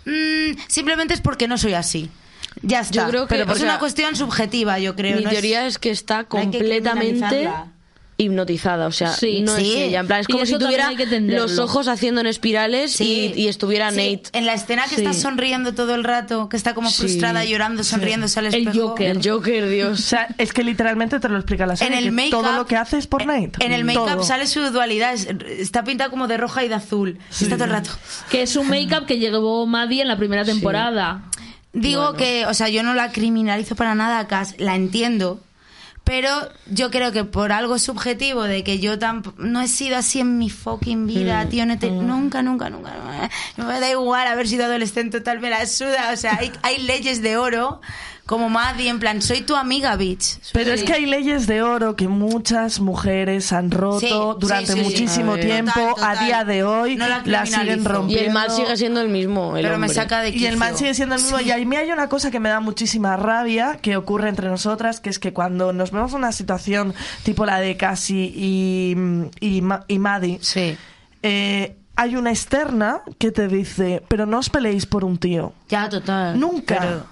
Mm, simplemente es porque no soy así. Ya está.
Yo creo que,
Pero pues
o
es
sea,
una cuestión subjetiva, yo creo.
Mi
no es-
teoría es que está
no hay que
completamente
criminalizarla.
hipnotizada, o sea,
Sí.
no es
Sí.
ella. En plan, es
Y
como si
eso también
tuviera
hay que entenderlo.
los ojos haciendo en espirales
Sí.
y, y estuviera
Sí,
Nate.
En la escena que
Sí.
está sonriendo todo el rato, que está como
Sí.
frustrada, llorando, sonriendo, sale
El
espejo.
Joker.
El Joker,
O
Dios.
sea, es que literalmente te lo explica la
En
serie.
el
que
make-up.
todo lo que hace es por Nate.
En el make-up
Todo.
sale su dualidad. es- está pintada como de roja y de azul. Está todo el rato.
Que es un make-up que llevó Maddie en la primera temporada.
Digo que, o sea, yo no la criminalizo para nada, Cas, la entiendo. Pero yo creo que por algo subjetivo de que yo tampoco no he sido así en mi fucking vida, tío, no te- nunca, nunca, nunca, nunca. No me da igual haber sido adolescente, tal me la suda. O sea, hay, hay leyes de oro como Maddie, en plan, soy tu amiga, bitch.
Pero es que hay leyes de oro que muchas mujeres han
Sí,
roto
sí,
durante
sí, sí.
muchísimo
A ver.
tiempo.
Total, total.
A día de hoy
No la
la, siguen
criminalizo.
Y
rompiendo.
el mal sigue siendo el mismo. El
pero me
hombre.
saca de quicio.
Y el mal sigue siendo el mismo. Y a mí hay una cosa que me da muchísima rabia que ocurre entre nosotras, que es que cuando nos vemos en una situación tipo la de Cassie y, y, Ma- y Maddie,
Sí.
eh, hay una externa que te dice, pero no os peleéis por un tío.
Ya, total.
Nunca.
Pero-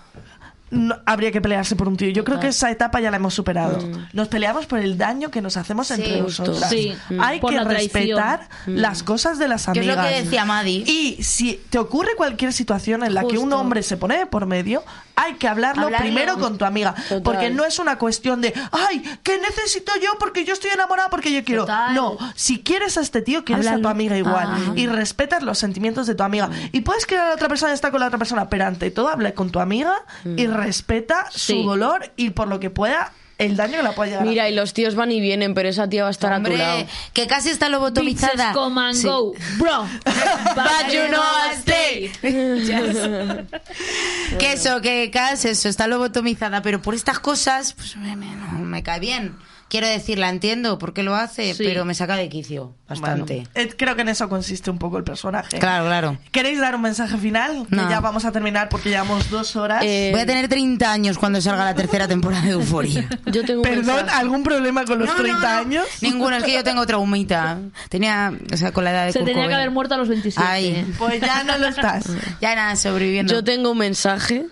No- habría que pelearse por un tío. Yo
Ah.
creo que esa etapa ya la hemos superado. Nos peleamos por el daño que nos hacemos entre
justo.
nosotras.
Mm. Sí. mm.
Hay
Por
que
la traición. Mm.
respetar las cosas de las
Que es
amigas.
lo que decía Maddie.
Y si te ocurre cualquier situación en la que un
Justo.
hombre se pone de por medio, hay que hablarlo,
Hablarlo.
primero con tu amiga.
Total.
Porque no es una cuestión de, ay, ¿qué necesito yo? Porque yo estoy enamorada, porque yo quiero.
Total.
No, si quieres a este tío, quieres a tu
Háblalo.
amiga igual.
Ah.
Y respetas los sentimientos de tu amiga. Y puedes querer a la otra persona, está con la otra persona, pero ante todo habla con tu amiga y respeta
Sí.
su dolor y por lo que pueda el daño que la pueda llegar. a
Mira, y los tíos van y vienen, pero esa tía va a estar a tu lado.
Hombre, que casi está lobotomizada.
Bitches come and
Sí.
go, bro.
But you know I stay. que eso, que casi eso, está lobotomizada, pero por estas cosas, pues me, me- no me cae bien. Quiero decir, la entiendo por qué lo hace,
Sí.
pero me saca de quicio bastante.
Bueno, eh, creo que en eso consiste un poco el personaje.
Claro, claro.
¿Queréis dar un mensaje final? Que
No.
ya vamos a terminar porque llevamos dos horas.
Eh,
Voy a tener 30 años cuando salga la tercera temporada de Euforia.
Yo tengo un
Perdón,
mensaje.
¿algún problema con los 30 años?
Ninguno, es que yo tengo traumita. Tenía, o sea, con la edad de
Se
Kurt
tenía que
Cobain.
haber muerto a los 27.
Ay.
Pues ya no lo estás.
Ya nada, sobreviviendo.
Yo tengo un mensaje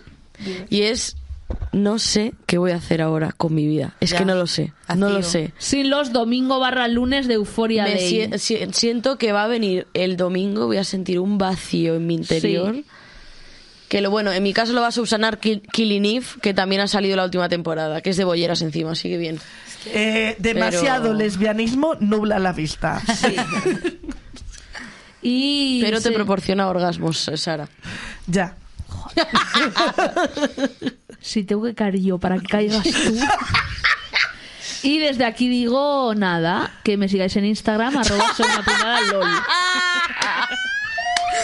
y es no sé qué voy a hacer ahora con mi vida. Es
Ya.
que no lo sé. No lo
Vacío.
sé.
Sin los domingo barra lunes de euforia
Me
Day.
sie- si- siento que va a venir el domingo, voy a sentir un vacío en mi interior.
Sí.
Que lo bueno, en mi caso lo va a subsanar Ki- Killing Eve, que también ha salido la última temporada, que es de bolleras encima, así que bien.
Eh, demasiado
Pero-
lesbianismo nubla la vista.
Y
Pero te
se-
proporciona orgasmos, eh, Sara.
Ya.
Si tengo que caer yo para que caigas tú. Y desde aquí digo nada, que me sigáis en Instagram, arroba soy una pringada lol.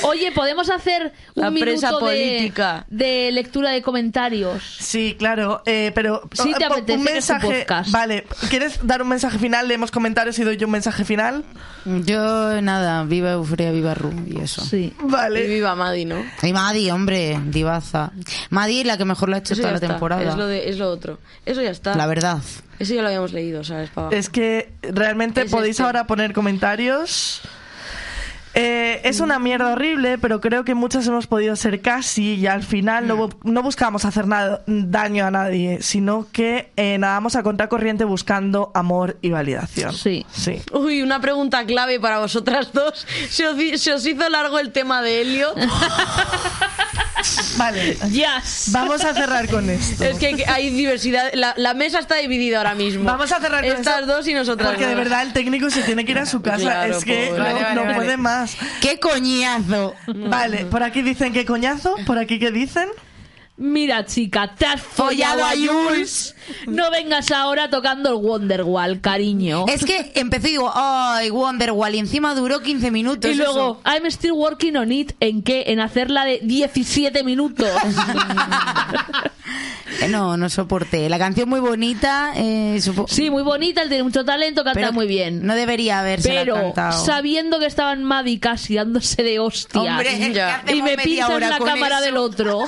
Oye, ¿podemos hacer un
La presa
minuto de-
política.
De, lectura de comentarios?
Sí, claro, eh, pero
Sí te
eh, po-
apetece que
un
es tu
mensaje.
podcast.
Vale, ¿quieres dar un mensaje final? Leemos comentarios y doy yo un mensaje final.
Yo, nada, viva Euforia, viva Ru y eso.
Sí.
Y
Vale.
viva Madi, ¿no?
Y Madi, hombre, divaza. Madi es la que mejor lo ha hecho
Eso
toda
ya
la
está.
temporada.
Es lo, de, es lo otro. Eso ya está.
La verdad.
Eso ya lo habíamos leído, ¿sabes? Pava?
Es que realmente
Es
podéis
este.
ahora poner comentarios. Eh, es una mierda horrible, pero creo que muchas hemos podido ser casi y al final
Mm.
no, bu- no buscamos hacer nada, daño a nadie, sino que eh, nadamos a contracorriente buscando amor y validación.
Sí.
Sí.
Uy, una pregunta clave para vosotras dos. ¿Se os, hi- se os hizo largo el tema de Helio?
Vale,
Yes.
vamos a cerrar con esto.
es que hay- hay diversidad. La, la mesa está dividida ahora mismo.
Vamos a cerrar con
Estas
esto,
dos y nosotras.
Porque de
dos.
verdad el técnico se tiene que ir a su casa.
Claro,
es que
pobre.
no,
Vale,
vale,
no
vale.
puede más.
¡Qué coñazo!
Vale, por aquí dicen qué coñazo, por aquí qué dicen.
Mira, chica, te has follado a Jules. No vengas ahora tocando el Wonderwall, cariño.
Es que empecé y digo, ¡ay, Wonderwall! Y encima duró 15 minutos.
Y luego,
eso.
I'm still working on it. ¿En qué? En hacerla de 17 minutos.
Eh, No, no soporté. La canción muy bonita. Eh, supo-
sí, muy bonita, él tiene mucho talento, canta
pero
muy bien.
No debería haberse
pero
cantado.
sabiendo que estaban Maddy casi dándose de hostias.
Hombre, es que
Ya.
hacemos
y me
media
pintan
hora
la
con
cámara
eso.
del otro.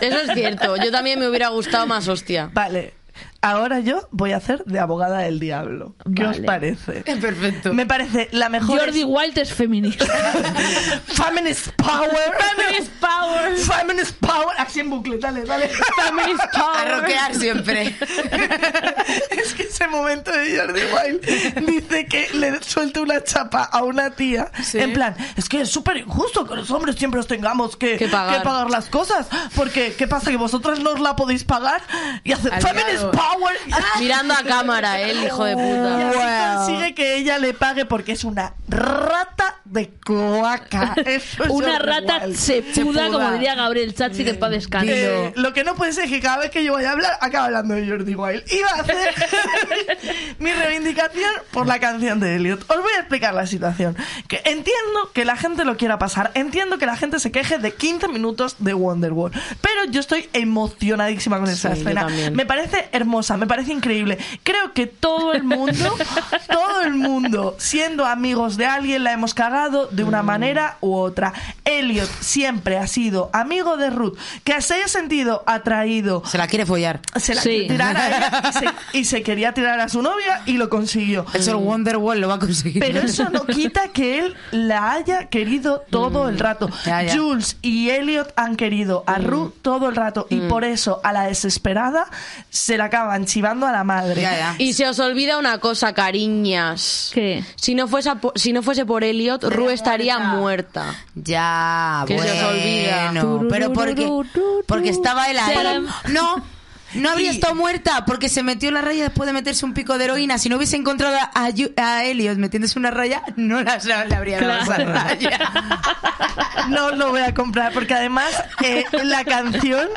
Eso es cierto. Yo también me hubiera gustado más hostia.
Vale, ahora yo voy a hacer de abogada del diablo. ¿Qué os
Vale.
parece?
Perfecto.
Me parece la mejor.
Jordi Wild es feminista.
Feminist power. Feminist power. Feminist power. Así en bucle, dale, dale. Feminist
A roquear siempre.
es que ese momento de Jordi Wild dice que le suelta una chapa a una tía. En plan, es que es súper injusto que los hombres siempre os tengamos que,
Que pagar.
las cosas. Porque, ¿qué pasa? Que vosotras no os la podéis pagar. Y hace Feminist Power.
Mirando a cámara, ¿eh? el hijo de
Y
puta.
así consigue que ella le pague porque es una rata de cloaca. Eso es
Una
Jordi
rata
Wild.
sepuda,
Sepuda.
como diría Gabriel Chachi, que para descansar.
Eh, lo que no puede ser es que cada vez que yo vaya a hablar, acaba hablando de Jordi Wild. Iba a hacer mi reivindicación por la canción de Elliot. Os voy a explicar la situación. Que entiendo que la gente lo quiera pasar, entiendo que la gente se queje de 15 minutos de Wonderwall, pero yo estoy emocionadísima con esa
Sí, yo
escena.
también.
Me parece hermosa, me parece increíble. Creo que todo el mundo, todo el mundo, siendo amigos de alguien, la hemos cagado de
Mm.
una manera u otra. Elliot siempre ha sido amigo de Ruth, que se haya sentido atraído.
Se la quiere follar.
Se la
Sí.
quería tirar a ella y se, y se quería tirar a su novia y lo consiguió.
Eso el Wonderwall lo va a conseguir.
Pero eso no quita que él la haya querido todo el rato.
Mm. Ya, Mm. ya.
Jules y Elliot han querido a Ru todo el rato
Mm.
y por eso a la desesperada se la acaban chivando a la madre.
Ya, ya.
Y se os olvida una cosa, cariñas.
¿Qué?
Si no, fuese po- si no fuese por Elliot, Rue estaría muerta.
Ya,
Que se os olvida.
bueno. Pero porque, porque estaba él ahí. No, no habría
Y-
estado muerta porque se metió la raya después de meterse un pico de heroína. Si no hubiese encontrado a, Yu- a Elliot metiéndose una raya, no la, le habría dado esa raya.
No lo voy a comprar porque además eh, la canción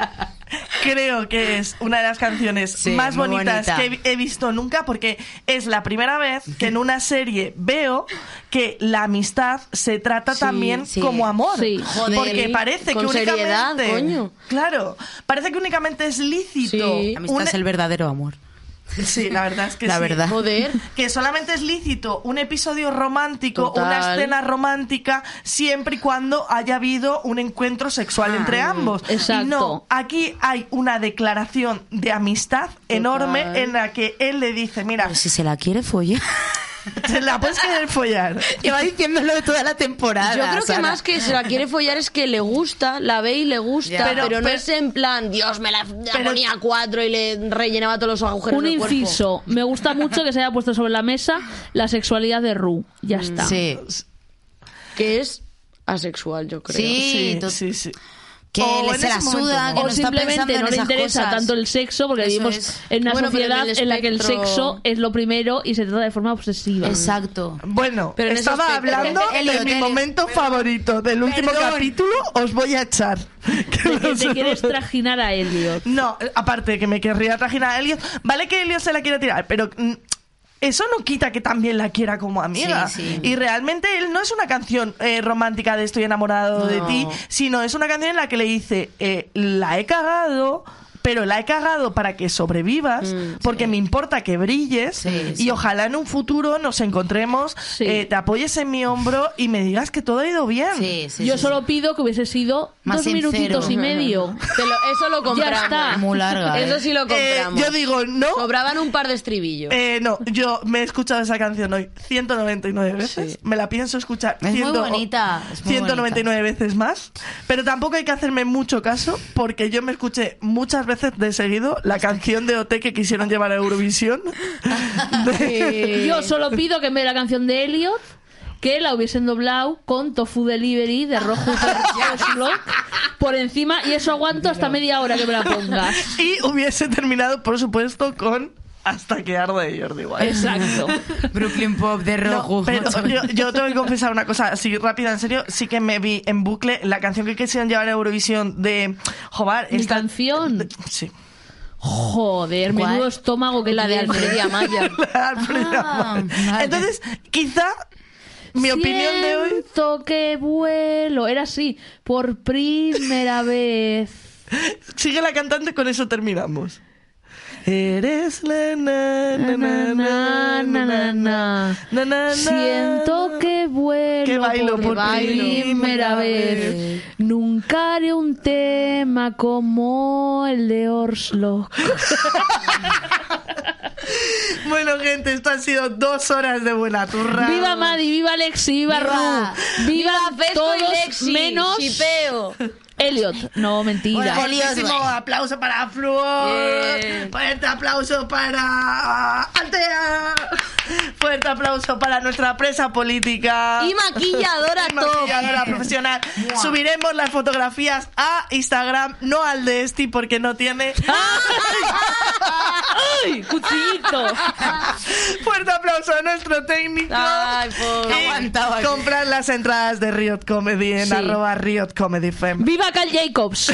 creo que es una de las canciones
Sí,
más
muy
bonitas
bonita.
que he he visto nunca porque es la primera vez que en una serie veo que la amistad se trata
Sí,
también
sí.
como amor.
Sí.
Joder,
porque parece
con
que
seriedad,
únicamente...
coño.
Claro, parece que únicamente es lícito.
Sí.
Amistad
un-
es el verdadero amor.
Sí, la verdad es que
La
sí.
verdad.
Joder.
Que solamente es lícito un episodio romántico,
Total.
una escena romántica, siempre y cuando haya habido un encuentro sexual entre ambos.
exacto.
Y no, aquí hay una declaración de amistad enorme en la que él le dice, mira,
Pues
Si se la quiere follar.
se la puedes querer follar.
Lleva diciéndolo de toda la temporada.
Yo creo que
Sara.
más que se la quiere follar es que le gusta, la ve y le gusta,
Ya.
pero,
Pero-
no
pero-
es en plan, Dios, me la, la
Pero-
ponía a cuatro y le rellenaba todos los agujeros
Un
del cuerpo".
inciso. Me gusta mucho que se haya puesto sobre la mesa la sexualidad de Ru. Ya está.
Mm. Sí,
Que es asexual, yo creo.
sí, to-
sí, sí.
que
O
le-
en
se la
ese momento
suda,
no.
que
O
no está pensando
simplemente
en
no le
esas
interesa
cosas.
tanto el sexo porque
Eso
vivimos
es.
en una
Bueno, pero en
sociedad
el
en la que el
espectro-
sexo es lo primero y se trata de forma obsesiva.
Exacto.
Bueno,
Pero en ese
estaba
aspecto-
hablando
Elliot,
de mi
Elliot,
momento favorito, del último
Perdón.
capítulo, os voy a echar.
De que te quieres trajinar a Elliot.
No, aparte de que me querría trajinar a Elliot. Vale que Elliot se la quiere tirar, pero mm, eso no quita que también la quiera como amiga.
Sí, sí.
Y realmente él no es una canción eh, romántica de estoy enamorado de
No.
ti, sino es una canción en la que le dice, eh, la he cagado. Pero la he cagado para que sobrevivas, porque me importa que brilles
Mm, Sí,
y
sí.
ojalá en un futuro nos encontremos,
Sí.
eh, te apoyes en mi hombro y me digas que todo ha ido bien.
Sí, sí,
Yo
sí.
solo pido que hubiese sido
Más
dos
sincero.
minutitos y medio.
Te lo- eso lo compramos.
está.
Muy larga, ¿eh?
Eso sí lo
Eh,
compramos.
yo digo, no,
Sobraban un par de estribillos.
Eh, no, yo me he escuchado esa canción hoy 199 veces.
Sí.
Me la pienso escuchar
Es muy bonita, es muy
199 veces más. Pero tampoco hay que hacerme mucho caso porque yo me escuché muchas veces de seguido la canción de OT que quisieron llevar a Eurovisión. De-
Eh.
Yo solo pido que en vez de la canción de Elliot, que la hubiesen doblado con Tofu Delivery de Rojo Block por encima y eso aguanto hasta media hora que me la pongas.
Y hubiese terminado, por supuesto, con Hasta que arde de Jordi Wild.
Exacto.
Brooklyn Pop de
No,
Rojo.
pero yo, yo tengo que confesar una cosa así rápida, en serio, sí que me vi en bucle la canción que quisieron llevar a Eurovisión de Jobar.
Mi canción.
Sí.
Joder,
¿Cuál?
menudo estómago que
la de
tienes.
Alfredo Amaya.
Alfredo
Ah,
Amaya.
vale.
Entonces, quizá mi opinión de hoy.
Siento que vuelo. Era así, por primera vez.
Sigue la cantante, con eso terminamos. Eres la na na na na na na na na, na.
Siento que vuelo,
Que bailo por primera
primera vez.
vez.
Nunca haré un tema como el de Orslo.
Bueno, gente, esto han sido dos horas de buena turra.
Viva Madi, viva Lexi, viva,
Viva.
Ru, viva,
Fesco
todos
y Lexi,
menos
Chipeo.
Elliot. No, mentira.
Hola. Elliot,
Fortísimo
bueno.
aplauso para Fluor.
Bien.
Fuerte aplauso para Altea. Fuerte aplauso para nuestra presa política.
Y maquilladora
Y
top.
maquilladora profesional. Subiremos las fotografías a Instagram, no al de Esti porque no tiene.
¡Ay, cuchillito!
Fuerte aplauso a nuestro técnico.
Ay, pobre.
Y
Aguantaba aquí.
Comprar las entradas de Riot Comedy en
Sí.
arroba Riot Comedy Fem.
¡Viva Cal Jacobs!